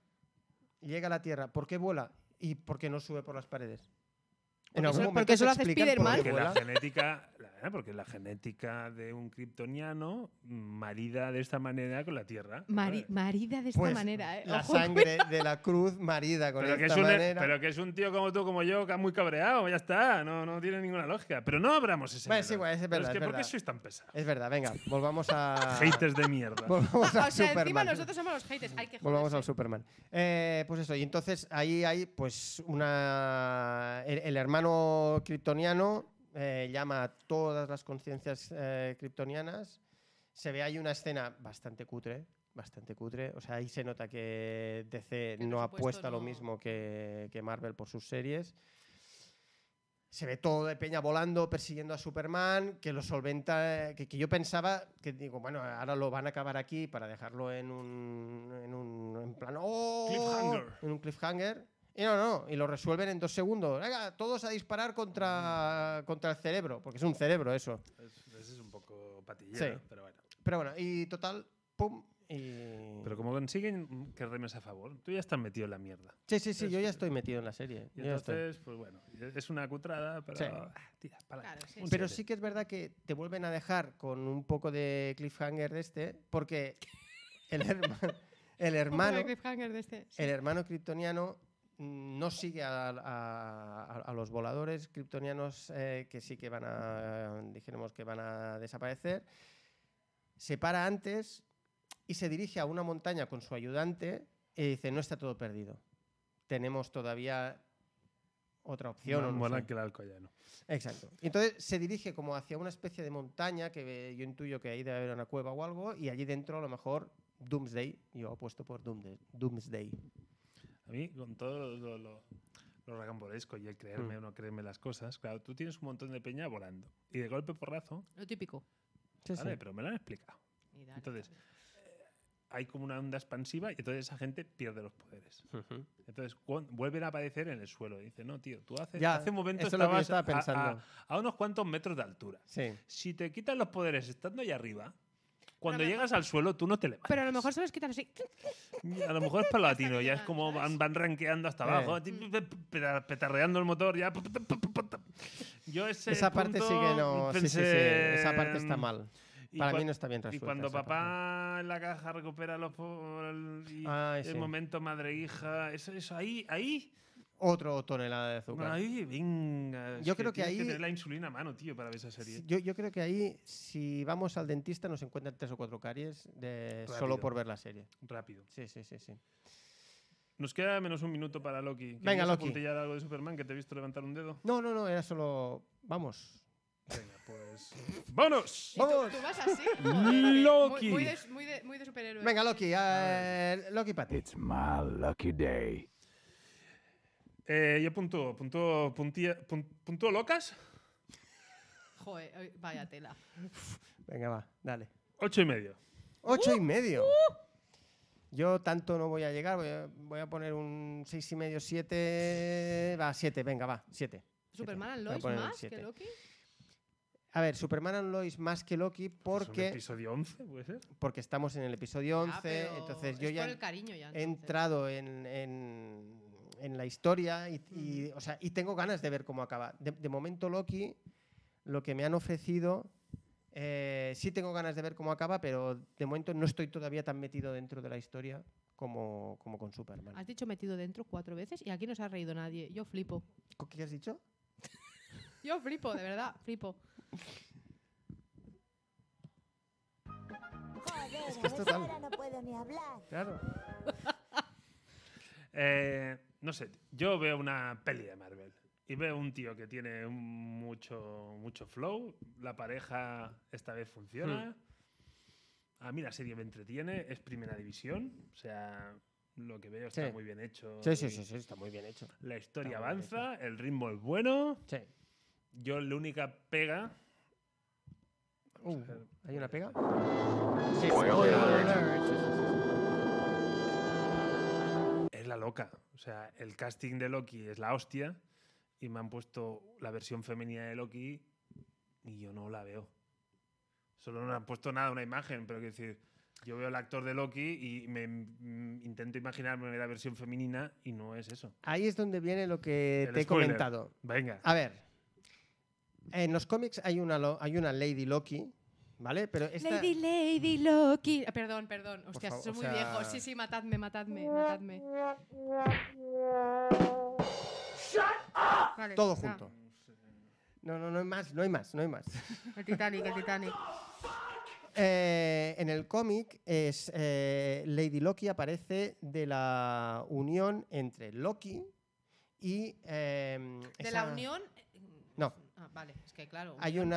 S2: llega a la Tierra. ¿Por qué vuela? ¿Y por qué no sube por las paredes? En
S3: Porque
S2: algún
S3: eso-
S2: momento
S3: porque eso
S2: te
S3: lo hace
S2: explican por qué
S3: Spiderman.
S1: Porque la
S2: vuela.
S1: genética, la verdad, porque la genética de un kryptoniano marida de esta manera con la Tierra.
S3: Mari-
S1: ¿sabes?
S3: marida de esta
S2: Pues,
S3: manera, ¿eh?
S2: La
S3: Ojo,
S2: sangre de la cruz marida con
S1: Pero que, es
S2: esta
S1: un, e-
S2: manera.
S1: pero que es un tío como tú, como yo, que es muy cabreado, ya está, no, no tiene ninguna lógica. Pero no abramos ese.
S2: Bueno, es
S1: melón.
S2: igual, es
S1: Pero
S2: verdad,
S1: es
S2: es
S1: que, ¿por qué
S2: verdad.
S1: sois tan pesados?
S2: Es verdad, venga, volvamos a.
S1: Haters de mierda.
S2: [laughs] Volvamos a
S3: o sea, encima
S2: Superman.
S3: nosotros somos los haters. Hay que
S2: Volvamos
S3: joderse.
S2: al Superman. Eh, pues eso, y entonces ahí hay pues una... El, el hermano kryptoniano eh, llama a todas las conciencias eh, kryptonianas. Se ve ahí una escena bastante cutre, bastante cutre. O sea, ahí se nota que DC
S3: Que el
S2: no
S3: presupuesto
S2: apuesta lo
S3: no-
S2: mismo que, que Marvel por sus series. Se ve todo de peña volando, persiguiendo a Superman, que lo solventa, eh, que, que yo pensaba, que digo, bueno, ahora lo van a acabar aquí para dejarlo en un, en un en plan, ¡oh!
S1: Cliffhanger.
S2: En un cliffhanger. Y no, no, y lo resuelven en dos segundos. Venga, todos a disparar contra, contra el cerebro, porque es un cerebro eso.
S1: Es- ese es un poco patillero,
S2: Sí.
S1: pero bueno.
S2: Pero bueno, y total, pum, y...
S1: Pero como consiguen que remes a favor, tú ya estás metido en la mierda.
S2: sí, sí, sí,
S1: es-
S2: yo ya estoy metido en la serie.
S1: Y
S2: yo ya estoy.
S1: entonces, pues bueno, es una cutrada, pero
S2: Sí.
S1: ah, tira, pa'lante.
S3: Claro, sí,
S1: Un
S2: Pero
S1: siete.
S2: sí que es verdad que te vuelven a dejar con un poco de cliffhanger de este, porque el, herma- el
S3: Un poco de
S2: hermano,
S3: cliffhanger de este. Sí.
S2: el hermano kryptoniano mm, no sigue a, a- a- a los voladores kryptonianos eh, que sí que van a, dijéramos que van a desaparecer. Se para antes y se dirige a una montaña con su ayudante y dice, no está todo perdido. Tenemos todavía otra opción. o
S1: Más
S2: no
S1: mola
S2: sé".
S1: que el alcoyano.
S2: Exacto. Entonces se dirige como hacia una especie de montaña que eh, yo intuyo que ahí debe haber una cueva o algo y allí dentro a lo mejor Doomsday, yo apuesto por Doomsday. Doomsday.
S1: A mí, con todo lo, lo, lo- lo rocambolesco y el creerme
S2: Mm.
S1: o no creerme las cosas, claro, tú tienes un montón de peña volando. Y de golpe porrazo,
S3: Lo típico.
S1: vale, pero me lo han explicado.
S3: Y dale,
S1: Entonces,
S3: dale.
S1: Hay como una onda expansiva y entonces esa gente pierde los poderes. Entonces cuan- vuelven a aparecer en el suelo. Y dice, no, tío, tú hace,
S2: Ya,
S1: hace un momento
S2: eso es lo que yo
S1: estabas
S2: estaba
S1: a- a-
S2: pensando.
S1: A, unos cuantos metros de altura.
S2: Sí.
S1: Si te quitan los poderes estando ahí arriba, cuando
S3: mejor-
S1: llegas al suelo tú no te levantas.
S3: Pero a lo mejor se los quitan así.
S1: [laughs] A lo mejor es palatino, ya es como van, van ranqueando hasta
S2: Eh.
S1: abajo, ti-
S3: Mm.
S1: pe- pe- petardeando el motor, ya. Yo ese
S2: Esa parte sí que
S1: punto
S2: no. sí, sí, sí,
S1: pensé,
S2: Esa parte está
S1: mm,
S2: mal.
S1: y
S2: Para
S1: cua-
S2: mí no está bien
S1: Y
S2: resuelta.
S1: cuando
S2: esa parte.
S1: papá en la caja recupera los po- el, y
S2: Ay,
S1: el
S2: sí.
S1: momento madre hija, eso, eso ahí, ahí,
S2: Otro tonelada de azúcar.
S1: ahí, venga. es
S2: Yo creo que
S1: tienes
S2: ahí-
S1: tener la insulina a mano, tío, para ver esa serie.
S2: Sí, Yo, yo creo que ahí, si vamos al dentista, nos encuentran tres o cuatro caries de solo
S1: Rápido.
S2: por ver la serie.
S1: Rápido.
S2: Sí, sí, sí, sí.
S1: Nos queda menos un minuto para Loki. ¿Querías
S2: Venga, Loki.
S1: apuntillar algo de Superman que te he visto levantar un dedo?
S2: No, no, no, era solo. Vamos.
S1: Venga, pues. ¡Vámonos!
S3: ¿Y tú,
S2: Vamos.
S3: tú
S2: [laughs]
S3: vas así? Muy-
S1: Loki.
S3: Muy, de, muy, de, muy de superhéroe.
S2: Venga, Loki, eh, Loki para ti.
S5: It's my lucky day.
S1: Eh, yo puntúo, puntúo, puntía- pun- puntúo locas,
S3: Joder, ay, vaya tela.
S2: Venga, va, dale.
S1: ocho y medio.
S2: Ocho y medio. Yo tanto no voy a llegar, voy a, voy a poner un seis y medio, siete. Va, siete, venga, va, siete.
S3: ¿Superman and
S2: Voy a
S3: Lois
S2: poner un
S3: más
S2: siete.
S3: que Loki?
S2: A ver, Superman and Lois más que Loki
S1: Pues un
S2: porque,
S1: episodio 11, puede ser.
S2: porque estamos en el episodio 11,
S3: Ah, pero
S2: entonces yo
S3: es
S2: ya
S3: por el cariño ya.
S2: he
S3: entonces.
S2: entrado en, en- en la historia y, y, o sea, y tengo ganas de ver cómo acaba. De, de momento Loki, lo que me han ofrecido, eh, sí tengo ganas de ver cómo acaba, pero de momento no estoy todavía tan metido dentro de la historia como, como con Superman.
S3: Has dicho metido dentro cuatro veces y aquí no se ha reído nadie. Yo flipo.
S2: ¿Co- ¿Qué has dicho?
S3: Yo flipo, de verdad, flipo.
S4: Joder,
S2: Es que es
S4: a esa
S2: total.
S4: hora no puedo ni hablar.
S2: Claro.
S1: Eh, no sé, yo veo una peli de Marvel y veo un tío que tiene un- mucho, mucho flow, la pareja esta vez
S2: Hmm.
S1: funciona. A mí la serie me entretiene, es primera división, o sea, lo que veo está
S2: Sí.
S1: muy bien hecho.
S2: Sí, sí,
S1: y
S2: sí, sí, está muy bien hecho.
S1: La historia
S2: Está muy bien
S1: avanza, el ritmo es bueno.
S2: Sí.
S1: Yo la única pega
S2: Uh,
S1: a ver.
S2: ¿Hay una pega?
S5: Spoiler alert.
S2: Sí, sí, sí, sí.
S1: es la loca. O sea, el casting de Loki es la hostia y me han puesto la versión femenina de Loki y yo no la veo. Solo no han puesto nada, una imagen, pero quiero decir, Yo veo al actor de Loki y me mm, intento imaginarme la versión femenina y no es eso.
S2: Ahí es donde viene lo que
S1: El
S2: te he
S1: spoiler.
S2: comentado.
S1: Venga.
S2: A ver, en los cómics hay una, lo- hay una Lady Loki, ¿vale? Pero esta,
S3: Lady, Lady Loki. Ah, Perdón, perdón. Hostias,
S2: favor,
S3: soy
S2: o
S3: muy
S2: sea-
S3: viejo. Sí, sí, matadme, matadme, matadme. Vale,
S2: todo
S3: ya.
S2: junto. No, no, no hay más, no hay más, no hay más. [laughs]
S3: El Titanic, el Titanic.
S2: Eh, en el cómic es eh, Lady Loki aparece de la unión entre Loki y em,
S3: ¿De
S2: esa-
S3: la Unión?
S2: No.
S3: Ah, vale, es que claro.
S2: Hay
S3: unión, ¿qué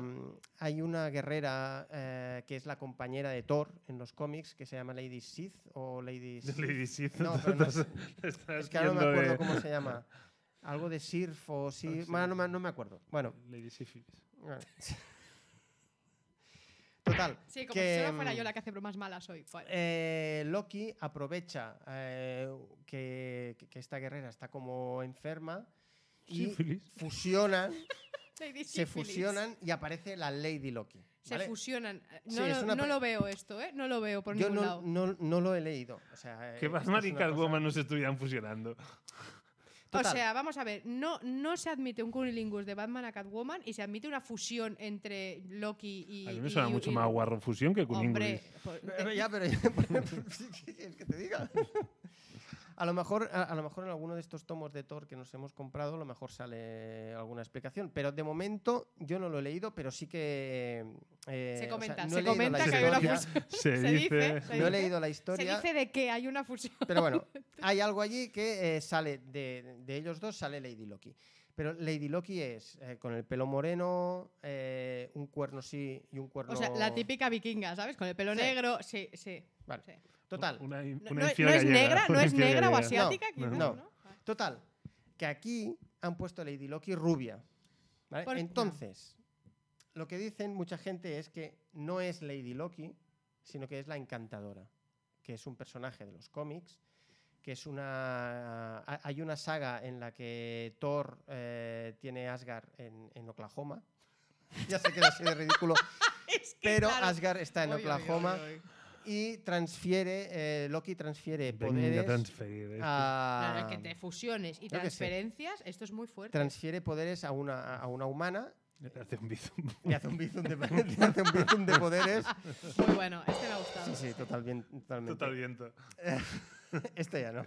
S2: una,
S3: decir
S2: hay una guerrera eh, que es la compañera de Thor en los cómics que se llama Lady Sith o Lady
S1: [laughs]
S2: Sith.
S1: [laughs] Lady Sith,
S2: No, pero no
S1: estás-
S2: Es
S1: [laughs] estás
S2: que ahora no me
S1: viendo eh, de- Ah,
S2: acuerdo cómo se
S1: [laughs]
S2: llama. Algo de Sirf o si...
S1: sí.
S2: bueno, no, me- no me acuerdo. Bueno,
S1: Lady
S2: Eh,
S1: Sífilis.
S2: bueno. total.
S3: eso? Sí, como
S2: que,
S3: si solo fuera
S2: mm,
S3: yo la que hace bromas malas hoy. Fue-
S2: eh, Loki aprovecha eh, que, que esta guerrera está como enferma y
S1: Sífilis.
S3: [laughs]
S2: fusionan,
S3: Lady
S2: se
S3: Sífilis.
S2: fusionan y aparece la Lady Loki.
S3: Se
S2: ¿vale?
S3: fusionan. Eh,
S2: Sí,
S3: No,
S2: es
S3: lo-
S2: una
S3: no
S2: pe-
S3: lo veo esto, ¿eh? No lo veo por
S2: Yo
S3: ningún
S2: no, mm, no,
S3: lado.
S2: no lo he leído. O sea,
S1: Que
S2: eh, esto
S1: Batman
S2: es
S1: y
S2: una
S1: Catwoman
S2: cosa-
S1: no se estuvieran fusionando.
S3: O
S2: Total.
S3: sea, vamos a ver, no, no se admite un cunilingus de Batman a Catwoman y se admite una fusión entre Loki y.
S1: A mí me
S3: y-
S1: suena
S3: y-
S1: mucho
S3: y-
S1: más guarro fusión que
S3: Hombre,
S1: Cuningulis.
S3: pues,
S2: [laughs] Pero Eh, ya, pero [laughs] ¿qué quieres que te diga? [laughs] A lo, mejor, a, a lo mejor en alguno de estos tomos de Thor que nos hemos comprado, a lo mejor sale alguna explicación. Pero de momento yo no lo he leído, pero sí que. eh, o
S3: Se
S2: sea,
S3: comenta,
S2: no
S3: se
S2: he leído la
S3: comenta que
S1: hay una
S2: historia,
S3: fusión.
S1: Se,
S3: Se
S1: dice.
S3: dice-
S2: [laughs]
S3: se
S2: No he
S3: dice-
S2: leído la
S3: se
S2: historia.
S3: dice de que hay una fusión.
S2: [laughs]
S3: [laughs]
S2: Pero bueno, hay algo allí que eh, sale de, de ellos dos, sale Lady Loki. Pero Lady Loki es eh, con el pelo moreno, eh, un cuerno sí y un cuerno.
S3: O sea, la típica vikinga, ¿sabes? Con el pelo
S2: Sí.
S3: negro, sí, sí.
S2: Vale.
S3: sí.
S2: Total.
S1: Una, in-
S3: No,
S1: una
S3: no-
S1: infiel
S3: no es
S1: gallega,
S3: negra, no
S1: una
S3: es
S1: infiel
S3: negra o
S1: gallega.
S3: asiática,
S1: No,
S3: quizás,
S2: no.
S3: ¿no? Ah.
S2: Total, que aquí han puesto a Lady Loki rubia. ¿vale?
S3: Por-
S2: Entonces, lo que dicen mucha gente es que no es Lady Loki, sino que es la encantadora, que es un personaje de los cómics, que es una... ha- Hay una saga en la que Thor eh, tiene Asgard en, en Oklahoma. [laughs] Ya sé que no soy de
S3: [laughs]
S2: ridículo,
S3: Es que,
S2: pero
S3: claro.
S2: Asgard está en
S3: Oy, oy, oy,
S2: Oklahoma
S3: oy, oy.
S2: y transfiere, eh, Loki transfiere
S1: Venga,
S2: poderes
S1: transferir. esto.
S2: a...
S3: Claro, que te fusiones
S2: ah,
S3: y
S2: Yo qué sé.
S3: transferencias, esto es muy fuerte.
S2: transfiere poderes a una, a una humana
S1: Hace un bizum.
S2: y hace un bizum de, [laughs] le hace un bizum de poderes.
S3: Muy bueno, este me ha gustado.
S2: Sí, sí, total, bien- totalmente.
S1: Total viento.
S2: [laughs] Este ya no.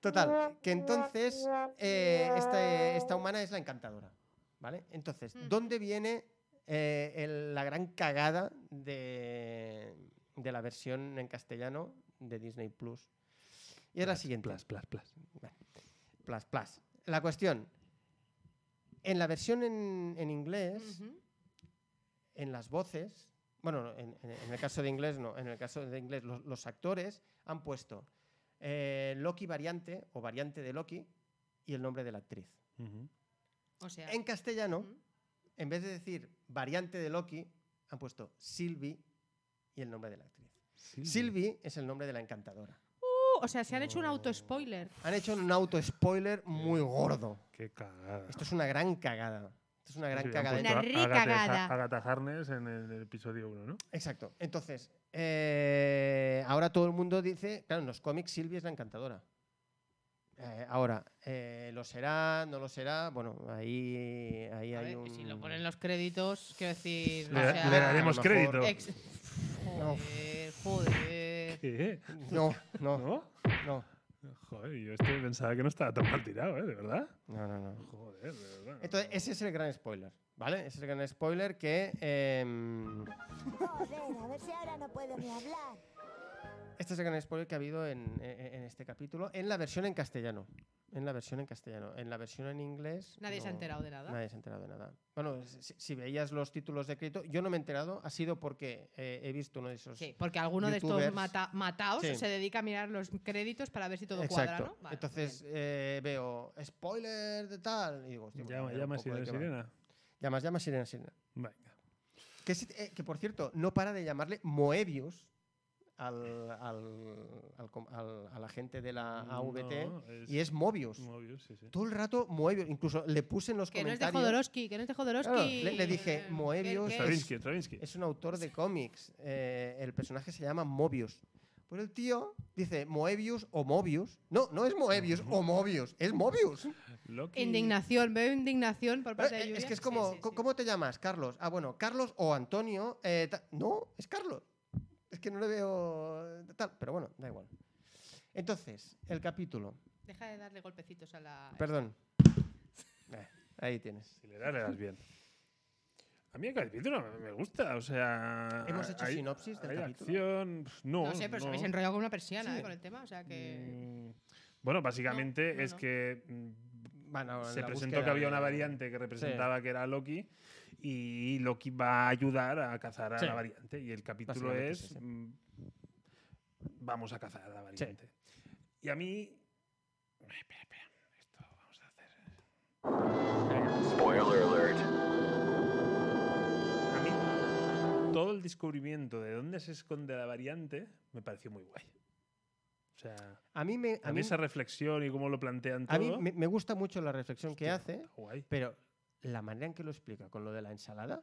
S2: Total, que entonces eh, esta, esta humana es la encantadora. ¿Vale? Entonces,
S3: Mm.
S2: ¿dónde viene eh, el- la gran cagada de, de la versión en castellano de Disney Plus? Y es la siguiente.
S1: Plas, plas, plas.
S2: Plus, plus. La cuestión. En la versión en, en inglés,
S3: Ujú.
S2: en las voces, bueno, no, en, en- en el caso de inglés no, en el caso de inglés los, los actores han puesto eh, Loki variante o variante de Loki y el nombre de la actriz.
S1: Ujú.
S3: O sea,
S2: En castellano,
S3: ujú.
S2: en vez de decir variante de Loki, han puesto Sylvie y el nombre de la actriz. Sylvie es el nombre de la encantadora.
S3: Uh, o sea, se han hecho un auto-spoiler.
S2: Han hecho un auto-spoiler muy gordo.
S1: Qué cagada.
S2: Esto es una gran cagada. Esto es una gran
S1: Sí, han
S2: cagada.
S1: puesto a-
S3: Una rica
S1: Agatha-
S3: cagada.
S1: Agatha Harness en el, el episodio 1, ¿no?
S2: Exacto. Entonces, eh, ahora todo el mundo dice, claro, en los cómics Silvia es la encantadora. Eh, ahora, eh, ¿lo será? ¿No lo será? Bueno, ahí, ahí
S3: A
S2: hay
S3: ver,
S2: un...
S3: Si lo ponen los créditos, quiero decir.
S1: Le,
S3: o sea,
S1: le
S2: a
S1: daremos
S2: lo mejor-
S1: crédito.
S3: ex- Joder, joder.
S1: ¿Qué?
S2: [laughs] No, no, no,
S1: ¿eh? ¿No?
S2: no,
S1: Joder, yo este pensaba que no estaba tan mal tirado, ¿eh? ¿De verdad?
S2: no, no.
S1: Joder, de verdad.
S2: Entonces, ese es el gran spoiler, ¿vale? Ese es el gran spoiler que... em,
S6: Joder, a ver si ahora no puedo ni hablar.
S2: Este es el gran spoiler que ha habido en, en- en este capítulo, en la versión en castellano. En la versión en castellano. En la versión en inglés.
S3: Nadie se ha enterado de nada.
S2: Nadie se ha enterado de nada. Bueno, si, si veías los títulos de crédito, yo no me he enterado, ha sido porque eh, he visto uno de esos.
S3: Sí, porque alguno de
S2: youtubers-
S3: estos mata- mataos
S2: Sí.
S3: se dedica a mirar los créditos para ver si todo cuadra,
S2: Exacto.
S3: ¿no? Vale,
S2: Entonces eh, veo spoiler de tal. Y digo, hostia, pues
S1: Llama,
S2: voy a ver
S1: llama
S2: un poco de
S1: Sirena,
S2: qué va.
S1: Sirena.
S2: Llamas, llamas, sirena, sirena.
S1: Venga.
S2: Que, es- eh, que, por cierto, no para de llamarle Moebius al, al- al com- al- a la gente de la AVT
S1: No, es-
S2: y es Mobius.
S1: Mobius, sí, sí.
S2: Todo el rato Moebius. Incluso le puse en los
S3: Que no es de
S2: comentarios.
S3: Jodorowsky, que no es de Jodorowsky.
S2: Claro, le- le dije,
S3: Eh,
S2: Moebius,
S3: ¿qué- qué es?
S1: Pues Stravinsky, Stravinsky.
S2: Es un autor de cómics. eh, el personaje se llama Mobius. Pues el tío dice Moebius o Mobius. No, no es Moebius o Mobius, es Mobius.
S1: Pues Loki.
S3: Indignación, veo indignación por parte de
S2: Eh,
S3: Julia.
S2: es que es
S3: Sí,
S2: como,
S3: sí, sí.
S2: co- ¿cómo te llamas, Carlos? Ah, bueno, Carlos o Antonio. eh, ta- no, es Carlos. Es que no le veo eh, tal, pero bueno, da igual. Entonces, el capítulo.
S3: Deja de darle golpecitos a la.
S2: Perdón. [laughs] Eh, ahí tienes.
S1: Si le das, le das bien. A mí el capítulo me- me gusta, o sea...
S2: ¿Hemos hecho sinopsis del
S1: hay
S2: capítulo?
S1: acción... pf, No,
S3: No sé, pero os habéis enrollado con una persiana
S2: Sí.
S3: eh, con el tema, o sea que.
S1: Mm, Bueno, básicamente
S3: No, no,
S1: es
S3: no.
S1: que mm,
S2: Van a-
S1: se
S2: la
S1: presentó
S2: búsqueda
S1: que había una
S2: de-
S1: variante que representaba que era Loki y Loki va a ayudar a cazar a
S2: Sí.
S1: la variante y el capítulo
S2: Básicamente
S1: es
S2: sí, sí.
S1: mm, vamos a cazar a la variante. Y a mí Ay, espera, espera. Esto vamos a hacer.
S5: Spoiler alert.
S1: A mí todo el descubrimiento de dónde se esconde la variante me pareció muy guay. O sea, a
S2: A mí me, a
S1: mí
S2: mí,
S1: esa reflexión y cómo lo plantean todo.
S2: a mí me, me gusta mucho la reflexión que
S1: hostia,
S2: hace,
S1: está Guay.
S2: pero la manera en que lo explica con lo de la ensalada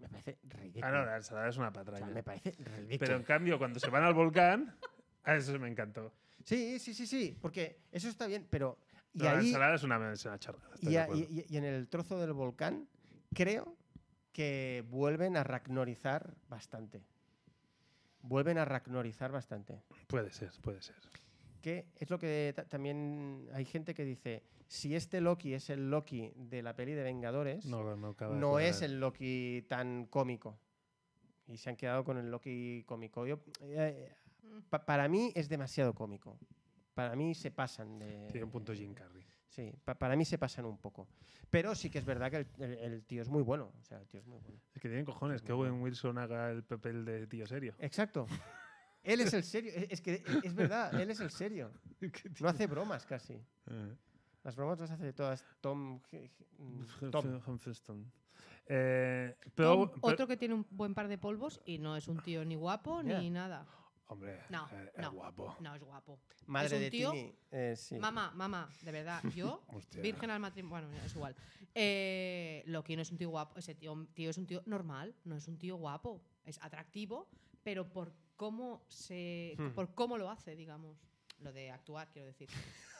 S2: me parece ridículo.
S1: Ah, no, la ensalada es una
S2: O sea,
S1: patraña.
S2: me parece ridículo.
S1: Pero en cambio, cuando se van al volcán, a eso me encantó.
S2: Sí, sí, sí, sí, porque eso está bien, pero... Y
S1: la
S2: ahí,
S1: ensalada es una, es una charla.
S2: y, a- y- y- y en el trozo del volcán, creo que vuelven a ragnorizar bastante. Vuelven a ragnorizar bastante.
S1: Puede ser, puede ser.
S2: Que es lo que ta- también hay gente que dice, si este Loki es el Loki de la peli de Vengadores,
S1: No, no, acaba de
S2: no
S1: cuadrar.
S2: es el Loki tan cómico. Y se han quedado con el Loki cómico. Yo, eh,
S3: Mm.
S2: pa- para mí es demasiado cómico. Para mí se pasan de...
S1: Tiene un punto Jim Carrey.
S2: Sí, pa- para mí se pasan un poco. Pero sí que es verdad que el, el- el tío es muy bueno. O sea, el tío es muy bueno.
S1: Es que tienen cojones que Owen Wilson haga el papel de tío serio.
S2: Exacto. [laughs] Él es el serio. Es es que es verdad, él es
S1: [laughs]
S2: el serio. No hace bromas casi.
S1: Eh.
S2: Las bromas las hace todas Tom. mm, H- H- Tom.
S1: Humphrey. Eh, pero,
S3: Tom,
S1: pero-
S3: otro que tiene un buen par de polvos y no es un tío ni guapo
S2: Ya.
S3: ni nada.
S1: Hombre,
S3: No,
S1: eh, es
S3: no.
S1: guapo.
S3: No es guapo.
S2: Madre
S3: un
S2: de
S3: tío-
S2: Tini. eh, sí.
S3: Mamá, mamá, de verdad, yo,
S1: Hostia.
S3: virgen al matrimonio, bueno, es igual. Eh, Loki no es un tío guapo, ese tío, tío es un tío normal, no es un tío guapo, es atractivo, pero por cómo se,
S2: Hmm.
S3: por cómo lo hace, digamos, lo de actuar, quiero decir.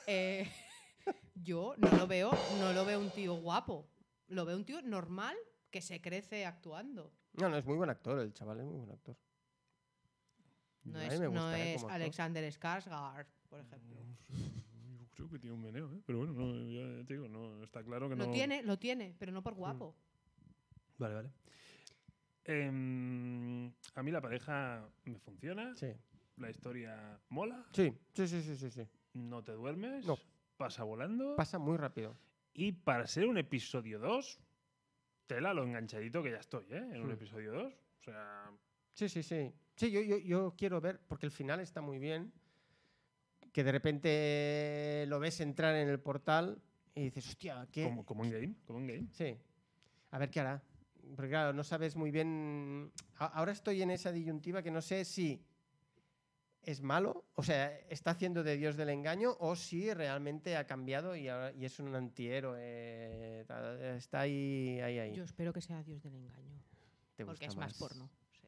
S3: Eh, [laughs] yo no lo veo, no lo veo un tío guapo, lo veo un tío normal que se crece actuando.
S2: No, no, es muy buen actor. El chaval es muy buen actor.
S3: No
S2: A mí
S3: es,
S2: me gusta,
S3: no
S2: ¿eh?
S3: es
S2: como actor.
S3: Alexander Skarsgård, por ejemplo.
S1: Yo creo que tiene un meneo, ¿eh? pero bueno, no, ya te digo, no, está claro
S2: Mm,
S1: que
S3: Lo
S1: no.
S3: tiene, lo tiene, pero no por guapo.
S1: Vale, vale. Em, a mí la pareja me funciona,
S2: Sí.
S1: la historia mola,
S2: Sí, sí, sí, sí, sí. sí.
S1: no te duermes,
S2: No.
S1: pasa volando.
S2: Pasa muy rápido.
S1: y para ser un episodio 2, tela lo enganchadito que ya estoy, ¿eh? En un
S2: Mm.
S1: episodio 2. O sea,
S2: Sí, sí, sí. Sí, yo, yo, yo quiero ver, porque el final está muy bien, que de repente lo ves entrar en el portal y dices, hostia, ¿qué?
S1: como, como en game, como en game.
S2: Sí. A ver qué hará. Porque claro, no sabes muy bien... A- Ahora estoy en esa disyuntiva que no sé si es malo, o sea, está haciendo de Dios del engaño, o si realmente ha cambiado y, ahora- y es un antihéroe. tal, Está ahí, ahí, ahí.
S3: Yo espero que sea Dios del engaño.
S2: Te
S3: Porque es
S2: Mm, gusta
S3: más, porno. sí.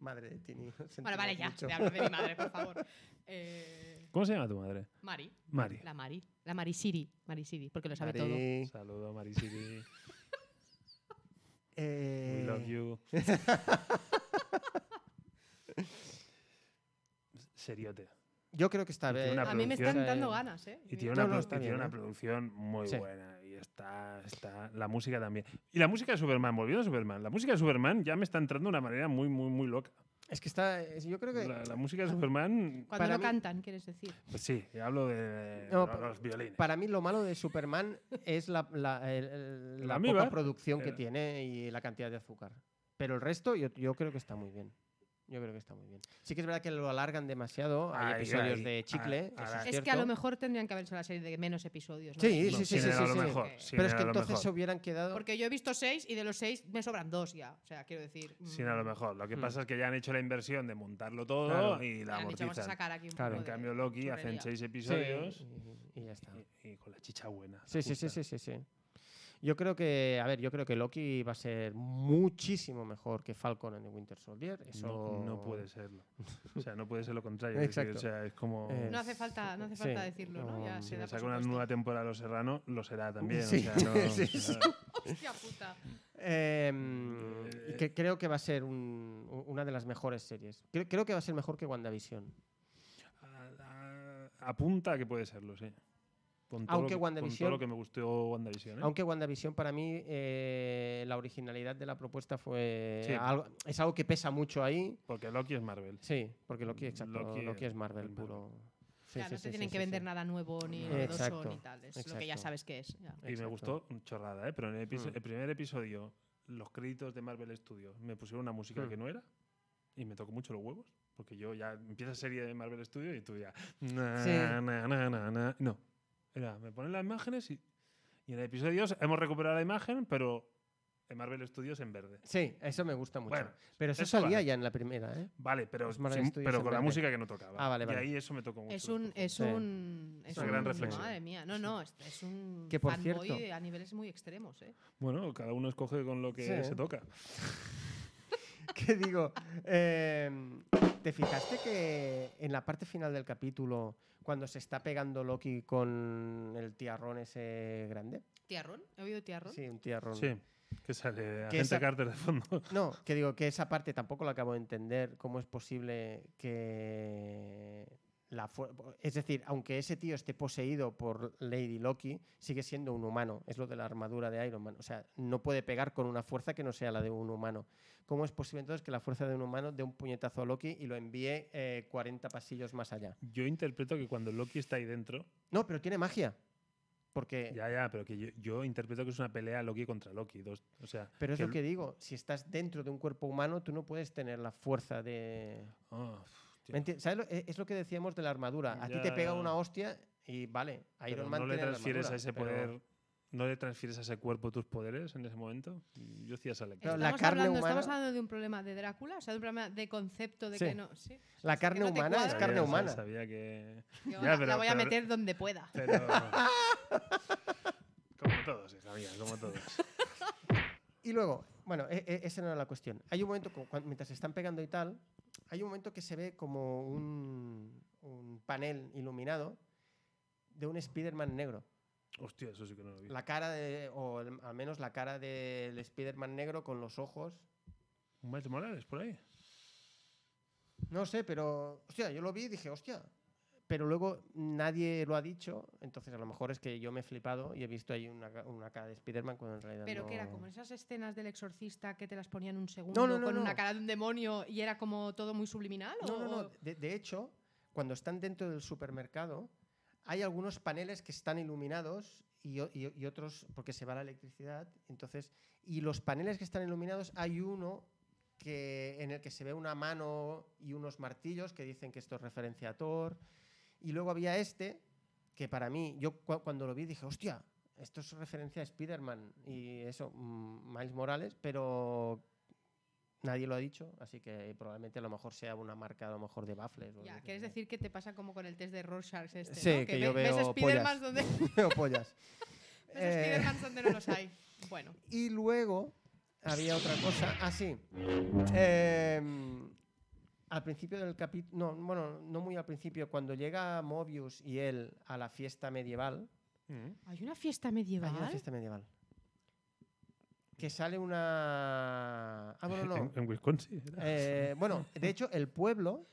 S2: Madre de Tini. lo
S3: Bueno,
S2: sentimos
S3: vale, ya.
S2: mucho.
S3: Te hablo de mi madre, por favor. [laughs] Eh,
S1: ¿Cómo se llama tu madre?
S3: Mari.
S1: Mari.
S3: La Mari. La Marisiri. Marisiri, porque lo sabe todo.
S2: Mari.
S1: Saludo, Mari Siri.
S2: Eh,
S1: We love you. Seriote.
S2: Yo creo que está eh,
S1: tiene
S2: ah, bien.
S1: una
S3: A mí me
S1: producción,
S3: están dando ganas, ¿eh?
S1: Y tiene
S2: No,
S1: una,
S2: no,
S1: produ-
S2: está
S1: y tiene
S2: bien,
S1: una
S2: ¿eh?
S1: producción muy
S2: Sí.
S1: buena. Y está, está. La música también. Y la música de Superman, volviendo a Superman. La música de Superman ya me está entrando de una manera muy, muy, muy loca.
S2: Es que está. es- Yo creo que.
S1: La, la música de Superman.
S3: Cuando
S2: Para
S3: lo
S2: mí-
S3: cantan, quieres decir.
S1: Pues sí, hablo de
S2: No,
S1: lo-
S2: pa-
S1: los violines.
S2: Para mí, lo malo de Superman es la, la, el- el-
S1: El
S2: la
S1: amíbar.
S2: poca producción que
S1: Eh.
S2: tiene y la cantidad de azúcar. Pero el resto, yo, yo creo que está muy bien. Yo creo que está muy bien. Sí que es verdad que lo alargan demasiado. Hay
S1: Ay,
S2: episodios
S1: ay,
S2: de chicle.
S1: ay,
S2: eso
S1: ay.
S2: es,
S3: Es que a
S2: cierto.
S3: lo mejor tendrían que haber hecho la serie de menos episodios. ¿no?
S2: Sí,
S1: No,
S2: sí, sí,
S1: sin
S2: sí.
S1: el
S2: sí,
S1: a lo
S2: sí.
S1: mejor.
S3: Pero
S1: sin
S2: Pero
S1: el
S2: es
S1: a
S2: que
S1: lo
S2: entonces se
S1: mejor.
S2: hubieran quedado.
S3: Porque yo he visto seis y de los seis me sobran dos ya. O sea, quiero decir.
S1: Sin a lo
S3: mm,
S1: mejor. Lo que
S2: Mm.
S1: pasa es que ya han hecho la inversión de montarlo todo
S2: Claro.
S1: y la
S3: han dicho, vamos a
S1: amortizan.
S3: sacar aquí un
S2: Claro.
S3: poco
S1: En
S3: de
S1: cambio, Loki hacen
S3: churrería.
S1: seis
S2: Sí,
S1: episodios
S2: y, y ya está.
S1: y, y con la chicha buena.
S2: Sí, sí, sí,
S1: justa.
S2: sí, sí, sí. Yo creo que, a ver, yo creo que Loki va a ser muchísimo mejor que Falcon and the Winter Soldier. Eso
S1: No, no puede serlo. O sea, no puede ser lo contrario. es
S2: Exacto.
S1: decir, o sea, es como.
S2: Eh,
S3: No hace falta, no hace
S2: Sí,
S3: falta decirlo, ¿no? Ya
S2: no,
S3: se
S1: si
S3: da
S1: me
S3: por
S1: saca una
S3: supuesto.
S1: nueva temporada a Los Serrano, lo será también.
S2: Sí.
S1: O
S2: [laughs]
S1: sea, no,
S2: Sí, sí.
S1: o sea,
S3: Hostia puta.
S2: Em, y
S1: Eh,
S2: que creo que va a ser un- u- una de las mejores series. Cre- creo que va a ser mejor que WandaVision.
S1: a- a- apunta a que puede serlo, sí. Con todo lo
S2: Aunque
S1: que- Con
S2: WandaVision-
S1: todo lo que me gustó WandaVision. ¿eh?
S2: Aunque WandaVision para mí eh, la originalidad de la propuesta fue
S1: Sí.
S2: algo- es algo que pesa mucho ahí.
S1: Porque Loki es Marvel.
S2: Sí, porque Loki, exacto, Loki,
S1: Loki
S2: es Marvel
S1: es Marvel.
S2: puro. Sí,
S3: Ya,
S2: sí,
S3: no
S2: sí,
S3: te
S2: sí,
S3: tienen
S2: sí,
S3: que vender
S2: sí.
S3: nada nuevo ni
S2: No.
S3: novedoso
S2: Exacto,
S3: ni tal. Es lo que ya
S2: exacto.
S3: sabes que es. ya.
S1: Y me
S2: Exacto.
S1: gustó un chorrada, ¿eh? Pero en el, episo-
S2: Mm.
S1: el primer episodio, los créditos de Marvel Studios, me pusieron una música
S2: Mm.
S1: que no era y me tocó mucho los huevos. Porque yo ya empieza serie de Marvel Studios y tú ya. na,
S2: Sí.
S1: na, na, na, na. No. Era, me ponen las imágenes y. Y en el episodio s- hemos recuperado la imagen, pero en Marvel Studios en verde.
S2: Sí, eso me gusta mucho.
S1: Bueno,
S2: Pero eso,
S1: eso
S2: salía
S1: vale.
S2: ya en la primera, ¿eh?
S1: Vale, pero,
S2: Los Marvel
S1: sin-
S2: Studios
S1: pero
S2: en
S1: con la
S2: verde.
S1: música que no tocaba.
S2: Ah, vale, vale.
S1: Y ahí eso me tocó mucho.
S3: Es
S1: los
S3: un,
S1: cojones.
S3: es
S2: Sí.
S3: un,
S1: Es una gran reflexión.
S3: Madre mía, no,
S2: Sí.
S3: no, es, es un
S2: Que, por
S3: fanboy
S2: cierto-
S3: a niveles muy extremos, ¿eh?
S1: Bueno, cada uno escoge con lo que
S2: Sí.
S1: se toca.
S2: [laughs] que digo, em, ¿te fijaste que en la parte final del capítulo, cuando se está pegando Loki con el tiarrón ese grande?
S3: Tiarrón, he oído tiarrón. Eh,
S2: Sí, un tiarrón.
S1: Sí, que sale
S2: Que
S1: Agente
S2: esa-
S1: Carter de fondo.
S2: No, que digo que esa parte tampoco la acabo de entender, cómo es posible que... La fu- es decir, aunque ese tío esté poseído por Lady Loki, sigue siendo un humano. Es lo de la armadura de Iron Man. O sea, no puede pegar con una fuerza que no sea la de un humano. ¿Cómo es posible entonces que la fuerza de un humano dé un puñetazo a Loki y lo envíe eh, 40 pasillos más allá?
S1: Yo interpreto que cuando Loki está ahí dentro,
S2: No, pero tiene magia. Porque...
S1: ya, ya, pero que yo, yo interpreto que es una pelea Loki contra Loki. Dos, o sea,
S2: Pero es lo
S1: el-
S2: que digo, si estás dentro de un cuerpo humano, tú no puedes tener la fuerza de...
S1: Ah,
S2: ¿Me entiendes? ¿Sabes lo- e- es lo que decíamos de la armadura. A ti te
S1: Ya.
S2: pega una hostia y vale, Iron
S1: pero
S2: Man
S1: no le
S2: tiene la
S1: transfieres a
S2: armadura,
S1: ese
S2: pero-
S1: poder, no le transfieres a ese cuerpo tus poderes en ese momento. Yo hacía esa lectura.
S2: Pero la
S3: estamos,
S2: carne
S3: hablando,
S2: humana-
S3: estamos hablando de un problema de Drácula, o sea, de un problema de concepto de
S2: Sí.
S3: que no. sí, sí,
S2: La
S3: sí,
S2: carne
S3: que no te
S2: humana es
S3: cuadra.
S2: carne
S1: Sabía-
S2: humana.
S1: Sabía que.
S3: Yo
S1: Ya,
S3: la, la
S1: pero-
S3: voy a
S1: pero-
S3: meter donde pueda.
S2: [laughs]
S1: Pero. como todos, hija mía, como todos.
S2: Y luego, bueno, e- e- esa no era la cuestión. Hay un momento, cu- cuan- mientras se están pegando y tal, hay un momento que se ve como un, un panel iluminado de un Spider-Man negro.
S1: Hostia, eso sí que no lo vi.
S2: La cara de, o el- al menos la cara del Spider-Man negro con los ojos.
S1: ¿Un Miles Morales por ahí?
S2: No sé, pero, hostia, yo lo vi y dije, hostia. Pero luego nadie lo ha dicho, entonces a lo mejor es que yo me he flipado y he visto ahí una, ca- una cara de Spider-Man cuando en realidad
S3: Pero
S2: no...
S3: que era como esas escenas del exorcista que te las ponían un segundo
S2: No, no, no,
S3: con
S2: no.
S3: una cara de un demonio y era como todo muy subliminal.
S2: No,
S3: o-
S2: no, no.
S3: o-
S2: De, de hecho, cuando están dentro del supermercado, hay algunos paneles que están iluminados y, o- y- y otros porque se va la electricidad. Entonces, y los paneles que están iluminados, hay uno que, en el que se ve una mano y unos martillos que dicen que esto es referencia a Thor. Y luego había este, que para mí, yo cua- cuando lo vi dije, hostia, esto es referencia a Spider-Man y eso, mm, Miles Morales, pero nadie lo ha dicho, así que probablemente a lo mejor sea una marca a lo mejor de baffles. o
S3: Ya,
S2: yo qué
S3: ¿quieres
S2: sé. [laughs]
S3: decir que te pasa como con el test de Rorschach este?
S2: Sí,
S3: ¿no?
S2: que yo
S3: ve-
S2: veo
S3: ves Spidermans
S2: pollas.
S3: donde, ves
S2: Pero
S3: [laughs]
S2: pollas.
S3: Pues
S2: Eh,
S3: Spidermans donde no
S2: [laughs]
S3: los hay. Bueno,
S2: y luego había otra cosa, ah, así. al principio del capítulo, no, bueno, no muy al principio, cuando llega Mobius y él a la fiesta medieval, Mm.
S3: hay una fiesta
S2: Hay
S3: medieval.
S2: una fiesta medieval. Que sale una.
S1: [laughs]
S2: Ah, bueno, no.
S1: En, en Wisconsin. era. [laughs]
S2: Eh, bueno, de hecho, el pueblo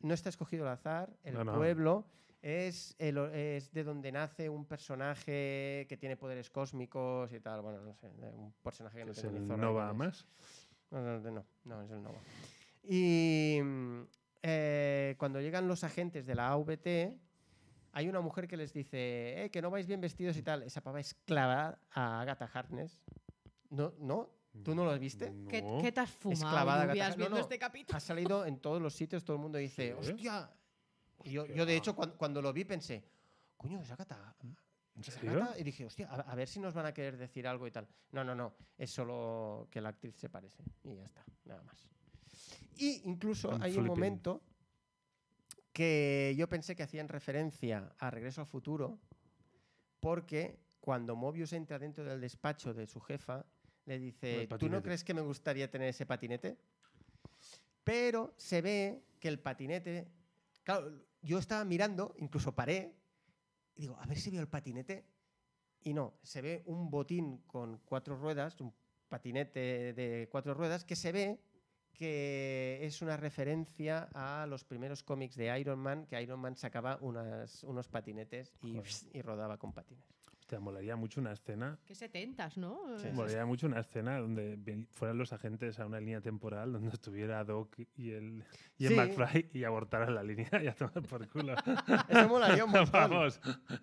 S2: no está escogido al azar. El
S1: No, no.
S2: pueblo es, el o- es de donde nace un personaje que tiene poderes cósmicos y tal. Bueno, no sé. de Un personaje que no
S1: es
S2: tengo
S1: el
S2: ni zorra
S1: Nova
S2: quién es.
S1: más.
S2: No, no, no, no, no, es el Nova. Y mm, eh, cuando llegan los agentes de la AVT, hay una mujer que les dice eh, que no vais bien vestidos y tal. Esa pava es clavada a Agatha Harkness. No, no, ¿Tú no lo viste?
S1: No.
S3: ¿Qué, qué te has fumado?
S2: clavada,
S3: Lluvias,
S2: Gataca. No,
S3: viendo
S2: no.
S3: este capítulo?
S2: Ha salido en todos los sitios, todo el mundo dice,
S1: ¿Sí?
S2: ¡hostia! Y yo,
S1: Hostia.
S2: yo, de hecho, cuan- cuando, lo vi pensé, coño, Sakata.
S1: ¿En serio?
S2: Sakata. Y dije, hostia, a, a ver si nos van a querer decir algo y tal. No, no, no. Es solo que la actriz se parece. Y ya está, nada más. Y incluso
S1: I'm
S2: hay un
S1: flipping.
S2: momento que yo pensé que hacían referencia a Regreso al Futuro, porque cuando Mobius entra dentro del despacho de su jefa, le
S1: Con
S2: dice,
S1: el
S2: ¿tú no
S1: patinete.
S2: crees que me gustaría tener ese patinete? Pero se ve que el patinete, claro, yo estaba mirando, incluso paré, y digo, a ver si veo el patinete. Y no, se ve un botín con cuatro ruedas, un patinete de cuatro ruedas, que se ve que es una referencia a los primeros cómics de Iron Man, que Iron Man sacaba unas- unos patinetes y,
S1: Joder.
S2: y rodaba con patines.
S1: Te molaría mucho una escena.
S3: Qué setentas, ¿no?
S2: Sí.
S3: Eh,
S2: Bueno,
S1: Molaría mucho una escena donde vi- fueran los agentes a una línea temporal donde estuviera Doc y el, y el
S2: Sí.
S1: McFly y abortaran la línea [laughs] y a tomar por
S2: [laughs]
S1: culo.
S2: Eso
S1: [laughs]
S2: molaría un montón.
S1: Vamos.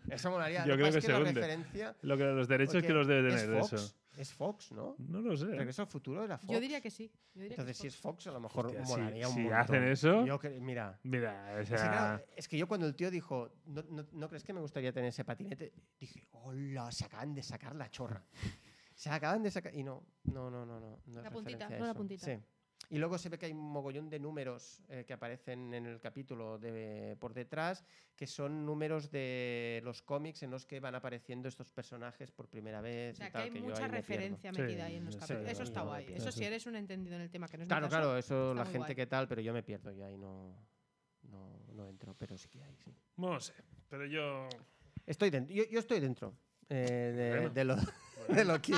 S2: Eso molaría.
S1: Yo
S2: Lo
S1: creo
S2: pasa
S1: que
S2: es
S1: se
S2: la
S1: hunde.
S2: referencia...
S1: Lo que, los derechos
S2: porque
S1: que los debe tener
S2: es
S1: de
S2: Fox,
S1: eso.
S2: Es Fox, ¿no?
S1: No lo sé.
S2: Regreso al futuro era Fox.
S3: Yo diría que sí. yo diría que
S2: Entonces, si es
S3: Fox.
S2: Fox, a lo mejor
S1: Hostia, si-
S2: molaría un
S1: si
S2: montón.
S1: hacen eso-
S2: Yo cre- mira.
S1: Mira, o
S2: Es que, claro,
S1: sea,
S2: es que yo cuando el tío dijo, ¿no, no, no crees que me gustaría tener ese patinete? Dije, hola, se acaban de sacar la
S1: [laughs]
S2: chorra. Se acaban de sacar... Y no, no, no, no. no, no es
S3: La
S2: referencia
S3: puntita,
S2: a
S3: no la
S2: eso.
S3: puntita.
S2: Sí. Y luego se ve que hay un mogollón de números eh, que aparecen en el capítulo de, por detrás, que son números de los cómics en los que van apareciendo estos personajes por primera vez.
S3: O sea,
S2: y
S3: que
S2: tal,
S3: hay
S2: yo
S3: mucha
S2: ahí me pierdo.
S3: referencia
S1: Sí,
S3: metida ahí en los
S1: sí,
S3: capítulos.
S2: sí,
S3: Eso
S2: sí,
S3: está
S2: sí,
S3: guay.
S2: sí.
S3: Eso si eres un entendido en el tema, que no es mi
S2: Claro,
S3: caso.
S2: claro, eso
S3: Está
S2: la
S3: muy
S2: gente
S3: guay.
S2: que tal, pero yo me pierdo, yo ahí no, no, no entro, pero sí que ahí sí.
S1: no sé. Pero yo.
S2: Estoy dentro, yo, yo estoy dentro eh, de,
S1: Bueno.
S2: de lo, [laughs] de Loki.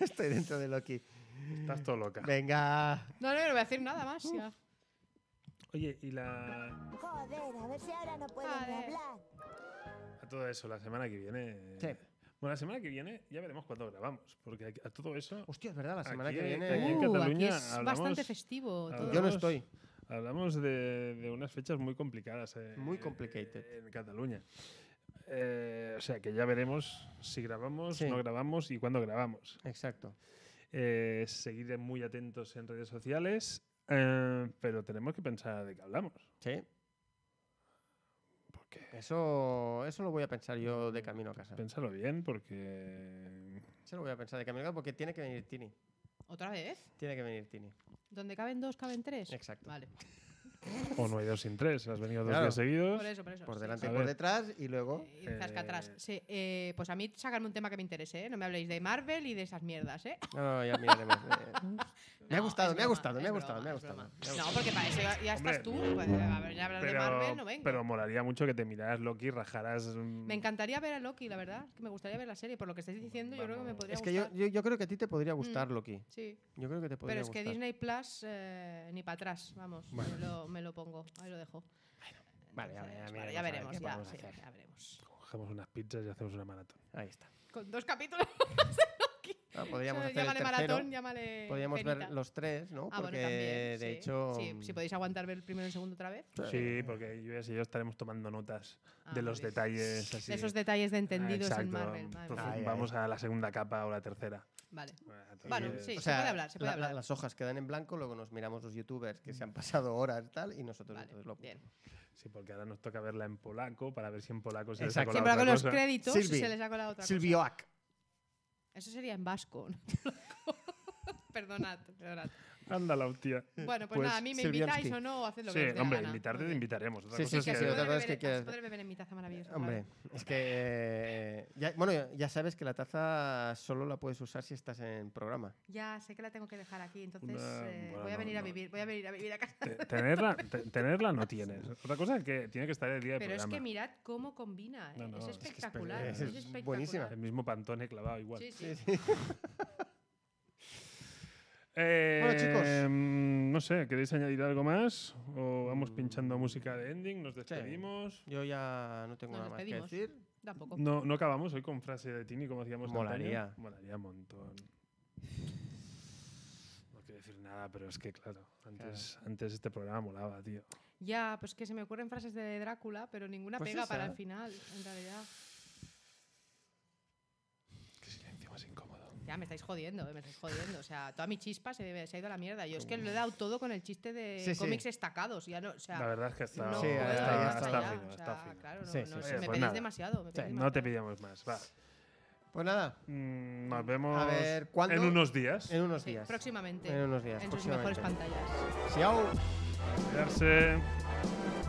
S2: estoy dentro de Loki.
S1: Estás todo loca.
S2: Venga.
S3: No, no, no voy a decir nada más. ya.
S1: Oye, y la.
S6: Joder, a ver si ahora no puedo ni
S3: Joder.
S6: hablar.
S1: A todo eso, la semana que viene.
S2: Sí.
S1: Bueno, la semana que viene ya veremos cuándo grabamos. Porque a- a todo eso.
S2: Hostia, es verdad, la semana
S1: Aquí
S2: que
S1: hay-
S2: viene.
S1: aquí en
S3: Uh,
S1: Cataluña
S3: es bastante
S1: hablamos-
S3: festivo. todo.
S1: hablamos-
S2: yo no estoy.
S1: Hablamos de, de unas fechas muy complicadas. eh,
S2: Muy complicated.
S1: En Cataluña. Eh, o sea, que ya veremos si grabamos,
S2: Sí.
S1: no grabamos y cuándo grabamos.
S2: Exacto.
S1: Eh, seguid muy atentos en redes sociales, eh, pero tenemos que pensar de qué hablamos.
S2: Sí.
S1: Porque,
S2: Eso, eso lo voy a pensar yo de camino a casa.
S1: pensarlo bien, porque...
S2: Eso lo voy a pensar de camino a casa porque tiene que venir Tini.
S3: ¿Otra vez?
S2: Tiene que venir Tini.
S3: ¿Donde caben dos, caben tres?
S2: Exacto. Pues,
S3: Vale.
S1: O no hay dos sin tres, has venido dos
S2: Claro.
S1: días seguidos.
S3: Por eso, por eso.
S2: Por
S3: sí,
S2: delante
S3: sí.
S2: y
S1: A
S2: por
S1: ver.
S2: detrás y luego.
S3: Y zasca atrás.
S1: Eh,
S3: Sí, eh, pues a mí sacarme un tema que me interese, ¿eh? No me habléis de Marvel y de esas mierdas, ¿eh?
S2: No, no, ya miraremos. Eh, me ha
S3: [laughs] No,
S2: gustado,
S3: es
S2: me ha
S3: broma,
S2: gustado, me
S3: es
S2: ha gustado,
S3: broma,
S2: me ha
S3: es
S2: gustado.
S3: broma.
S2: me ha
S3: No,
S2: gustado.
S3: porque para eso ya, ya
S1: Hombre.
S3: estás tú. Pues, a venir a hablar de Marvel, no vengo.
S1: pero molaría mucho que te miraras Loki, rajaras...
S3: me encantaría ver a Loki, la verdad. Es que me gustaría ver la serie. Por lo que estáis diciendo, yo creo que me
S1: Vamos.
S3: podría
S2: Es que yo,
S3: gustar.
S2: yo, yo creo que a ti te podría gustar,
S3: Mm.
S2: Loki.
S3: Sí,
S2: Yo creo que te podría
S3: pero es
S2: gustar.
S3: que Disney Plus eh, ni para atrás, vamos.
S2: Bueno.
S3: Me, lo, me lo pongo, ahí lo dejo.
S2: Vale, ya,
S3: Entonces,
S2: ya
S3: vale,
S2: miraremos
S3: ya
S2: a ver
S3: veremos,
S2: qué
S3: ya,
S2: podemos
S3: sí,
S2: hacer.
S3: ya veremos.
S1: Cogemos unas pizzas y hacemos una maratón.
S2: Ahí está.
S3: Con dos capítulos, [laughs]
S2: Ah, podríamos hacer el
S3: llámale
S2: tercero.
S3: maratón, llámale.
S2: Podríamos ver
S3: penita.
S2: los tres, ¿no?
S3: Ah,
S2: Porque
S3: bueno, también.
S2: de
S3: sí.
S2: hecho.
S3: Sí, si podéis aguantar ver el primero y el segundo otra vez.
S1: Sí, porque Lluvias y yo estaremos tomando notas
S3: Ah,
S1: de
S3: muy
S1: los
S3: bien.
S1: detalles. Así.
S3: De esos detalles de entendidos
S1: Exacto.
S3: en Marvel. Madre
S1: Entonces,
S3: mía.
S2: Ay, ay.
S1: vamos a la segunda capa o la tercera.
S3: Vale.
S1: Entonces,
S3: Bueno,
S1: eh,
S3: sí,
S2: o
S3: se
S2: sea,
S3: puede hablar, se puede
S2: la- la-
S3: hablar. Mm.
S2: las hojas quedan en blanco, luego nos miramos los youtubers que se han pasado horas y tal, y nosotros
S3: Vale,
S2: entonces lo
S3: bien.
S1: Sí, porque ahora nos toca verla en polaco para ver si en polaco se les
S2: Exacto.
S1: ha
S3: Siempre
S1: colado
S3: con los
S1: otra cosa.
S3: créditos
S2: Silvi.
S3: se les ha colado otra cosa.
S2: Silvioac.
S3: Eso sería en vasco. ¿no? [laughs] perdonad, perdonad.
S1: Ándala, hostia.
S3: Bueno, pues,
S1: Pues,
S3: nada, a mí me
S2: Silvia
S3: invitáis
S2: Amsti.
S3: o no, haced lo que os dé
S1: Sí,
S3: la
S1: hombre,
S3: gana.
S1: invitarte
S3: Muy
S1: te
S3: bien.
S1: invitaremos. Otra
S2: Sí,
S1: cosa
S2: sí,
S1: es
S2: sí,
S1: que-
S3: así
S2: otra
S3: podré
S2: cosa es que
S3: beber-
S2: quieras-
S3: así podré beber en mi taza maravillosa.
S2: Hombre,
S3: claro.
S2: es que. eh, ya- bueno, ya- ya sabes que la taza solo la puedes usar si estás en programa.
S3: Ya sé que la tengo que dejar aquí, entonces
S1: Nah,
S3: eh,
S1: bueno,
S3: voy a
S1: no,
S3: venir a
S1: no.
S3: vivir, voy a venir a vivir a casa.
S1: te- Tenerla, te- tenerla no tienes. Otra cosa es que tiene que estar el día de
S3: Pero es
S1: programa.
S3: que mirad cómo combina, ¿eh?
S1: No, no,
S3: es
S1: es que es
S3: espectacular.
S2: espe-
S3: Es,
S2: es
S3: espectacular.
S2: buenísima.
S1: El mismo pantone clavado igual.
S3: Sí, sí.
S1: Eh,
S2: Bueno, chicos.
S1: mm, No sé, ¿queréis añadir algo más? ¿O vamos pinchando música de ending? ¿Nos despedimos?
S2: [laughs] Yo ya no tengo
S3: Nos
S2: nada más que
S3: despedimos.
S2: decir.
S3: Tampoco.
S1: No, no acabamos hoy con frase de Tini como hacíamos antaño.
S2: Molaría.
S1: Molaría un montón. No quiero decir nada, pero es que claro, antes, antes este programa molaba, tío.
S3: Ya, pues que se me ocurren frases de Drácula, pero ninguna
S2: Pues
S3: pega para
S2: esa.
S3: el final, en realidad.
S1: Qué silencio más incómodo.
S3: Ya me estáis jodiendo, eh, me estáis jodiendo. O sea, toda mi chispa se, se ha ido a la mierda. Yo es que lo he dado todo con el chiste de
S2: Sí, sí.
S3: cómics estacados. Ya no, o sea,
S1: La verdad es que está,
S3: no
S2: Sí,
S3: puedo
S2: ahí
S3: más
S2: está
S3: allá.
S1: está fino,
S3: O sea,
S1: está fino.
S3: Claro, no,
S2: Sí,
S3: no,
S2: sí,
S3: me
S2: sí.
S1: Pues
S3: pedís
S1: nada.
S3: demasiado. me
S2: Sí,
S3: pedís
S1: No te
S3: demasiado.
S1: pidamos más. Va.
S2: Pues nada,
S1: Mm, nos vemos
S2: a ver, ¿cuándo?
S1: en unos días.
S2: En unos
S3: Sí,
S2: días.
S3: próximamente.
S2: En unos días,
S3: En sus mejores
S2: próximamente.
S3: pantallas.
S2: Chao.
S1: Cuidarse.